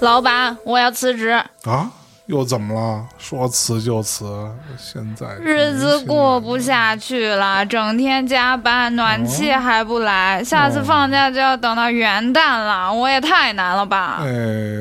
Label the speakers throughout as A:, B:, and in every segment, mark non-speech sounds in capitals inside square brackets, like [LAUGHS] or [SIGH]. A: 老板，我要辞职，
B: 啊，又怎么了？说辞就辞，现在
A: 日子过不下去了，整天加班，暖气还不来，下次放假就要等到元旦了，我也太难了吧？
B: 哎，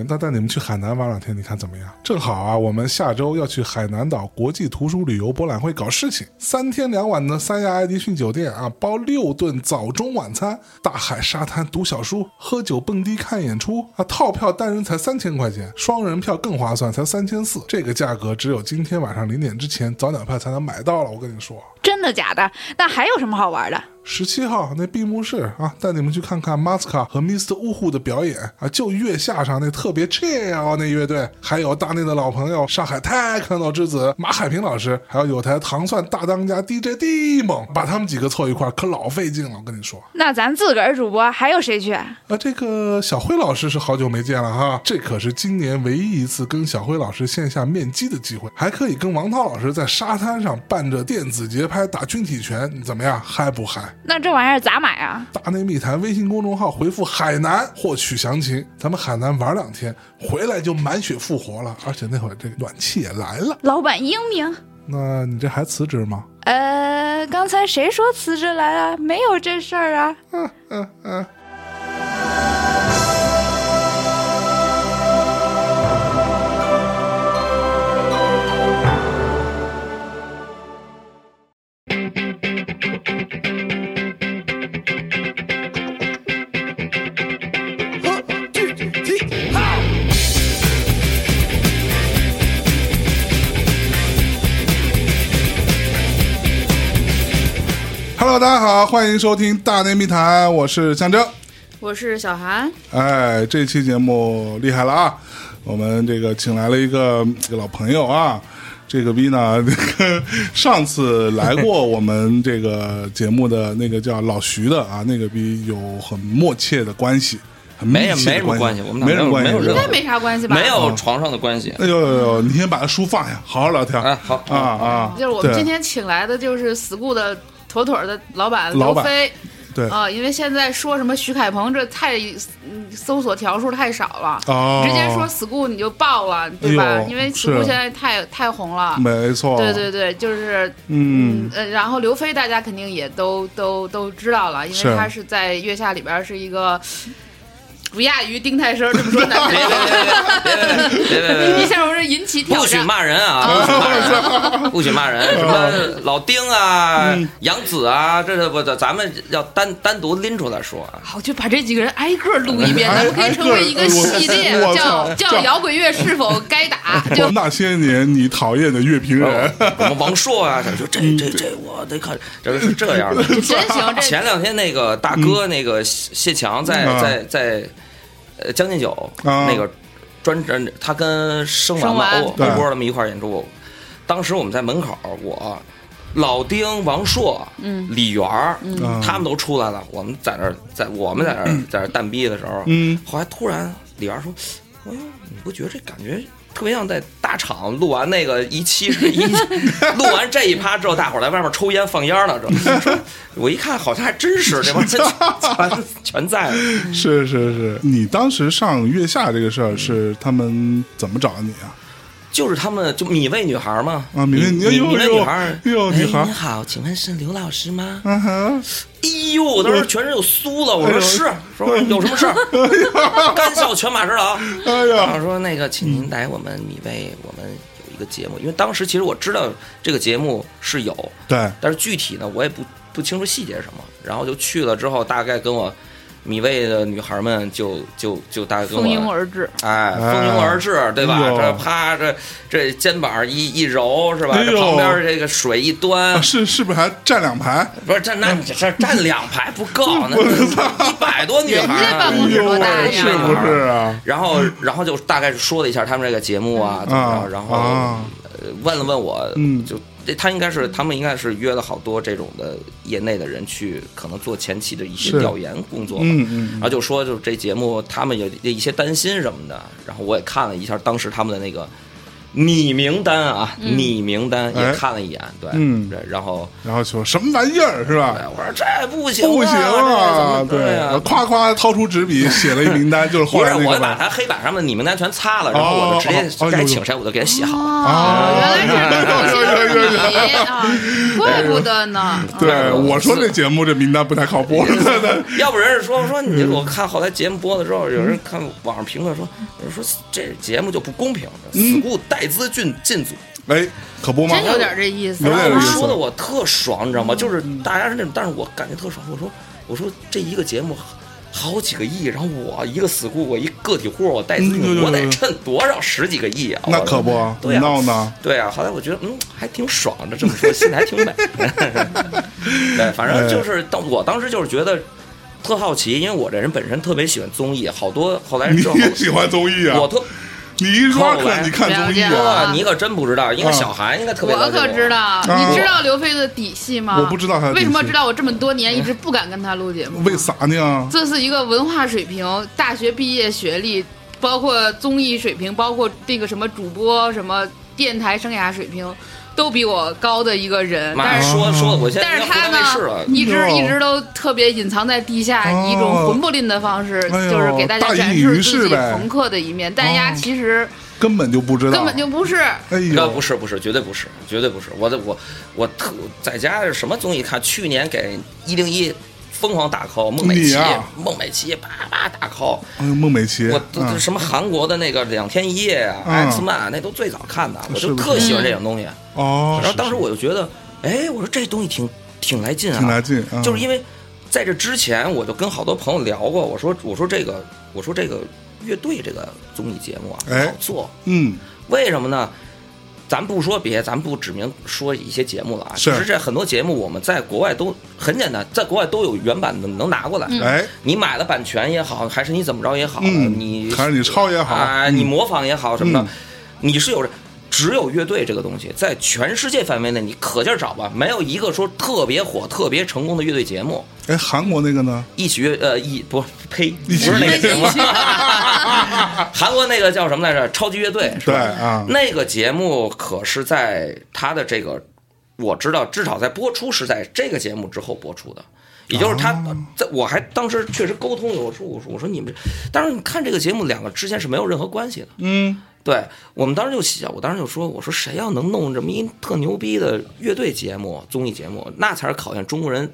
B: 那带你们去海南玩两天，你看怎么样？正好啊，我们下周要去海南岛国际图书旅游博览会搞事情，三天两晚的三亚爱迪逊酒店啊，包六顿早中晚餐，大海沙滩读小书，喝酒蹦迪看演出啊，套票单人才三千块钱，双人票更划算，才三千四，这个价格只有今天晚上零点之前早鸟票才能买到了，我跟你说。
A: 真的假的？那还有什么好玩的？
B: 十七号那闭幕式啊，带你们去看看 Masca 和 Mr. u h u 的表演啊，就月下上那特别 chill 那乐队，还有大内的老朋友上海 Techno 之子马海平老师，还有有台糖蒜大当家 DJ D 猛，把他们几个凑一块儿可老费劲了，我跟你说。
A: 那咱自个儿主播还有谁去？
B: 啊，这个小辉老师是好久没见了哈，这可是今年唯一一次跟小辉老师线下面基的机会，还可以跟王涛老师在沙滩上伴着电子节拍打军体拳，你怎么样？嗨不嗨？
A: 那这玩意儿咋买啊？
B: 大内密谈微信公众号回复“海南”获取详情。咱们海南玩两天，回来就满血复活了，而且那会儿这个暖气也来了。
A: 老板英明。
B: 那你这还辞职吗？
A: 呃，刚才谁说辞职来了？没有这事儿啊。
B: Hello，大家好，欢迎收听《大内密谈》，我是象征。
C: 我是小韩，
B: 哎，这期节目厉害了啊！我们这个请来了一个这个老朋友啊，这个 V 呢， [LAUGHS] 这个上次来过我们这个节目的啊那个叫老徐的啊，那个 V 有很默契的关系，很密
D: 没有
B: 切的
D: 没什么
B: 关
D: 关系我们俩
B: 没什么
D: 没有
B: 关系，
D: 没有
B: 是
D: 任
B: 吧
D: 何
C: 应该没啥关系吧？
D: 没，有床上的关系。
B: 哎呦呦呦！你先把书放下，好好聊天。
D: 哎好
B: 啊啊！
C: 就是我们
B: 对
C: 今天请来的就是 school 的妥妥的老板
B: 老
C: 刘
B: 板
C: 飞
B: 对
C: 啊、因为现在说什么徐凯鹏这太嗯搜索条数太少了，
B: 哦
C: 直接说 school 你就爆了，对吧？
B: 哎呦
C: 因为
B: 是
C: school 现在太太红了。
B: 没错，
C: 对对对，就是
B: 嗯，
C: 呃，然后刘飞大家肯定也都都都知道了，因
B: 是
C: 为他是在月下里边是一个不亚于丁太生这么说难
D: 别
C: 听
D: 别
C: 的
D: 别别别别别别
C: [LAUGHS] 人，一
D: 别！
C: 下我这引起挑
D: 不许
C: 战。
D: 骂人啊！不许骂人，什么老丁啊、杨子啊，这是不咱咱们要单单独拎出来说啊。
C: 好，就把这几个人挨个录一
B: [LAUGHS]
C: 遍，
B: 哎
C: 咱们可以成为一个系列
B: 挨个，我
C: 叫
B: 操这
C: 叫摇滚乐是否该
B: [LAUGHS]
C: 打？就
B: 那些年你讨厌的乐评人，
D: 什么王朔啊，说这这这我得看，这是这样的。
C: 真
D: [LAUGHS]
C: 行，这
D: 前两天那个大哥，那个谢谢强在
B: 嗯
D: 在在呃《将进酒》
B: 啊
D: 那个专呃他跟生完
C: 生
D: 嘛
C: 完
D: 欧欧
B: 对
D: 波他们一块儿演出，当时我们在门口，我老丁、王朔、李源儿
B: 嗯
D: 他们都出来了，我们在那儿在我们在那儿在那儿蛋逼的时候，
B: 嗯
D: 后来突然李源儿说：“哎呦，你不觉得这感觉？”特别像在大厂录完那个一期
B: [LAUGHS]
D: 是一，录完这一趴之后，大伙儿在外面抽烟放烟儿呢。
B: [LAUGHS]
D: 这说我一看，好像还真是这帮全全全在了。 [LAUGHS]
B: 是是是，你当时上月下这个事儿
D: 嗯
B: 是他们怎么找你啊？
D: 就是他们就米味女孩嘛
B: 啊米
D: 米
B: 味
D: 米
B: 哎呦
D: 米味
B: 呦
D: 女孩，
B: 呦
D: 哎
B: 女孩
D: 您好，请问是刘老师吗？
B: 嗯
D: [LAUGHS]
B: 哼，
D: 哎呦，我当时全身就酥了，我
B: 哎呦
D: 说是，说有什么事
B: [LAUGHS]
D: 儿，干校犬马指导。
B: 哎
D: 然
B: 呀，
D: 后说那个，请您来我们米味，我们有一个节目，因为当时其实我知道这个节目是有，
B: 对，
D: 但是具体呢我也不不清楚细节是什么。然后就去了之后，大概跟我米味的女孩们就就就大概跟我
C: 蜂拥而至，
D: 哎，蜂拥而至，对吧
B: 哎？呦
D: 这啪，这这肩膀一一揉，是吧？
B: 哎呦
D: 这旁边这个水一
B: [LAUGHS]
D: 端
B: 啊，是是不是还站两排？
D: 不是这那你这站两排不
B: [LAUGHS]
D: 够，那一百多女孩
C: 人家
D: 儿
C: 办
B: 哎
C: 公室
B: 呦
C: 多
B: 喂
C: 大呀
B: 是不是啊？
D: 然后，然后就大概说了一下他们这个节目啊，怎么
B: 啊
D: 着，，然后
B: 啊，
D: 呃问了问我，
B: 嗯
D: 就他应该是他们应该是约了好多这种的业内的人去，可能做前期的一些
B: 是
D: 调研工作吧。
B: 嗯嗯
D: 然后就说就是这节目他们有一些担心什么的，然后我也看了一下当时他们的那个拟名单啊，拟名单
B: 哎
D: 也看了一眼，对，
B: 嗯
D: 对然后
B: 然后说什么玩意儿是吧
D: 哎？我说这不行，
B: 不行啊
D: 啊，，这怎么
B: 对，我
D: 呀。
B: 夸夸掏出纸笔写了一名单，就是
D: 不
B: 后
D: 是
B: 来，那
D: 我
B: 个
D: 把
C: [LAUGHS]
B: 吧。
D: 他黑板上的拟名单全擦了，然后我就直
B: 哦哦哦哦
D: 接该请谁我就给他写好了。
B: 啊
C: 哦原来是
B: 有有有有有
C: 这样啊，怪不得呢。
B: [LAUGHS]
C: 嗯
B: 对，我说这节目这名单不太靠
C: [LAUGHS]
B: 谱，对对，
D: [LAUGHS]
B: 嗯
D: 要不然是说说你，我看后来节目播了之后，有人看网上评论说，有人说这节目就不公平，
B: 嗯
D: 死固带资进进组，
B: 哎，可不吗？
C: 真有点啊这意思啊
B: 有。点
D: 然
B: 意
D: 后
B: 思嗯
D: 说的我特爽，你知道吗？就是大家是那种，但是我感觉特爽。我说我说这一个节目好几个亿，然后我一个死固，我一个体户，我带资
B: 嗯对对
D: 进
B: 对
D: 组，我得
B: 对
D: 趁多少十几个亿啊！
B: 那
D: 我
B: 可不，
D: 对
B: 你
D: 啊
B: 闹呢？
D: 对啊，后来我觉得嗯还挺爽的，这么说心里还挺
B: [LAUGHS]
D: 美。对，反正就是当我当时就是觉得特好奇，因为我这人本身特别喜欢综艺，好多后来
B: 你
D: 之后
B: 也喜欢综艺啊？
D: 我特
B: 你一 rock
D: 来
B: 你看综艺
C: 了解
B: 啊？
C: 了
D: 哇，你可真不知道，因为
B: 啊
D: 小韩应该特别
C: 我
D: 了解
C: 可知道，你知道刘飞的底细吗？
B: 我不知道他的底细
C: 为什么知道？我这么多年一直不敢跟他录节目吗，
B: 为啥呢？
C: 这是一个文化水平、大学毕业学历，包括综艺水平，包括那个什么主播、什么电台生涯水平，都比我高的一个人。
D: 妈
C: 但
D: 呀
C: 是，
D: 说啊说，我现在
C: 但是
D: 应该
C: 他
D: 回到卫视
C: 呢
D: 了，。
C: 一直
B: 哟
C: 一直都特别隐藏在地下，
B: 哦
C: 以一种混不吝的方式，
B: 哎呦
C: 就是给大家展
B: 大隐
C: 示
B: 于市
C: 自己
B: 呗
C: 朋克的一面。但丫
B: 哦
C: 其实
B: 根本就不知道，
C: 根本就不是。
B: 哎
D: 那
B: 呦，
D: 不是不是，绝对不是，绝对不是。我的我我特在家是什么综艺看？去年给一零一疯狂打 call，孟美
B: 你
D: 岐、
B: 啊
D: 孟美岐叭叭打 call，
B: 哎呦，孟美岐，
D: 我
B: 嗯
D: 这什么韩国的那个两天一夜啊、
B: 嗯
D: X Man 那都最早看的，我
B: 是
D: 就
B: 不是
D: 特喜欢这种东西。
B: 哦，
D: 然后当
B: 是
D: 时我就觉得，哎，我说这东西挺挺来劲
B: 挺来
D: 啊，
B: 劲，嗯
D: 就是因为在这之前我就跟好多朋友聊过，我说我说这个我说这个乐队这个综艺节目啊
B: 哎
D: 不好做，
B: 嗯，
D: 为什么呢？咱不说别，咱不指明说一些节目了啊，
B: 是
D: 其实这很多节目我们在国外都很简单，在国外都有原版的能拿过来。
B: 哎，
D: 你买了版权也好，还是你怎么着也好，
B: 嗯
D: 你
B: 还是你抄也好
D: 啊，
B: 嗯
D: 你模仿也好什么的，
B: 嗯
D: 你是有只有乐队这个东西，在全世界范围内你可劲儿找吧，没有一个说特别火、特别成功的乐队节目。
B: 哎，韩国那个呢？
D: 一起乐呃一不呸，不
B: 一起
D: 是那
B: 乐啊
D: 个节目，韩国那个叫什么来着？超级乐队是
B: 对
D: 吧？
B: 啊，
D: 那个节目可是在它的这个，我知道至少在播出是在这个节目之后播出的，也就是它在我还当时确实沟通有我说我说我说你们这，当时你看这个节目两个之间是没有任何关系的，
B: 嗯，
D: 对我们当时就想，我当时就说我说谁要能弄这么一特牛逼的乐队节目综艺节目，那才是考验中国人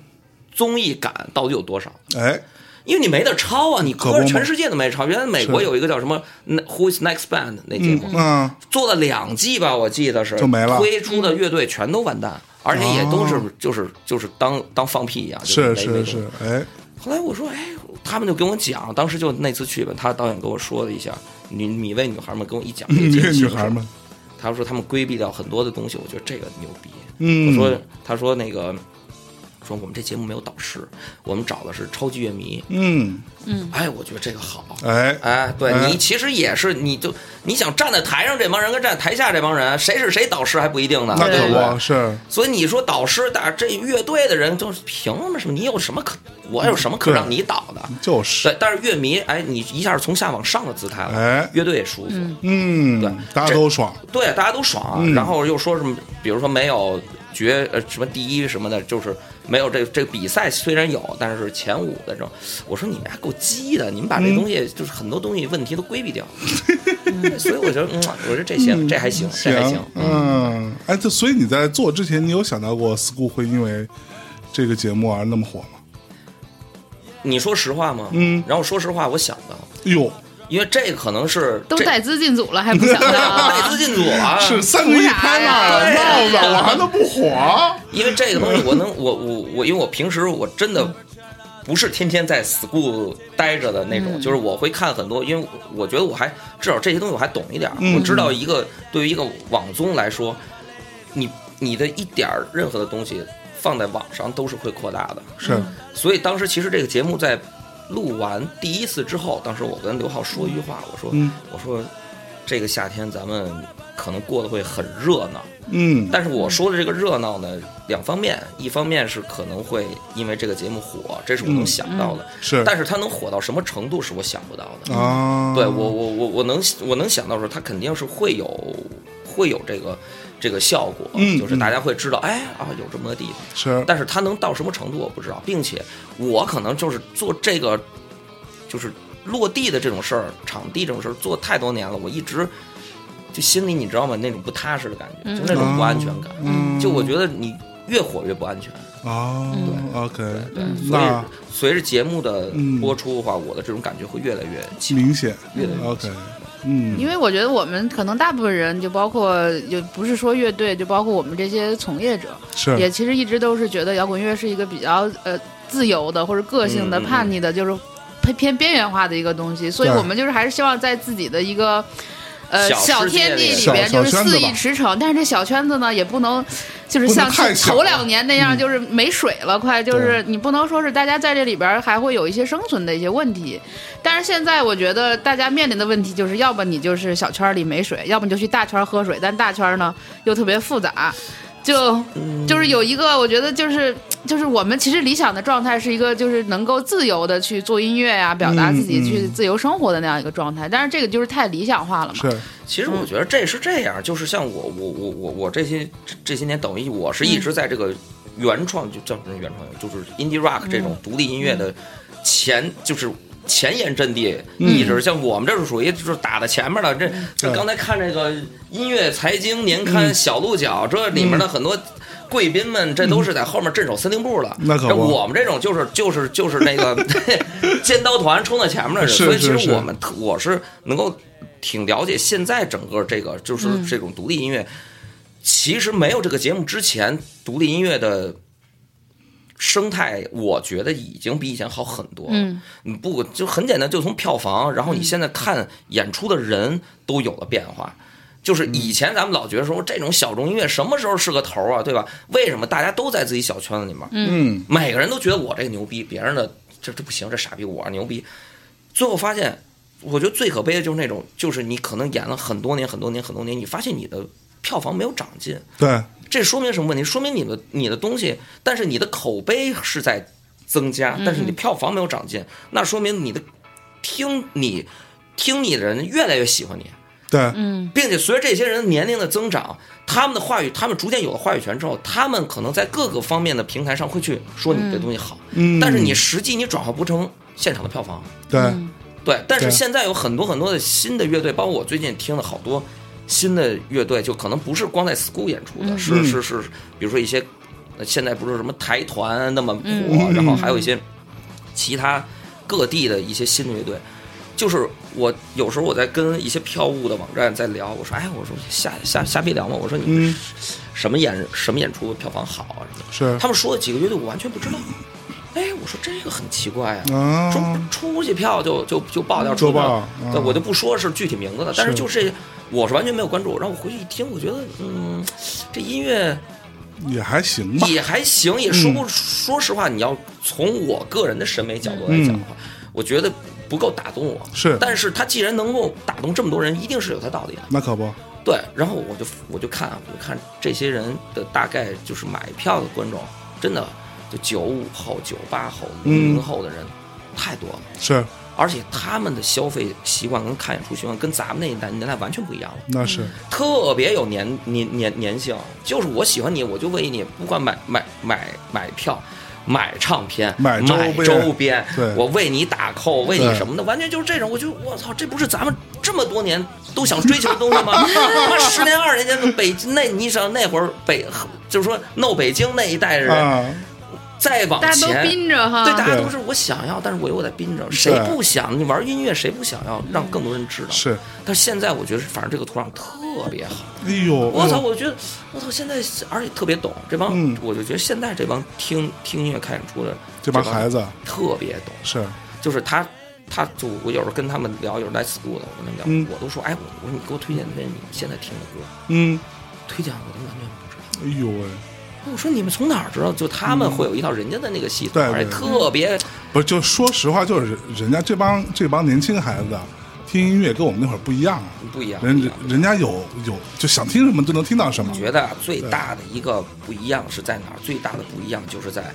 D: 综艺感到底有多少。
B: 哎，
D: 因为你没得抄啊，你
B: 可不
D: 歌
B: 嘛
D: 全世界都没抄。原来美国
B: 是
D: 有一个叫什么那 Who's Next Band 那节
B: 嗯
D: 目，
B: 嗯，
D: 做了两季吧，我记得是
B: 就没了嗯
D: 推出的乐队全都完蛋，而且也都是
B: 哦
D: 就是就是当当放屁一样。就是没没
B: 是是，哎，
D: 后来我说，哎，他们就跟我讲，当时就那次去吧，他导演跟我说了一下，女米未女孩们跟我一讲这个
B: 女
D: 节目
B: 女孩们，，
D: 他说他们规避掉很多的东西，我觉得这个牛逼。
B: 嗯，
D: 我说，他说那个。说我们这节目没有导师，我们找的是超级乐迷。
B: 嗯，
D: 哎，我觉得这个好。
B: 哎，
D: 哎，对
B: 哎
D: 你其实也是，你就你想站在台上这帮人跟站台下这帮人，谁是谁导师还不一定呢，
B: 那
D: 对不
B: 可不
D: 对？
B: 是，
D: 所以你说导师打这乐队的人，就是凭什么？你有什么可我有什么
B: 嗯
D: 可
B: 对
D: 让你导的？
B: 就是，
D: 对，但是乐迷，哎，你一下从下往上的姿态了，
B: 哎
D: 乐队也舒服，
B: 嗯
D: 对，
B: 大家
D: 这
B: 都爽，
D: 对，大家都爽。啊
B: 嗯
D: 然后又说什么，比如说没有决呃什么第一什么的，就是没有这这个比赛虽然有，但是前五的这种。我说你们还够鸡的，你们把
B: 嗯
D: 这东西、就是很多东西问题都规避掉。 [LAUGHS] 所以我觉得，嗯，我说这行，这还行，这还行。
B: 嗯，哎，这所以你在做之前，你有想到过 school 会因为这个节目而那么火吗？
D: 你说实话吗？
B: 嗯
D: 然后说实话，我想到，
B: 哟，
D: 因为这可能是
C: [LAUGHS] 都
D: 这
C: 带资进组了，还不想到啊？
D: [LAUGHS] 带资进组啊，
B: 是三个一拍
D: 对啊
B: 嘛，闹
D: 呀
B: 的我还能不火？
D: [LAUGHS] 因为这个东西，我能，我我我，因为我平时我真的不是天天在 school 待着的那
B: 嗯
D: 种，就是我会看很多，因为我觉得我还至少这些东西我还懂一点儿，
B: 嗯
D: 我知道一个对于一个网综来说，你你的一点儿任何的东西放在网上都是会扩大的，
B: 是，
D: 所以当时其实这个节目在录完第一次之后，当时我跟刘浩说一句话，我说、
B: 嗯
D: 我说这个夏天咱们可能过得会很热闹。
B: 嗯，
D: 但是我说的这个热闹呢，两方面，一方面是可能会因为这个节目火，这是我能想到的，
B: 是
D: 但是它能火到什么程度是我想不到的。
B: 啊，
D: 对我，我我我能我能想到说，它肯定是会有会有这个这个效果，
B: 嗯
D: 就是大家会知道，哎啊，有这么个地方。
B: 是
D: 但是它能到什么程度我不知道，并且我可能就是做这个，就是落地的这种事儿，场地这种事儿做太多年了，我一直就心里你知道吗？那种不踏实的感觉，
C: 嗯
D: 就那种不安全感。
B: 嗯，
D: 就我觉得你越火越不安全。
B: 哦
C: 嗯
B: ，OK，
D: 对，
C: 嗯
D: 所
B: 那
D: 以随着节目的
B: 嗯
D: 播出的话，我的这种感觉会越来越强。
B: 明显
D: 越来越
B: ，OK，嗯，
C: 因为我觉得我们可能大部分人，就包括就不是说乐队，就包括我们这些从业者，也
B: 是
C: 其实一直都是觉得摇滚乐是一个比较呃自由的或者个性的、
D: 嗯嗯嗯
C: 叛逆的，就是偏偏边缘化的一个东西。所以
B: 对
C: 我们就是还是希望在自己的一个。呃，
D: 小
C: 小
D: 世界
C: 天地
D: 里
C: 里边
B: 小
C: 就是
B: 小圈子
C: 肆
B: 吧
C: 意驰骋，但是这小圈子呢，也不能就是
B: 不能
C: 像
B: 太小
C: 头
B: 了
C: 两年那样，
B: 嗯
C: 就是没水了，快就是你不能说是大家在这里边还会有一些生存的一些问题。但是现在我觉得大家面临的问题就是，要么你就是小圈里没水，要么你就去大圈喝水，但大圈呢又特别复杂，就就是有一个，我觉得就是就是我们其实理想的状态是一个就是能够自由的去做音乐呀、表达自己、
B: 嗯
C: 去自由生活的那样一个状态。但是这个就是太理想化了嘛。
B: 是，
D: 其实我觉得这是这样，就是像我我我我我这些这这些年，等于我是一直
B: 嗯
D: 在这个原创就叫什么原创，就是 indie rock 这种
B: 嗯
D: 独立音乐的前就是。前沿阵地
B: 嗯
D: 一直像我们这是属于就是打在前面的，这这
B: 对
D: 刚才看这个音乐财经年刊
B: 嗯
D: 小鹿角，这里面的很多贵宾们，这都是在后面镇守司令部了。
B: 嗯那可
D: 这
B: 不
D: 我们这种就是就是就是
B: [LAUGHS]
D: 那个尖刀团冲在前面的人，
B: 是
D: 所以
B: 是
D: 其实
B: 是
D: 我们特我是能够挺了解现在整个这个就是
C: 嗯
D: 这种独立音乐，其实没有这个节目之前，独立音乐的生态，我觉得已经比以前好很多了。
C: 嗯，
D: 你不就很简单，就从票房，然后你现在看演出的人都有了变化。就是
B: 嗯
D: 以前咱们老觉得说这种小众音乐什么时候是个头啊，对吧？为什么大家都在自己小圈子里面？
B: 嗯，
D: 每个人都觉得我这个牛逼，别人的这这不行，这傻逼我牛逼。最后发现，我觉得最可悲的就是那种，就是你可能演了很多年、很多年、很多年，你发现你的票房没有长进，
B: 对，
D: 这说明什么问题？说明你的你的东西，但是你的口碑是在增加，但是你的票房没有长进，那说明你的听你听你的人越来越喜欢你。
B: 对，
D: 并且随着这些人年龄的增长，他们的话语，他们逐渐有了话语权之后，他们可能在各个方面的平台上会去说你这东西好，
B: 嗯，
D: 但是你嗯实际你转化不成现场的票房。
B: 对，
D: 对，但是
B: 对
D: 现在有很多很多的新的乐队，包括我最近听了好多新的乐队，就可能不是光在 school 演出的，是
B: 嗯
D: 是是，比如说一些呃现在不是什么台团那么火，
B: 嗯
D: 然后还有一些其他各地的一些新的乐队。就是我有时候我在跟一些票务的网站在聊，我说，哎，我说瞎瞎瞎逼聊嘛，我说你们
B: 嗯
D: 什么演、什么演出票房好啊什么的？
B: 是，
D: 他们说的几个乐队我完全不知道。哎，我说这个很奇怪啊，说
B: 啊，
D: 出去票就就就爆掉，
B: 就
D: 出去票
B: 爆嗯
D: 对，我就不说是具体名字了，但是
B: 是
D: 就是这我是完全没有关注。然后我回去一听，我觉得嗯，这音乐
B: 嗯也还行吧，
D: 也还行，也
B: 嗯
D: 说不、说实话，你要从我个人的审美角度来讲的话，我觉得不够打动我。
B: 嗯是
D: 但是他既然能够打动这么多人，一定是有他道理的。
B: 那可不，
D: 对，然后我就我就看啊，我就看这些人的大概就是买票的观众，真的就九五后、九八后、零零
B: 嗯
D: 后的人、太多了。
B: 是，
D: 而且他们的消费习惯跟看演出习惯跟咱们那一代年代完全不一样了，
B: 那是，
D: 特别有粘粘粘粘性。就是我喜欢你，我就为你，不管买买买买票、买唱片、
B: 买周边
D: 周边
B: 对
D: 我为你打 call，为你
B: 对
D: 什么的，完全就是这种。我就我操，这不是咱们这么多年都想追求的东西吗？他妈十年二十年前的北那你想那会儿北就是说闹北京那一代人，
B: 啊，
D: 再往
C: 大家都啊
D: 前
C: 憋着哈，
D: 对，大家
B: 对
D: 都是我想要，但是我又在憋着。谁不想？你玩音乐，谁不想要让更多人知道？
B: 是，
D: 但是现在我觉得，反正这个土壤特别好。
B: 哎呦，
D: 我操！
B: 哎呦，
D: 我觉得，我操！现在而且特别懂这帮
B: 嗯，
D: 我就觉得现在这帮听听音乐、看演出的
B: 这帮孩
D: 子
B: 子
D: 特别懂，
B: 是，
D: 就是他。他就我有时候跟他们聊，有时候来 school 的，我跟他们
B: 嗯
D: 聊，我都说，哎，我我说你给我推荐推荐你现在听的歌，
B: 嗯，
D: 推荐我都完全不知道。
B: 哎呦喂，
D: 我说你们从哪儿知道？就他们会有一套人家的那个系统，
B: 对对
D: 而且特别
B: 不是，就说实话，就是人人家这帮这帮年轻孩子啊听音乐跟我们那会儿不一样啊，
D: 不一样。
B: 人
D: 不一样
B: 人人家有有就想听什么就能听到什么
D: 我，觉得啊
B: 嗯
D: 最大的一个不一样是在哪儿？最大的不一样就是在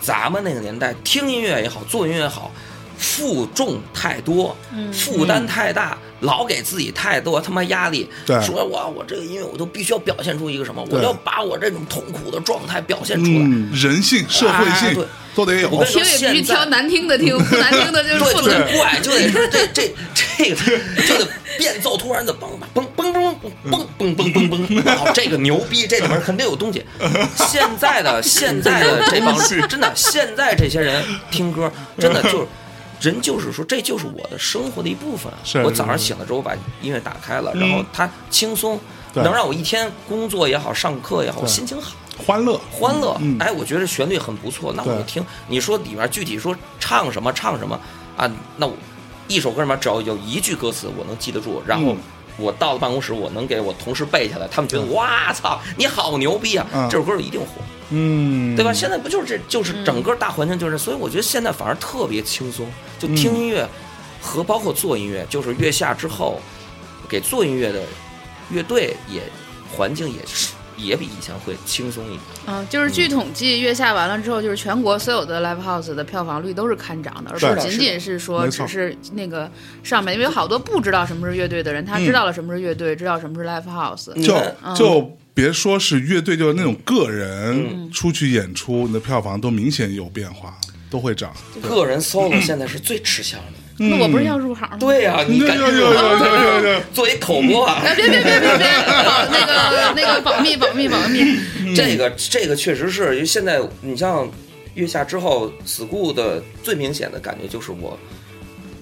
D: 咱们那个年代，听音乐也好，做音乐也好，负重太多，负担太大，老给自己太多他妈压力。
B: 对
D: 说哇，我这个音乐我都必须要表现出一个什么，我
B: 对
D: 要把我这种痛苦的状态表现出来。
B: 嗯，人性、社会
D: 啊
B: 性
D: 对
B: 都得有
D: 我。跟
C: 听也必须挑难听的听，不难听的就是
D: 对，
B: [LAUGHS]
C: 不
D: 就
C: 能
D: 得。怪，就得是这这这个，就得变奏突然的嘣嘣嘣嘣嘣嘣嘣嘣嘣嘣，好，这个牛逼，这里面肯定有东西。现在的现在的这帮真的，现在这些人听歌，真的就是。人就是说，这就是我的生活的一部分。啊
B: 是嗯
D: 我早上醒了之后，把音乐打开了，然后它轻松，
B: 对
D: 能让我一天工作也好，上课也好，
B: 对
D: 心情好。
B: 欢乐，
D: 欢乐
B: 嗯，
D: 哎，我觉得旋律很不错，那我
B: 对
D: 就听。你说里边具体说唱什么唱什么啊？那我一首歌里面只要有一句歌词我能记得住，然后
B: 嗯
D: 我到了办公室，我能给我同事背下来，他们觉得哇操，你好牛逼啊
B: 嗯！
D: 这首歌一定火，
B: 嗯，
D: 对吧？现在不就是这就是整个大环境就是，所以我觉得现在反而特别轻松，就
B: 嗯
D: 听音乐和包括做音乐，就是月下之后给做音乐的乐队也环境也是也比以前会轻松一点。
C: 嗯，就是据统计，月下完了之后，就是全国所有的 live house 的票房率都是看涨的，而
B: 是的
C: 不仅仅是说
B: 没
C: 只
B: 错
C: 是那个上面，因为有好多不知道什么是乐队的人，
B: 嗯
C: 他知道了什么是乐队，知道什么是 live house。
D: 你
B: 就
D: 看
B: 就别说是乐队，就是那种个
D: 嗯
B: 人出去演出，你的票房都明显有变化，都会涨。
D: 个人 solo 现在是最吃香的。
C: 那我不是要入行吗？
D: 嗯对呀、你
B: 有嗯
D: 感啊
B: 有有有嗯有有有，
D: 作为口播啊，
C: 哎，别别别别别，保那个那个保密保密保密。
D: 这个这个确实是，因为现在你像月下之后，school 的最明显的感觉就是我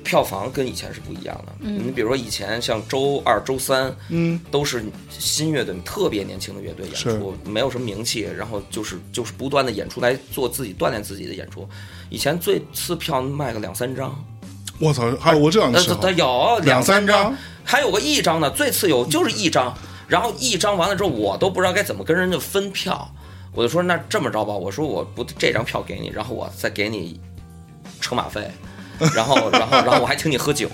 D: 票房跟以前是不一样的。你比如说以前像周二、周三，
B: 嗯，
D: 都是新乐队，特别年轻的乐队演出，没有什么名气，然后就是就是不断的演出来做自己锻炼自己的演出。以前最次票卖个两三张，
B: 我操，还有我这样的
D: 呃，
B: 时
D: 它
B: 候
D: 它，有
B: 两三
D: 三
B: 张，
D: 还有个一张呢，最次有就是一张，然后一张完了之后，我都不知道该怎么跟人家分票，我就说那这么着吧，我说我不这张票给你，然后我再给你车马费。然后，然后，然后我还请你喝酒，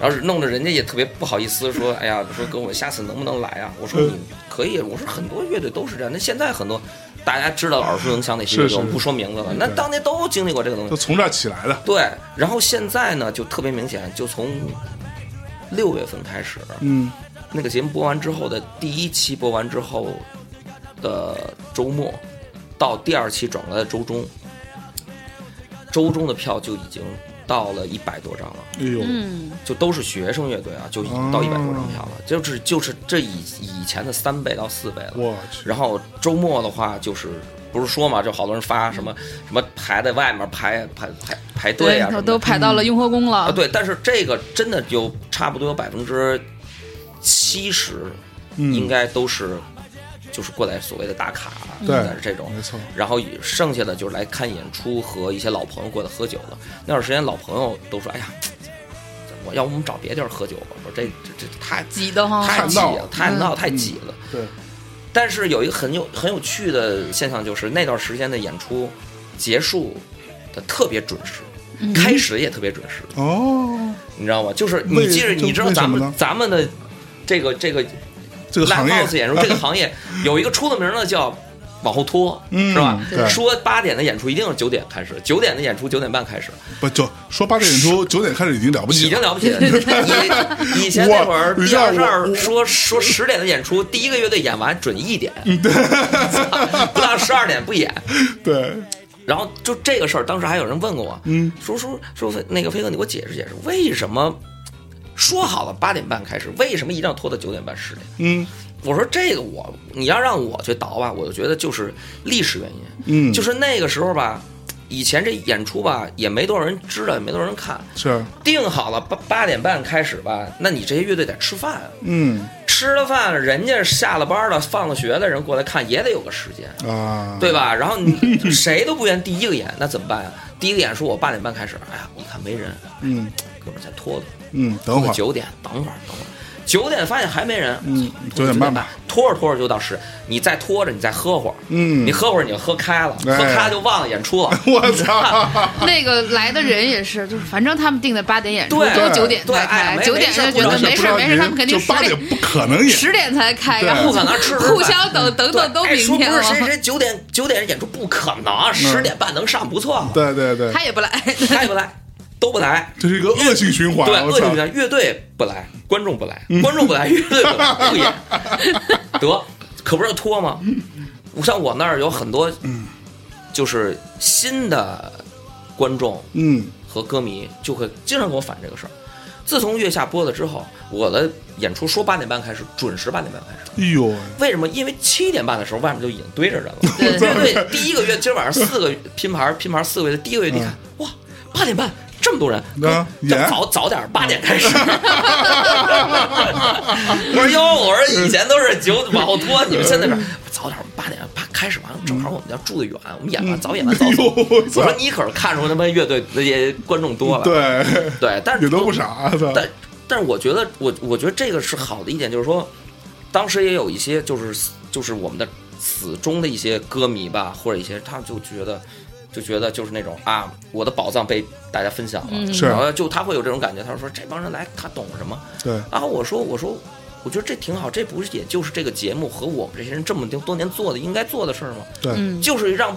D: 然后弄得人家也特别不好意思，说：“哎呀，说哥，我下次能不能来啊？”我说：“你可以。”我说：“很多乐队都是这样。那现在很多大家知道耳熟能详哪些乐
B: 是
D: 队，
B: 是
D: 我们不说名字了。那
B: 对
D: 当年都经历过这个东西
B: 就。从这儿起来的。
D: 对，然后现在呢，就特别明显，就从六月份开始，
B: 嗯，
D: 那个节目播完之后的第一期播完之后的周末，到第二期转过来的周中，周中的票就已经到了一百多张了，
B: 哎呦，
C: 嗯，
D: 就都是学生乐队啊，就已经到一百多张票了，
B: 嗯
D: 就是就是这以以前的三倍到四倍了。
B: 我去，
D: 然后周末的话，就是不是说嘛，就好多人发什么什么排在外面排排排排队啊什么
A: 我
D: 的，
A: 都排到了雍和宫
D: 啊，
A: 了。
D: 对，但是这个真的有差不多有百分之七十，
B: 嗯
D: 应该都是就是过来所谓的打卡，啊
B: 对
D: 是这种。
B: 没错，
D: 然后剩下的就是来看演出和一些老朋友过来喝酒了。那段时间老朋友都说：“哎呀，我要不我们找别地儿喝酒吧？”我说这这这太
C: 挤得慌。
D: 太挤了，太
C: 太闹
D: 闹太挤了。
B: 对，
D: 但是有一个很有很有趣的现象，就是那段时间的演出结束的特别准时，开始也特别准时。
B: 哦，
D: 你知道吗？就是
B: 为
D: 你记着，
B: 就
D: 你知道
B: 为什
D: 咱
B: 么
D: 们
B: 呢
D: 咱们的这个这个
B: 这个行
D: live
B: 业 [LAUGHS]
D: house 演出这个行业有一个出了名的叫往后拖，
B: 嗯
D: 是吧
B: 对？
D: 说八点的演出一定是九点开始，九点的演出九点半开始，
B: 不就说八点演
D: [LAUGHS]
B: 出九点开始已经了不
D: 已
B: 起
D: 经
B: 了，
D: 了不
B: [LAUGHS]
D: 起了。以以前
B: 我
D: 那会儿
B: 你知
D: 第
B: 道
D: 二十
B: 我
D: 二说说十点的演出，第一个乐队演完准一点，
B: 嗯
D: 操 [LAUGHS] 不到十二点不演。
B: 对，
D: 然后就这个事儿，当时还有人问过我，
B: 嗯，
D: 说说说那个飞哥，你给我解释解释，为什么说好了八点半开始，为什么一定要拖到九点半十点？
B: 嗯，
D: 我说这个我你要让我去倒吧，我就觉得就是历史原因，
B: 嗯
D: 就是那个时候吧，以前这演出吧也没多少人知道，也没多少人看，
B: 是，
D: 定好了八八点半开始吧，那你这些乐队得吃饭啊，
B: 嗯
D: 吃了饭人家下了班了，放了学的人过来看也得有个时间，
B: 啊，
D: 对吧？然后你谁都不愿第一个演，那怎么办呀、第一个演说我八点半开始，哎呀，一看没人，
B: 嗯
D: 哥们儿再拖拖。
B: 嗯，等会儿，
D: 九点，等会儿，等会儿。九点发现还没人，
B: 嗯
D: 拖
B: 9点
D: 9
B: 半
D: 半
B: 吧，
D: 拖着拖着就到十，你再拖着，你再喝会儿，
B: 嗯
D: 你喝会儿你就喝开了，
B: 哎，
D: 喝开了就忘了演出了
B: [LAUGHS] 我
D: [LAUGHS]
B: 操，
C: 那个来的人也是，就是反正他们定的八点演出
D: 对
C: 都九点
D: 对
C: 才
D: 哎
C: 开，
D: 没
C: 九点
D: 没事
C: 就觉
D: 不
C: 得
D: 着急
C: 没事没事，他们肯定
B: 就
C: 十
B: 八
C: 点
B: 点不可能演，
C: 十点才开，
B: 对
C: 然后
D: 不可能吃
C: 互相等等等都
D: 哎
C: 明
D: 说不
C: 天
D: 是
C: 了，
D: 谁谁九点
B: 嗯
D: 九点演出不可能，十点半能上不错了，
B: 对对对，
C: 他也不来。
D: 开不来。都不来，
B: 这是一个恶性循环，
D: 对，
B: 我
D: 恶
B: 操嗯
D: 性比！赛，乐队不来，观众不来，观众不来，乐队不来，
B: [LAUGHS]
D: 不演，得，可不是拖吗？
B: 嗯
D: 像我那儿有很多，就是新的观众
B: 嗯，
D: 和歌迷就会经常跟我反映这个事儿。自从月下播了之后，我的演出说八点半开始，准时八点半开始。
B: 哎呦喂，
D: 为什么？因为七点半的时候外面就已经堆着人了。
C: 对
D: 乐队第一个月，今儿晚上四个拼盘，拼盘四个月，第一个月你看，哇，八点半这么多人，
B: 嗯啊
D: 咱
B: 演
D: 早早点，八点
B: [LAUGHS]
D: 开始。我说哟，我说以前都是九往后拖，你们现在是早点，八点八开始完了，正好我们家住的远，我们演完啊早演完
B: [LAUGHS]
D: 早
B: 哎
D: 走。
B: 呦，我
D: 我
B: 操
D: 说！你可是看出他妈乐队那些观众多了，
B: 对，
D: 对，但是
B: 也都不傻，我操！
D: 但但是我觉得，我我觉得这个是好的一点，就是说，当时也有一些就是就是我们的死忠的一些歌迷吧，或者一些他就觉得就觉得就是那种啊，我的宝藏被大家分享了，
C: 嗯
B: 是
D: 然后就他会有这种感觉，他说这帮人来他懂什么
B: 对，
D: 啊？我说我说。我觉得这挺好，这不是也就是这个节目和我们这些人这么多年做的应该做的事儿吗？
B: 对，
C: 嗯
D: 就是让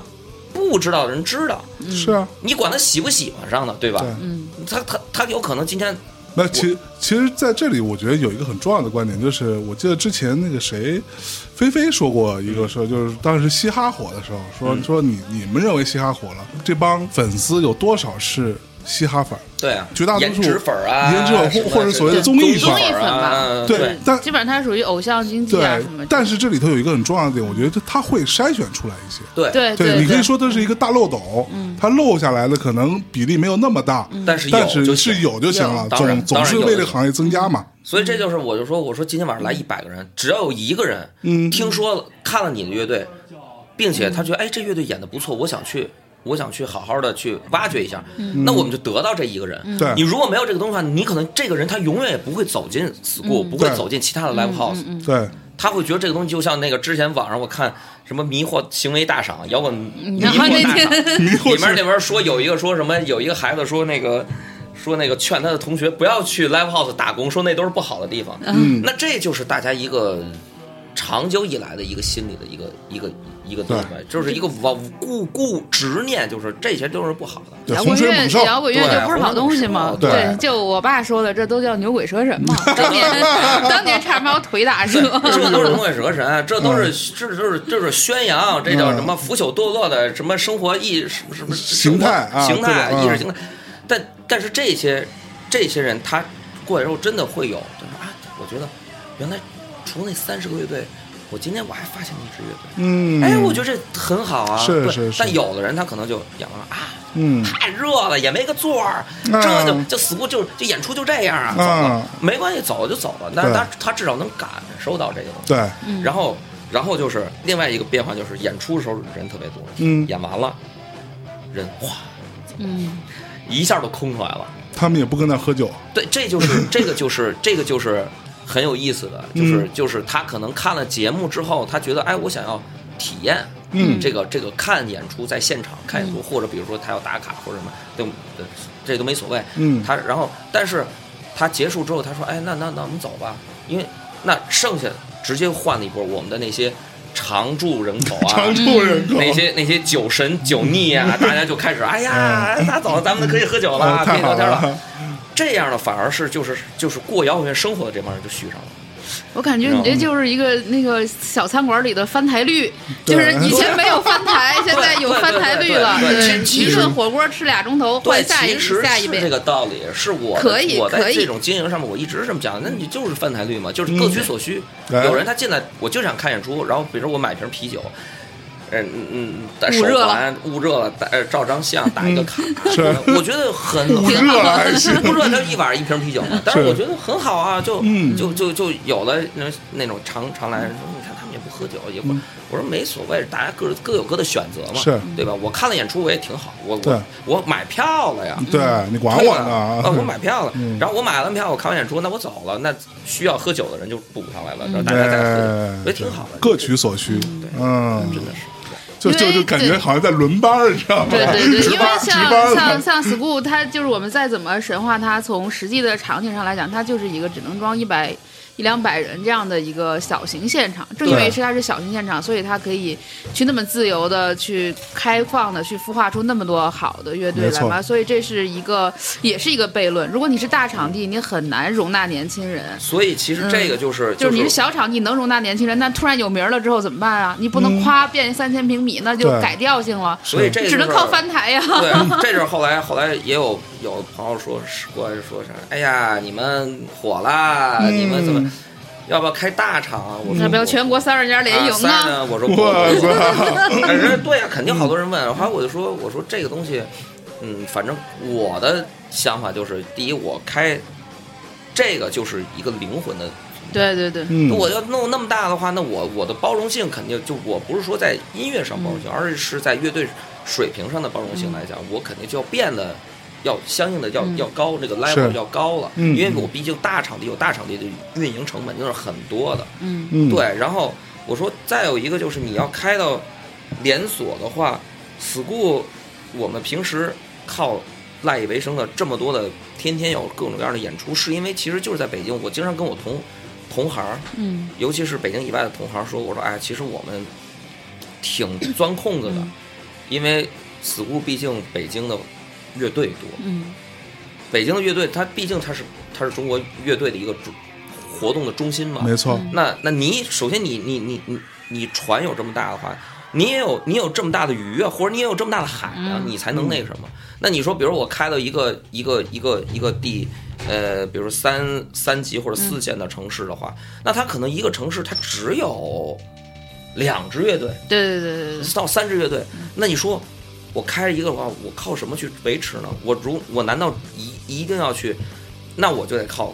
D: 不知道的人知道，
B: 是啊，
D: 你管他喜不喜欢上呢，对吧？
B: 对
C: 嗯
D: 他他他有可能今天
B: 那其其实在这里，我觉得有一个很重要的观点，就是我记得之前那个谁，菲菲说过一个事儿，就是当时嘻哈火的时候，说
D: 嗯
B: 说你你们认为嘻哈火了，这帮粉丝有多少是嘻哈粉儿？
D: 对啊，
B: 绝大多数
D: 颜值粉儿啊，
B: 颜值粉儿
D: 什么
B: 或者所谓
C: 的
D: 综
C: 综
B: 艺
D: 粉
C: 粉
D: 儿啊，
B: 对，但
C: 基本上它属于偶像经济啊
B: 对
C: 什么的。，
B: 但是这里头有一个很重要的点，我觉得他会筛选出来一些。
D: 对嗯
C: 对
B: 你可以，说它是一个大漏斗，它漏下来的可能比例没有那么大，
D: 但是
B: 但
D: 嗯有就是行
B: 是有就行了，
D: 有当然
B: 总总
D: 当然
B: 是
D: 有
B: 为
D: 就
B: 这
D: 行
B: 行业增加嘛。
D: 所以这就是我就说，我说今天晚上来一百个人，只要有一个人
B: 嗯
D: 听说了看了你的乐队，并且他觉得哎这乐队演的不错，我想去。我想去好好的去挖掘一下，
C: 嗯
D: 那我们就得到这一个人。
B: 嗯对
D: 你如果没有这个东西的话，你可能这个人他永远也不会走进 school，、不会
B: 嗯对
D: 走进其他的 live
C: 嗯
D: house。 [LAUGHS]
B: 对，
D: 他会觉得这个东西就像那个之前网上我看什么迷惑行为大赏、摇滚迷
C: 嗯然后
D: 惑大
C: 那
D: 赏，
B: 迷惑
D: [LAUGHS] 里面
B: [LAUGHS]
D: 那
B: 是
D: 边说有一个说什么，有一个孩子说那个说那个劝他的同学不要去 live house 打工，说那都是不好的地方。
B: 嗯，
D: 那这就是大家一个长久以来的一个心理的一个一个一个东西吧，就是一个往固固执念，就是这些都是不好的。
B: 对，
C: 摇
B: 洪
C: 滚
B: 水
C: 乐
B: 猛兽，
C: 摇滚乐
D: 对
C: 就不是好东西嘛
D: 洪水猛兽。
B: 对
C: 就我爸说的，这都叫牛鬼蛇神
D: [LAUGHS]
C: 嘛。当年当年差点把我腿打折。
B: [LAUGHS]
D: 这都是东北蛇神，这都
B: 嗯
D: 是这都是这是宣扬，这叫什么腐朽堕落的什么生活意什么什么
B: 形态啊
D: 形态
B: 这种啊
D: 意识形态。但但是这些这些人他过来之后真的会有，就是啊，我觉得原来除了那三十个乐队，我今天我还发现了一支乐队。
B: 嗯，
D: 哎，我觉得这很好啊，
B: 是
D: 对
B: 是是
D: 但有的人他可能就仰望啊，
B: 嗯，
D: 太热了，也没个座儿，
B: 嗯
D: 这就就死不就就演出就这样啊，走
B: 嗯
D: 了，没关系，走了就走了。但
B: 对
D: 是他他至少能感受到这个东西。
B: 对，
D: 然后然后就是另外一个变化，就是演出的时候人特别多，
B: 嗯
D: 演完了人哗
C: 嗯，
D: 一下都空出来了。
B: 他们也不跟那喝酒，
D: 对，这就是 [LAUGHS] 这个就是这个就是很有意思的，就是、
B: 嗯
D: 就是他可能看了节目之后，他觉得哎，我想要体验。
B: 嗯
D: 这个这个看演出在现场看演出，或者比如说他要打卡或者什么，都呃这都没所谓。
B: 嗯
D: 他然后但是他结束之后，他说：“哎，那那那我们走吧，因为那剩下直接换了一波我们的那些常住人口
B: [LAUGHS]
D: 啊，
B: 常住人口
D: 那些那些酒神酒腻
B: [LAUGHS]
D: 啊，大家就开始哎呀，那走了，咱们可以喝酒
B: 啊
D: 了，可
B: 嗯太
D: 以
B: 好
D: 聊天了。
B: 了，
D: 这样呢，反而是就是就是过摇滚乐生活的这帮人就续上了。
C: 我感觉你这就是一个那个小餐馆里的翻台率，就是以
D: [LAUGHS]
C: 前没有翻台，现在有翻台率了。
D: 对对对对对其
C: 一
D: 实
C: 顿火锅吃俩钟头，
D: 对，
C: 换下一
D: 其实
C: 下一
D: 是这
C: 杯。
D: 个道理，是我的
C: 可以
D: 我在
C: 可以
D: 这种经营上面，我一直是这么讲。那你就是翻台率嘛，就是各取所需。
B: 嗯
D: 有人他进来，我就想看演出，然后比如说我买瓶啤酒。嗯嗯嗯，戴手
C: 捂热
D: 环捂热了，打呃照张相，打一个卡，
B: 嗯 [LAUGHS] 是
D: 我觉
B: [LAUGHS]
D: 得很
B: 捂热了还
D: [LAUGHS]
B: 行
D: 捂热就一晚上一瓶啤酒嘛。但是
B: 是
D: 我觉得很好啊，就
B: 嗯
D: 就就就有了那那种常常来人说，你看他们也不喝酒，也不，我说没所谓，大家各各有各的选择嘛，
B: 嗯是
D: 对吧？我看了演出我也挺好，我
B: 嗯对
D: 我我买票了呀，
B: 嗯对你管
D: 对
B: 我
D: 吧
B: 呢
D: 啊！
B: 啊
D: 我买票了
B: 嗯，
D: 然后我买完票，我看完演出，那我走了，那需要喝酒的人就补上来了，然后大家再喝酒，
B: 哎
D: 我觉得，挺好的，
B: 各取所需，嗯，
D: 真的是。
B: 就就就感觉好像在轮班儿，你知道吗？
C: [LAUGHS] 对
B: [LAUGHS]
C: 对对，
B: 值
C: 因为
B: 班值
C: 像像
B: 班
C: 像 school，它就是我们再怎么神话它，从实际的场景上来讲，它就是一个只能装一百一两百人这样的一个小型现场。正因为
B: 对
C: 是它是小型现场，所以它可以去那么自由的、去开放的、去孵化出那么多好的乐队
B: 没
C: 来
B: 错
C: 嘛。所以这是一个，也是一个悖论。如果你是大场地，你很难容纳年轻人。
D: 所以其实这个就是、
C: 嗯就是你
D: 是
C: 是小场地能容纳年轻人，但突然有名了之后怎么办啊？你不能夸变三千平米，那就
B: 对
C: 改调性了，
D: 所以这个
C: 只能
D: 就是
C: 靠翻台呀。 [LAUGHS]
D: 对，这就是后来后来也有有朋友说说说啥，哎呀，你们火啦，你们
B: 嗯
D: 怎么，要不要开大场啊？我说
C: 要不要
D: 我
C: 全国三十家联
D: 啊
C: 营
D: 三
C: 啊？
D: 呢？我说
B: 我
D: 不不不 [LAUGHS]
B: 操，[LAUGHS]
D: 但是对呀、肯定好多人
B: 嗯
D: 问。后来我就说，我说这个东西，嗯，反正我的想法就是，第一，我开这个就是一个灵魂的。
C: 对对对，
B: 嗯，
D: 我要弄那么大的话，那我我的包容性肯定就我不是说在音乐上包
B: 嗯
D: 容性，而是在乐队水平上的包容性来讲，我肯定就要变得要相应的要、
C: 嗯
D: 要高，这个 level
B: 是
D: 要高了，
B: 嗯
D: 因为我毕竟大场地有大场地的运营成本，就是很多的。
C: 嗯，
B: 嗯，
D: 对，然后我说再有一个就是你要开到连锁的话，school 我们平时靠赖以为生的这么多的，天天有各种各样的演出，是因为其实就是在北京，我经常跟我同同行儿，
C: 嗯，
D: 尤其是北京以外的同行说，我说哎，其实我们挺钻空子的，
C: 嗯
D: 因为 school 毕竟北京的乐队多，
C: 嗯，
D: 北京的乐队它毕竟它是它是中国乐队的一个主活动的中心嘛，
B: 没错，
C: 嗯
D: 那那你首先你你你你你船有这么大的话，你也有你有这么大的鱼啊，或者你也有这么大的海啊，
C: 嗯
D: 你才能那什么。那你说，比如我开了一个一个一个一个地，呃，比如三三级或者四线的城市的话，那它可能一个城市它只有两支乐队
C: 对对对对对对，
D: 到三支乐队，那你说我开一个的话，我靠什么去维持呢？我如我难道一一定要去？那我就得靠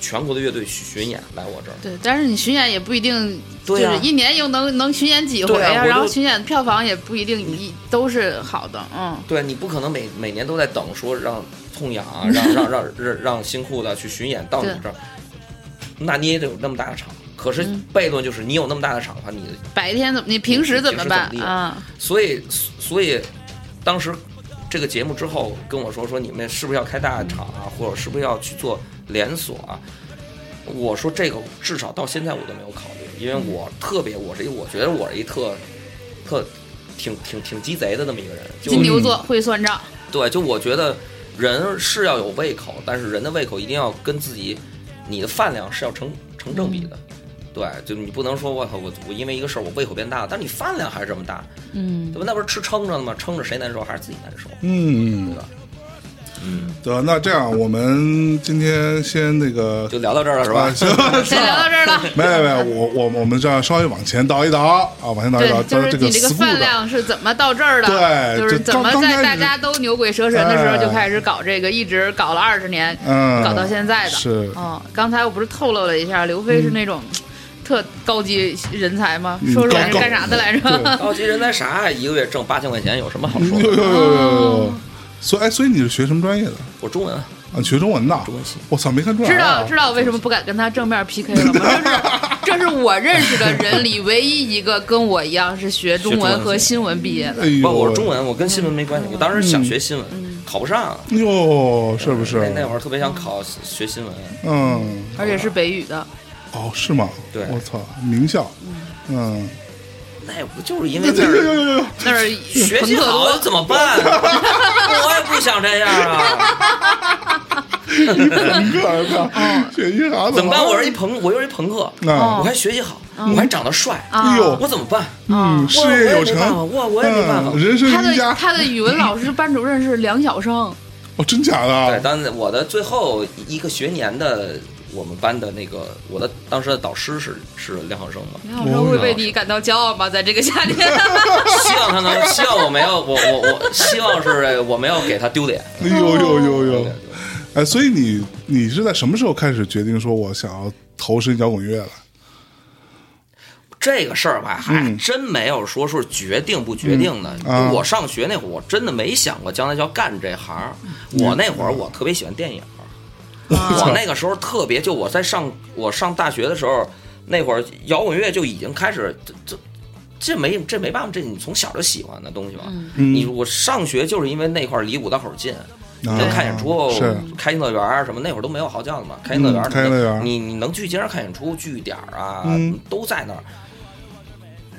D: 全国的乐队巡巡演来我这儿。
C: 对。但是你巡演也不一定，就
D: 对呀
C: 是一年又能能巡演几回
D: 对啊
C: 呀、
D: 我就
C: 然后巡演票房也不一定一都是好的，嗯。
D: 对你不可能每每年都在等说让痛痒啊，让
C: [LAUGHS]
D: 让让让让新裤子去巡演到你
C: 对
D: 这儿，那你也得有那么大的场。可是
C: 嗯
D: 悖论就是你有那么大的场的话，你
C: 白天怎么？你平时怎么办
D: 平时怎么地
C: 啊？
D: 所以所以当时这个节目之后跟我说说你们是不是要开大厂啊，或者是不是要去做连锁啊？我说这个至少到现在我都没有考虑，因
C: 嗯
D: 为我特别我是一我觉得我是一特特挺挺挺鸡贼的那么一个人，就
C: 金牛座会算账，
D: 对，就我觉得人是要有胃口，但是人的胃口一定要跟自己你的饭量是要成成正比的。
C: 嗯
D: 对，就你不能说我操我我因为一个事儿我胃口变大了，但是你饭量还是这么大，
C: 嗯
D: 对吧？那不是吃撑着呢吗？撑着谁难受还是自己难受，
B: 嗯
D: 对，吧？嗯，
B: 对，那这样我们今天先那个
D: 就聊到这儿了是吧？ [LAUGHS]
B: 行，
C: 先嗯聊到这儿了。
B: 没有没有，我我我们这样稍微往前倒一倒啊，往前倒一
C: 对
B: 倒，，
C: 就是
B: 个
C: 你这个
B: school
C: 饭
B: 的。
C: 量是怎么到这儿的？
B: 对
C: 就是
B: 就
C: 怎么
B: 刚刚开始
C: 在大家都牛鬼蛇神的时候
B: 哎
C: 就开始搞这个，一直搞了二十年，
B: 嗯
C: 搞到现在的。
B: 是
C: 哦，刚才我不是透露了一下，刘飞是那种特高级人才吗？
B: 嗯
C: 说说
B: 高
C: 你是干啥的来着？
D: 高级人才啥呀？一个月挣八千块钱有什么好说
B: 哟哟
D: 的？
B: 哟哟哟！所以哎，所以你是学什么专业的？
C: 嗯
D: 我中文啊，
B: 啊，学中文的。我操，没看出来啊。
C: [LAUGHS] 知道知道我为什么不敢跟他正面
B: [LAUGHS]
C: PK 了吗？这是这是我认识的人里唯一一个跟我一样是学中
D: 学中
C: 文
D: 文
C: 和
D: 系
C: 新闻毕
B: [LAUGHS]
C: 业的。
B: 哎呦，
D: 不，我是中。文，我跟新闻没关系。我当时想
C: 嗯
D: 学新闻，考不上，
B: 哟，是不是？
D: 那那会儿特别
C: 嗯
D: 想考学新闻，啊
B: 嗯，
C: 而且是北语的，
B: 哦，是吗？
D: 对
B: 我操，名校。嗯，
D: 那不就是因为
B: 哎
D: 那
B: 呦
D: 儿
B: 呦呦呦！
C: 那儿
D: 学
C: 朋
D: 习
C: 克
D: 好了
C: 多，
D: 怎么办？ [LAUGHS] 我也不想这
B: [LAUGHS]
D: 样啊！
B: 哦朋克，操，学银行
D: 怎么办？我是一
B: 朋
D: 朋，我又是一朋克，
B: 啊
D: 我，还学习好，我还长得帅，
B: 嗯哎呦，
D: 我怎么办？
B: 嗯，事
D: 我
B: 业有
D: 我也没办法，
B: 成，
D: 我我也没办法
B: 嗯。人生
C: 他
B: 赢家
C: 的。他的语文老师班主任是梁晓声，
B: 哦，真假的啊？
D: 对，当然我的最后一个学年的，我们班的那个我的当时的导师是是梁晓声
B: [LAUGHS]
D: 嘛，
C: 梁晓声会为你感到骄傲吗？在这个夏天，
D: 希望他能，希望我没有，我我我希望是我没有给他丢脸。
B: 哎呦呦呦
D: 对
B: 呦
D: 对！对
B: 哎，所以你你是在什么时候开始决定说我想要投身摇滚乐的？
D: 这个事儿吧，还
B: 嗯
D: 真没有说是决定不决定的。
B: 嗯啊
D: 我上学那会儿，我真的没想过将来就要干这行儿。我那会儿我特别喜欢电影
B: [LAUGHS]
D: 儿，
B: 啊
D: 我那个时候特别就我在上我上大学的时候，那会儿摇滚乐就已经开始这这。这没这没办法，这你从小就喜欢的东西嘛。
C: 嗯
B: 嗯
D: 你我上学就是因为那块儿离五道口近，
B: 啊
D: 就看演出
B: 是，
D: 开心乐园儿什么，那会儿都没有嚎叫了嘛。开心乐园儿，
B: 嗯开心乐园儿
D: 你你能去街上看演出，据点儿啊、
B: 嗯
D: 都在那儿。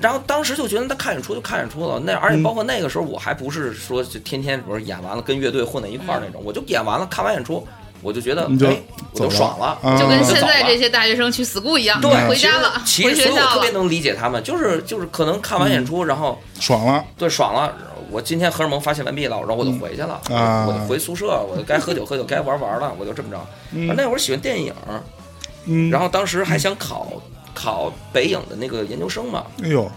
D: 然后当时就觉得他看演出就看演出了，那而
B: 嗯
D: 且包括那个时候我还不是说就天天比如演完了跟乐队混在一块儿那种，我就演完了看完演出，我就觉得
B: 你就
D: 哎我
B: 走
D: 就
B: 了
D: 爽了，
B: 啊
C: 就跟现
D: 走
C: 在
D: 了
C: 这些大学生去 school 一样，
D: 对，
C: 回
D: 其实
C: 家了，
D: 其
C: 回
D: 实
C: 学
D: 所以我
C: 校
D: 特别
C: 了。
D: 能理解他们，就是就是可能看完
B: 嗯
D: 演出，然后
B: 爽了，
D: 对爽了，我今天荷尔蒙发泄完毕了，然后我就回去了，
B: 嗯啊
D: 我就我就回宿舍，我就该喝酒喝酒，该玩玩了，我就这么着。
B: 嗯
D: 而那会儿喜欢电影，
B: 嗯，
D: 然后当时还想考考北影的那个研究生嘛，
B: 哎呦，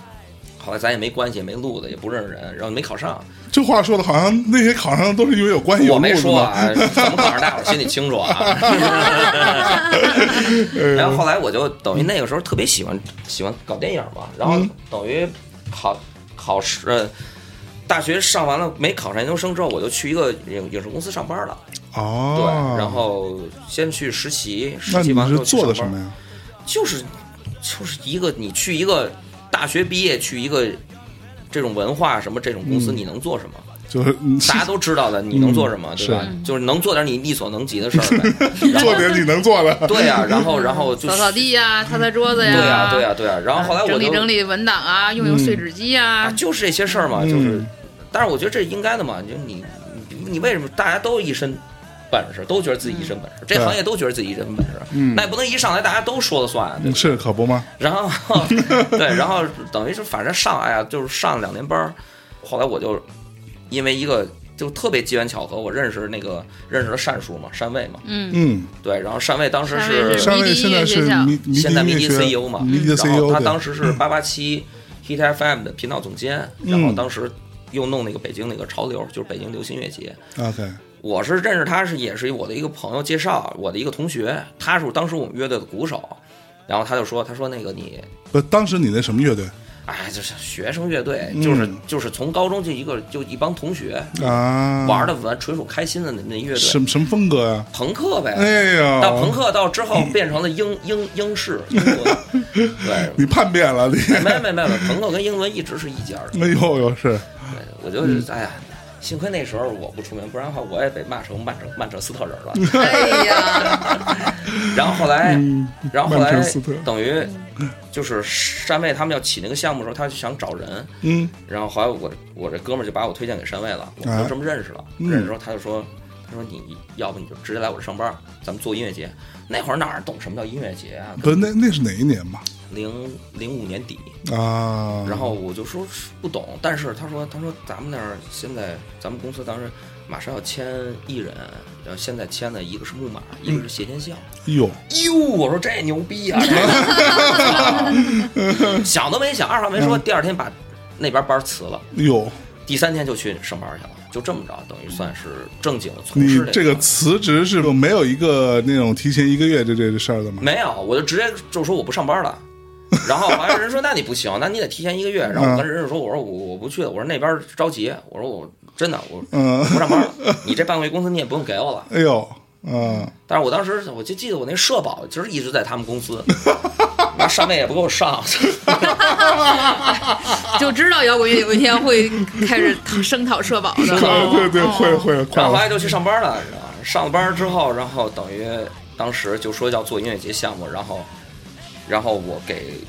D: 后来咱也没关系，也没路子，也不认识人，然后没考上。
B: 这话说的好像那些考上都是因为有关系，
D: 我没说
B: 啊，
D: 啊，怎么考上大伙儿心里清楚啊。
B: [LAUGHS] 哎
D: 然后后来我就等于那个时候特别喜欢喜欢搞电影嘛，然后
B: 嗯
D: 等于考考试、呃大学上完了没考上研究生之后，我就去一个影影视公司上班了。对，
B: 哦，
D: 然后先去实习，
B: 那
D: 实习
B: 你
D: 完
B: 是
D: 了
B: 做的
D: 的
B: 什么？呀？
D: 就是就是一个你去一个大学毕业去一个这种文化什么这种公司，
B: 嗯
D: 你能做什么？
B: 就是你
D: 大家都知道的，你能做什么？对吧
B: [LAUGHS] 是？
D: 就是能做点你力所能及的
B: [LAUGHS]
D: 事儿呗。
B: 做点你能做的，
D: [LAUGHS] 对呀、然后然后就
C: 扫扫地呀，擦擦桌子呀，嗯
D: 对呀、对呀、对呀、然后后来我
C: 整理
D: 就
C: 整理文档啊，用用碎纸机
D: 啊，
C: 呀，
D: 就是这些事儿嘛，
B: 嗯
D: 就是，但是我觉得这应该的嘛，就你你你为什么大家都一身本事，都觉得自己一身本事，这
B: 对
D: 行业都觉得自己一身本事，
B: 嗯
D: 那也不能一上来大家都说了算啊，对
B: 嗯
D: 吧
B: 是可不吗？
D: 然后 [LAUGHS] 对，然后等于是反正上哎呀，就是上了两年班儿，后来我就因为一个就特别机缘巧合，我认识那个认识了单叔嘛，单卫嘛，
C: 嗯，
B: 嗯，
D: 对，然后单卫当时
C: 单卫
D: 是
C: 是
B: 上位现在是迷迷
D: 现在迷笛
B: 音乐学
D: CEO 嘛，嗯
B: 迷笛
D: 然后
B: CEO，
D: 他
B: 对嗯
D: 当时是八八七 Hit FM 的频道总监，然后当时又弄那个北京那个潮流，就是北京流行乐节。
B: OK，
D: 我是认识他是也是我的一个朋友介绍，我的一个同学，他是当时我们乐队的鼓手，然后他就说，他说那个你
B: 不，当时你那什么乐队
D: 哎，就是学生乐队，
B: 嗯
D: 就是就是从高中就一个就一帮同学
B: 啊？
D: 玩的玩，纯属开心的那那乐
B: 什
D: 队，
B: 么什么风格呀？
D: 朋克呗。
B: 哎呀，
D: 到朋克到之后变成了英英英式，
B: [LAUGHS]
D: 英伦对，
B: 你叛变了，你， [LAUGHS]
D: 没没没没，朋克跟英伦一直是一家的。
B: 哎呦呦，是
D: 对，我
B: 嗯
D: 就是哎呀，幸亏那时候我不出名，不然的话我也被骂成曼城曼彻斯特人了。
C: 哎呀，
D: 然后后来，然后后
B: 嗯曼
D: 来
B: 彻斯特嗯
D: 等于就是山妹他们要起那个项目的时候，他就想找人，
B: 嗯，
D: 然后后来我我这哥们儿就把我推荐给单位了，我们就这么认识了。
B: 嗯
D: 认识之后他就说，他说你要不你就直接来我这上班，咱们做音乐节。那会儿哪儿懂什么叫音乐节啊？
B: 不，那那是哪一年嘛？
D: 零零五年底，
B: 啊，
D: 然后我就说是不懂，但是他说他说咱们那儿现在咱们公司当时马上要签艺人，然后现在签的一个是木马，一个是谢天笑。
B: 哎呦，
D: 哟，我说这牛逼啊！这个想都没想，二话没说，第二天把那边班儿辞了。
B: 哎呦，
D: 第三天就去上班去了，就这么着，等于算是正经从
B: 你
D: 事
B: 这
D: 个
B: 个。辞职是没有一个那种提前一个月这这事儿的吗？
D: 没有，我就直接就说我不上班了。然后好像人说那你不行，那你得提前一个
B: 嗯
D: 月。然后我跟人家说，我说我我不去了，我说那边着急，我说我真的我
B: 嗯，
D: 不上班了，你这半个月工资你也不用给我了。
B: 哎呦，嗯，
D: 但是我当时我就记得我那社保就是一直在他们
B: [LAUGHS]
D: 公司，那上面也不给我上，
C: 就知道摇滚乐有一天会开始声讨社保的。
B: [LAUGHS]
C: 哦
B: 对对，会会
D: 然后后
B: 会，
D: 来就去上班了，然后上了班之后，然后等于当时就说要做音乐节项目，然后，然后我给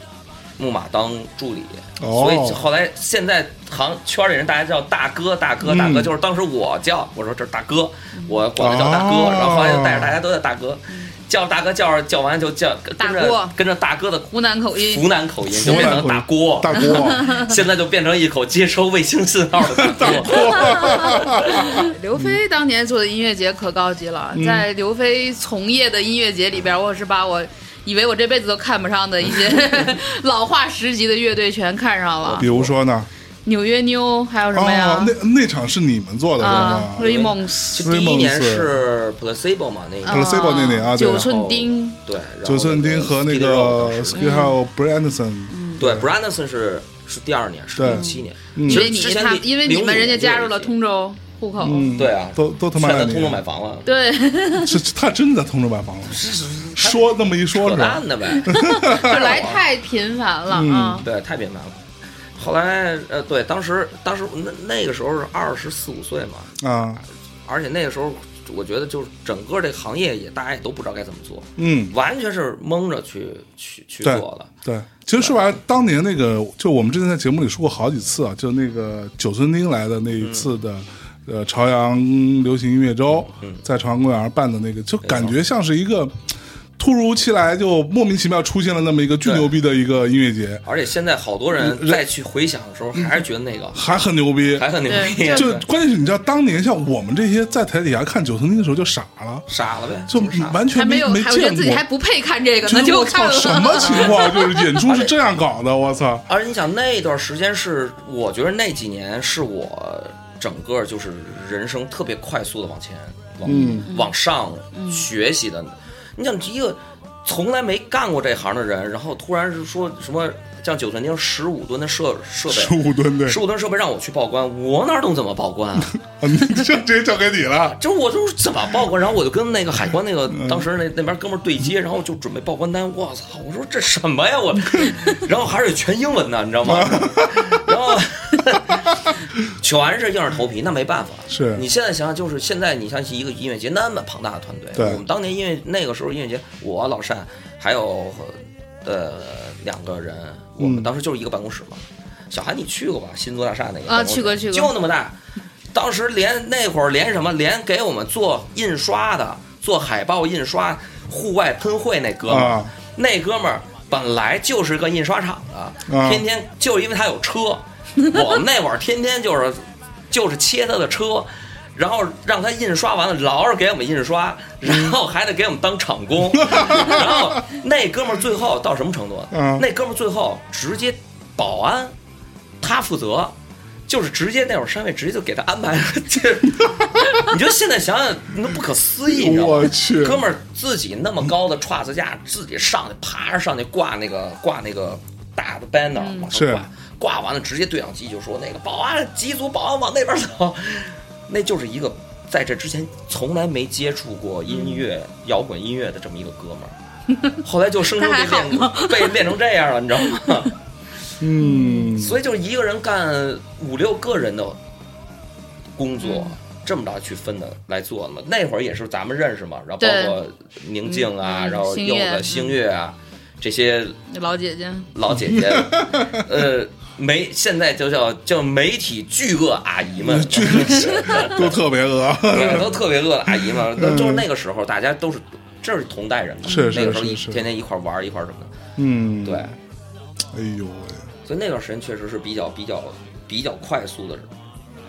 D: 木马当助理，
B: 哦
D: 所以后来现在行圈里人大家叫大哥，大哥，
B: 嗯
D: 大哥，就是当时我叫我说这是大哥，我管他叫大哥，
B: 哦
D: 然后后来就带着大家都叫大哥，叫大哥叫着叫完就叫跟
C: 大
D: 着
C: 锅
D: 跟着大哥的
C: 湖南口音
D: 湖南口音就变成大锅，
C: [LAUGHS]
B: 大锅，
D: 现在就变成一口接收卫星信号的 [LAUGHS] 大锅。
C: 刘飞当年做的音乐节可高级了，
B: 嗯
C: 在刘飞从业的音乐节里边，我是把我以为我这辈子都看不上的一些 [LAUGHS] 老化十级的乐队全看上了
B: 比，如说呢，
C: 纽约妞还有什么
B: 哦
C: 呀，？
B: 那那场是你们做的
C: 啊
B: 是吗？
C: ，Remons，
D: 就第一年是 placebo 嘛，那个
C: 嗯
B: Placebo 那年啊对
C: 九寸钉，
D: 对，然后
B: 九寸钉和那
D: Skid Row
B: 个
D: 当时
B: s k i 还有 Branson，
D: 对 Brandon 是是第二年，是
B: 对
D: 零七年，
B: 嗯
D: 其
C: 因
D: 实
C: 为你
D: 之前
C: 他
D: 零
C: 因为你们人家加入了，通州户口，
B: 嗯，
D: 对啊
B: 都都他妈
D: 现
B: 爱
D: 在
B: 你
D: 通，州买房了，
C: [LAUGHS] 对，
B: 是是他真的在通州买房了，说那么一说
D: 扯
B: 是吧？
D: 淡的呗，[LAUGHS]
C: 就来太频繁了
B: 嗯
C: 啊。
D: 对，太频繁了。后来，呃，对，当时，当时那那个时候是二十四五岁嘛，
B: 啊，
D: 而且那个时候我觉得就是整个这行业也大家也都不知道该怎么做，
B: 嗯，
D: 完全是蒙着去去去
B: 对
D: 做的。
B: 对。其实说白了，当年那个就我们之前在节目里说过好几次啊，就那个九寸钉来的那一次的。
D: 嗯
B: 呃，朝阳流行音乐周、在朝阳公园办的那个，就感觉像是一个突如其来就莫名其妙出现了那么一个巨
D: 对
B: 牛逼的一个音乐节，
D: 而且现在好多人
B: 嗯
D: 再去回想的时候，还是觉得那个
B: 还很牛逼。
D: 还很牛逼，
C: 对
B: 就关键是，你知道当年像我们这些在台底下看九层钉的时候就傻了，
D: 傻了呗，
B: 就
D: 就是傻了。
B: 完
C: 还
B: 全
C: 没
B: 没
C: 有，还我觉
B: 见
C: 得
B: 过。
C: 自己还不配看这个
B: 觉
C: 呢，
B: 得
C: 就
B: 我
C: 看
B: 操，
C: 了。
B: 什么情况？就是演出
D: [LAUGHS]
B: 是这样搞的，我操！
D: 而你想那段时间是，我觉得那几年是我整个就是人生特别快速的往前往、
B: 嗯
D: 往上学习的。你想一个从来没干过这行的人，然后突然是说什么像九寸钉十五吨的设设
B: 十
D: 备。
B: 五吨对，
D: 十五吨设备让我去报关，我哪懂怎么报关啊？
B: 啊 [LAUGHS] 你这直接交给你了。
D: 就是我就是怎么报关，然后我就跟那个海关那个
B: 嗯
D: 当时那那边哥们儿对接，然后就准备报关单。我操！我说这什么
B: [LAUGHS]
D: 呀我，然后还是全英文的，你知道吗？然后全是硬着头皮，那没办法。
B: 是
D: 你现在想想，就是现在你像一个音乐节那么庞大的团队，
B: 对
D: 我们当年音乐那个时候音乐节，我老单还有呃两个人，我
B: 嗯
D: 们当时就是一个办公室嘛。小韩你去过吧？新座大厦那个
C: 啊
D: 办公室
C: 去过去过
D: 就那么大。当时连那会儿连什么连给我们做印刷的、做海报印刷、户外喷绘那哥们儿，
B: 啊
D: 那哥们儿本来就是个印刷厂的，
B: 啊
D: 天天就是因为他有车，我们那会儿天天就是就是切他的车。然后让他印刷完了，老是给我们印刷，然后还得给我们当厂工。然后那哥们儿最后到什么程度？啊
B: 嗯
D: 那哥们儿最后直接保安他负责，就是直接那会儿单位直接就给他安排了。 [LAUGHS] 这你就现在想想，那不可思议，你知道吗？
B: 我去，
D: 哥们儿自己那么高的叉子架，自己上去爬着上去挂那个挂那个大的 banner
C: 嗯
D: 往上
B: 是
D: 挂，挂完了直接对讲机就说那个保安机组保安往那边走， [LAUGHS] 那就是一个在这之前从来没接触过
C: 嗯
D: 音乐、摇滚音乐的这么一个哥们
C: [LAUGHS]
D: 儿。后来就生生被
C: 他还好吗
D: 练被练成这样了，你知道吗？
B: 嗯，
D: 所以就是一个人干五六个人的工作，这么大去分的来做嘛。那会儿也是咱们认识嘛，然后包
C: 对
D: 括宁静啊，
C: 嗯嗯
D: 然后
C: 星
D: 柚
C: 月
D: 子、
C: 嗯
D: 星月啊、这些
C: [LAUGHS] 老姐姐，
D: 老姐姐，呃，媒现在就叫叫媒体巨鳄阿姨们，
B: 巨都特别恶。
D: [LAUGHS] 对，都特别饿的阿姨嘛。那就是那个时候，大家都是这是同代人嘛，
B: 是是
D: 那个时候
B: 是
D: 一
B: 是
D: 天天一块玩儿一块儿什么的，
B: 嗯，
D: 对。
B: 哎呦喂，
D: 所以那段时间确实是比较比较比较快速的，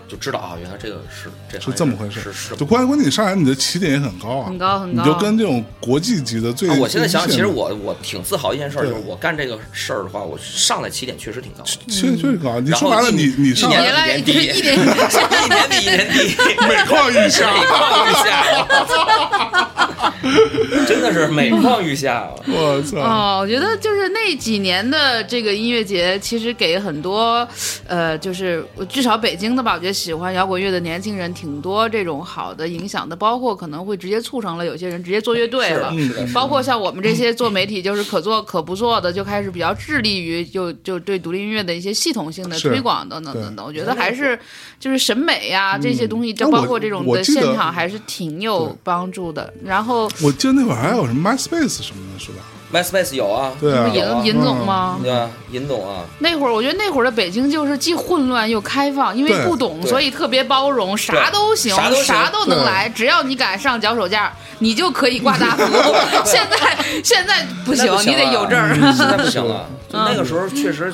D: 就知道啊，原来这个是这行
B: 是
D: 业
B: 这么回事。
D: 是是。
B: 就关关键你上来你的起点也很高啊，
C: 很高很高
B: 你就跟这种国际级的最，
D: 啊我现在想想，
B: 最一
D: 其实
B: 线的
D: 我我挺自豪一件事儿，就
B: 对
D: 是我干这个事儿的话，我上来起点确实挺高的，
B: 其实就是高。你
D: 然后
B: 说白了，
D: 一
B: 你你上
D: 一
B: 来
D: 年
C: 原来
D: 一
C: 就是
D: 点
C: 一点
D: 一年比一年低，
B: [LAUGHS] 每况愈
D: [LAUGHS]
B: 下，
D: 每况愈下，
B: [LAUGHS]
D: 真的是每况愈下。啊
B: 我操，
C: 哦，我觉得就是那几年的这个音乐节，其实给很多，呃，就是我至少北京的吧，我觉得喜欢摇滚乐的年轻人挺多，这种好的影响的，包括可能会直接促成了有些人直接做乐队
D: 是
C: 了
D: 的，，是的，是的
C: 包括像我们这些做媒体，就是可做可不做的，就开始比较致力于就就对独立音乐的一些系统性的
B: 是
C: 推广等等
B: 对嗯
C: 等等。我觉得还是就是审美呀、这些东西，就
B: 那我
C: 包括这种
B: 我
C: 的
B: 记得
C: 现场还是挺有帮助的。然后
B: 我记得那会儿还有什么 MySpace 什么的，是吧？
D: MySpace 有啊，
B: 对
C: 不
B: 啊
C: 是，
D: 有啊
C: 尹尹总吗？
D: 对吧？尹总啊，
C: 那会儿我觉得那会儿的北京就是既混乱又开放，因为
B: 对
C: 不懂，
D: 对
C: 所以特别包容，啥都行，
D: 啥都行
C: 啥都能来，只要你敢上脚手架，你就可以挂大
D: [LAUGHS]
C: 幅。现在现在不行
D: 那，不行啊嗯
C: 你得有证儿。嗯
D: 现在不行了，就那个时候确实。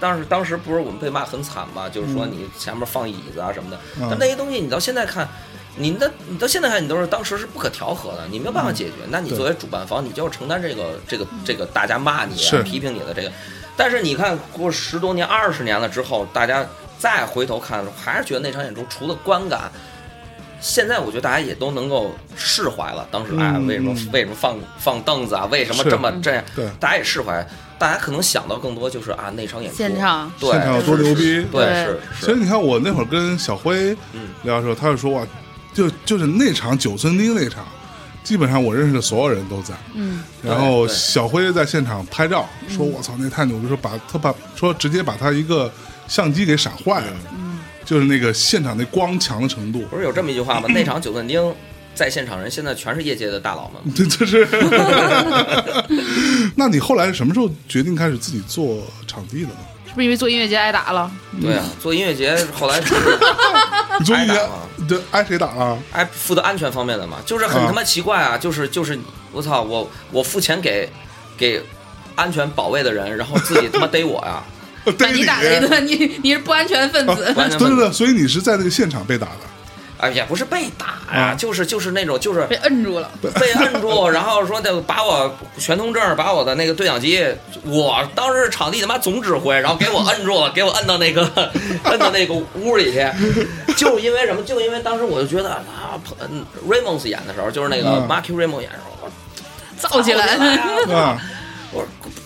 D: 当时当时不是我们被骂很惨嘛，就是
C: 嗯
D: 说你前面放椅子啊什么的，
B: 嗯
D: 但那些东西你到现在看，你那你到现在看你都是当时是不可调和的，你没有
C: 嗯
D: 办法解决。那你
B: 对
D: 作为主办方，你就要承担这个这个这个大家骂你啊
B: 是
D: 批评你的这个。但是你看过十多年二十年了之后，大家再回头看，还是觉得那场演出除了观感，现在我觉得大家也都能够释怀了。当时哎，
B: 嗯
D: 为什么
B: 嗯
D: 为什么放放凳子啊？为什么
B: 是
D: 这么这样？
B: 对
D: 大家也释怀，大家可能想到更多就是啊，那场演出
C: 现场
D: 对，
B: 现场有多
D: 是
B: 牛
D: 是
B: 逼
D: 对，
C: 对
D: 是
B: 所以
D: 是，
B: 你看，我那会儿跟小辉
D: 嗯
B: 聊的时候，他就说哇，就就是那场九寸钉那场，基本上我认识的所有人都在。
C: 嗯，
B: 然后
D: 对对
B: 小辉在现场拍照，
D: 嗯
B: 说我操那太牛逼，说把他把说直接把他一个相机给闪坏了，就是那个现场那光强的程度， [LAUGHS]
D: 不是有这么一句话吗？那场九寸钉在现场人现在全是业界的大佬们，
B: 这这是。 [LAUGHS] 那你后来是什么时候决定开始自己做场地的呢？
C: 是不是因为做音乐节挨打了？
B: 嗯
D: 对啊，做音乐节后
B: [LAUGHS]
D: 来是
B: 你做音
D: 挨打
B: 乐
D: 吗，
B: 对，挨谁打啊？
D: 哎负责安全方面的嘛，就是很
B: 啊
D: 他妈奇怪啊，就是就是我操，我我付钱给给安全保卫的人，然后自己他妈逮我呀， [LAUGHS]
C: 把
B: 逮
C: 你打
B: [LAUGHS]
C: 了一顿，你你是不安全分子。
D: 完
B: 对
D: 全
B: 对
D: 问
B: 对，所以你是在那个现场被打的。
D: 啊也不是被打呀，
B: 啊
D: 就是就是那种就是
C: 被摁住了，
D: [LAUGHS] 被摁住，然后说的把我全通证，把我的那个对讲机，我当时是场地他妈总指挥，然后给我摁住了，给我摁到那个 [LAUGHS] 摁到那个屋里去，就是因为什么？就因为当时我就觉得啊嗯，Raymond 演的时候，就是那个
B: 嗯
D: Marky Raymond 演的时候，我
C: 造起
D: 操
C: 来。
D: 我
B: [LAUGHS]
D: 操
B: 啊，
D: 哎我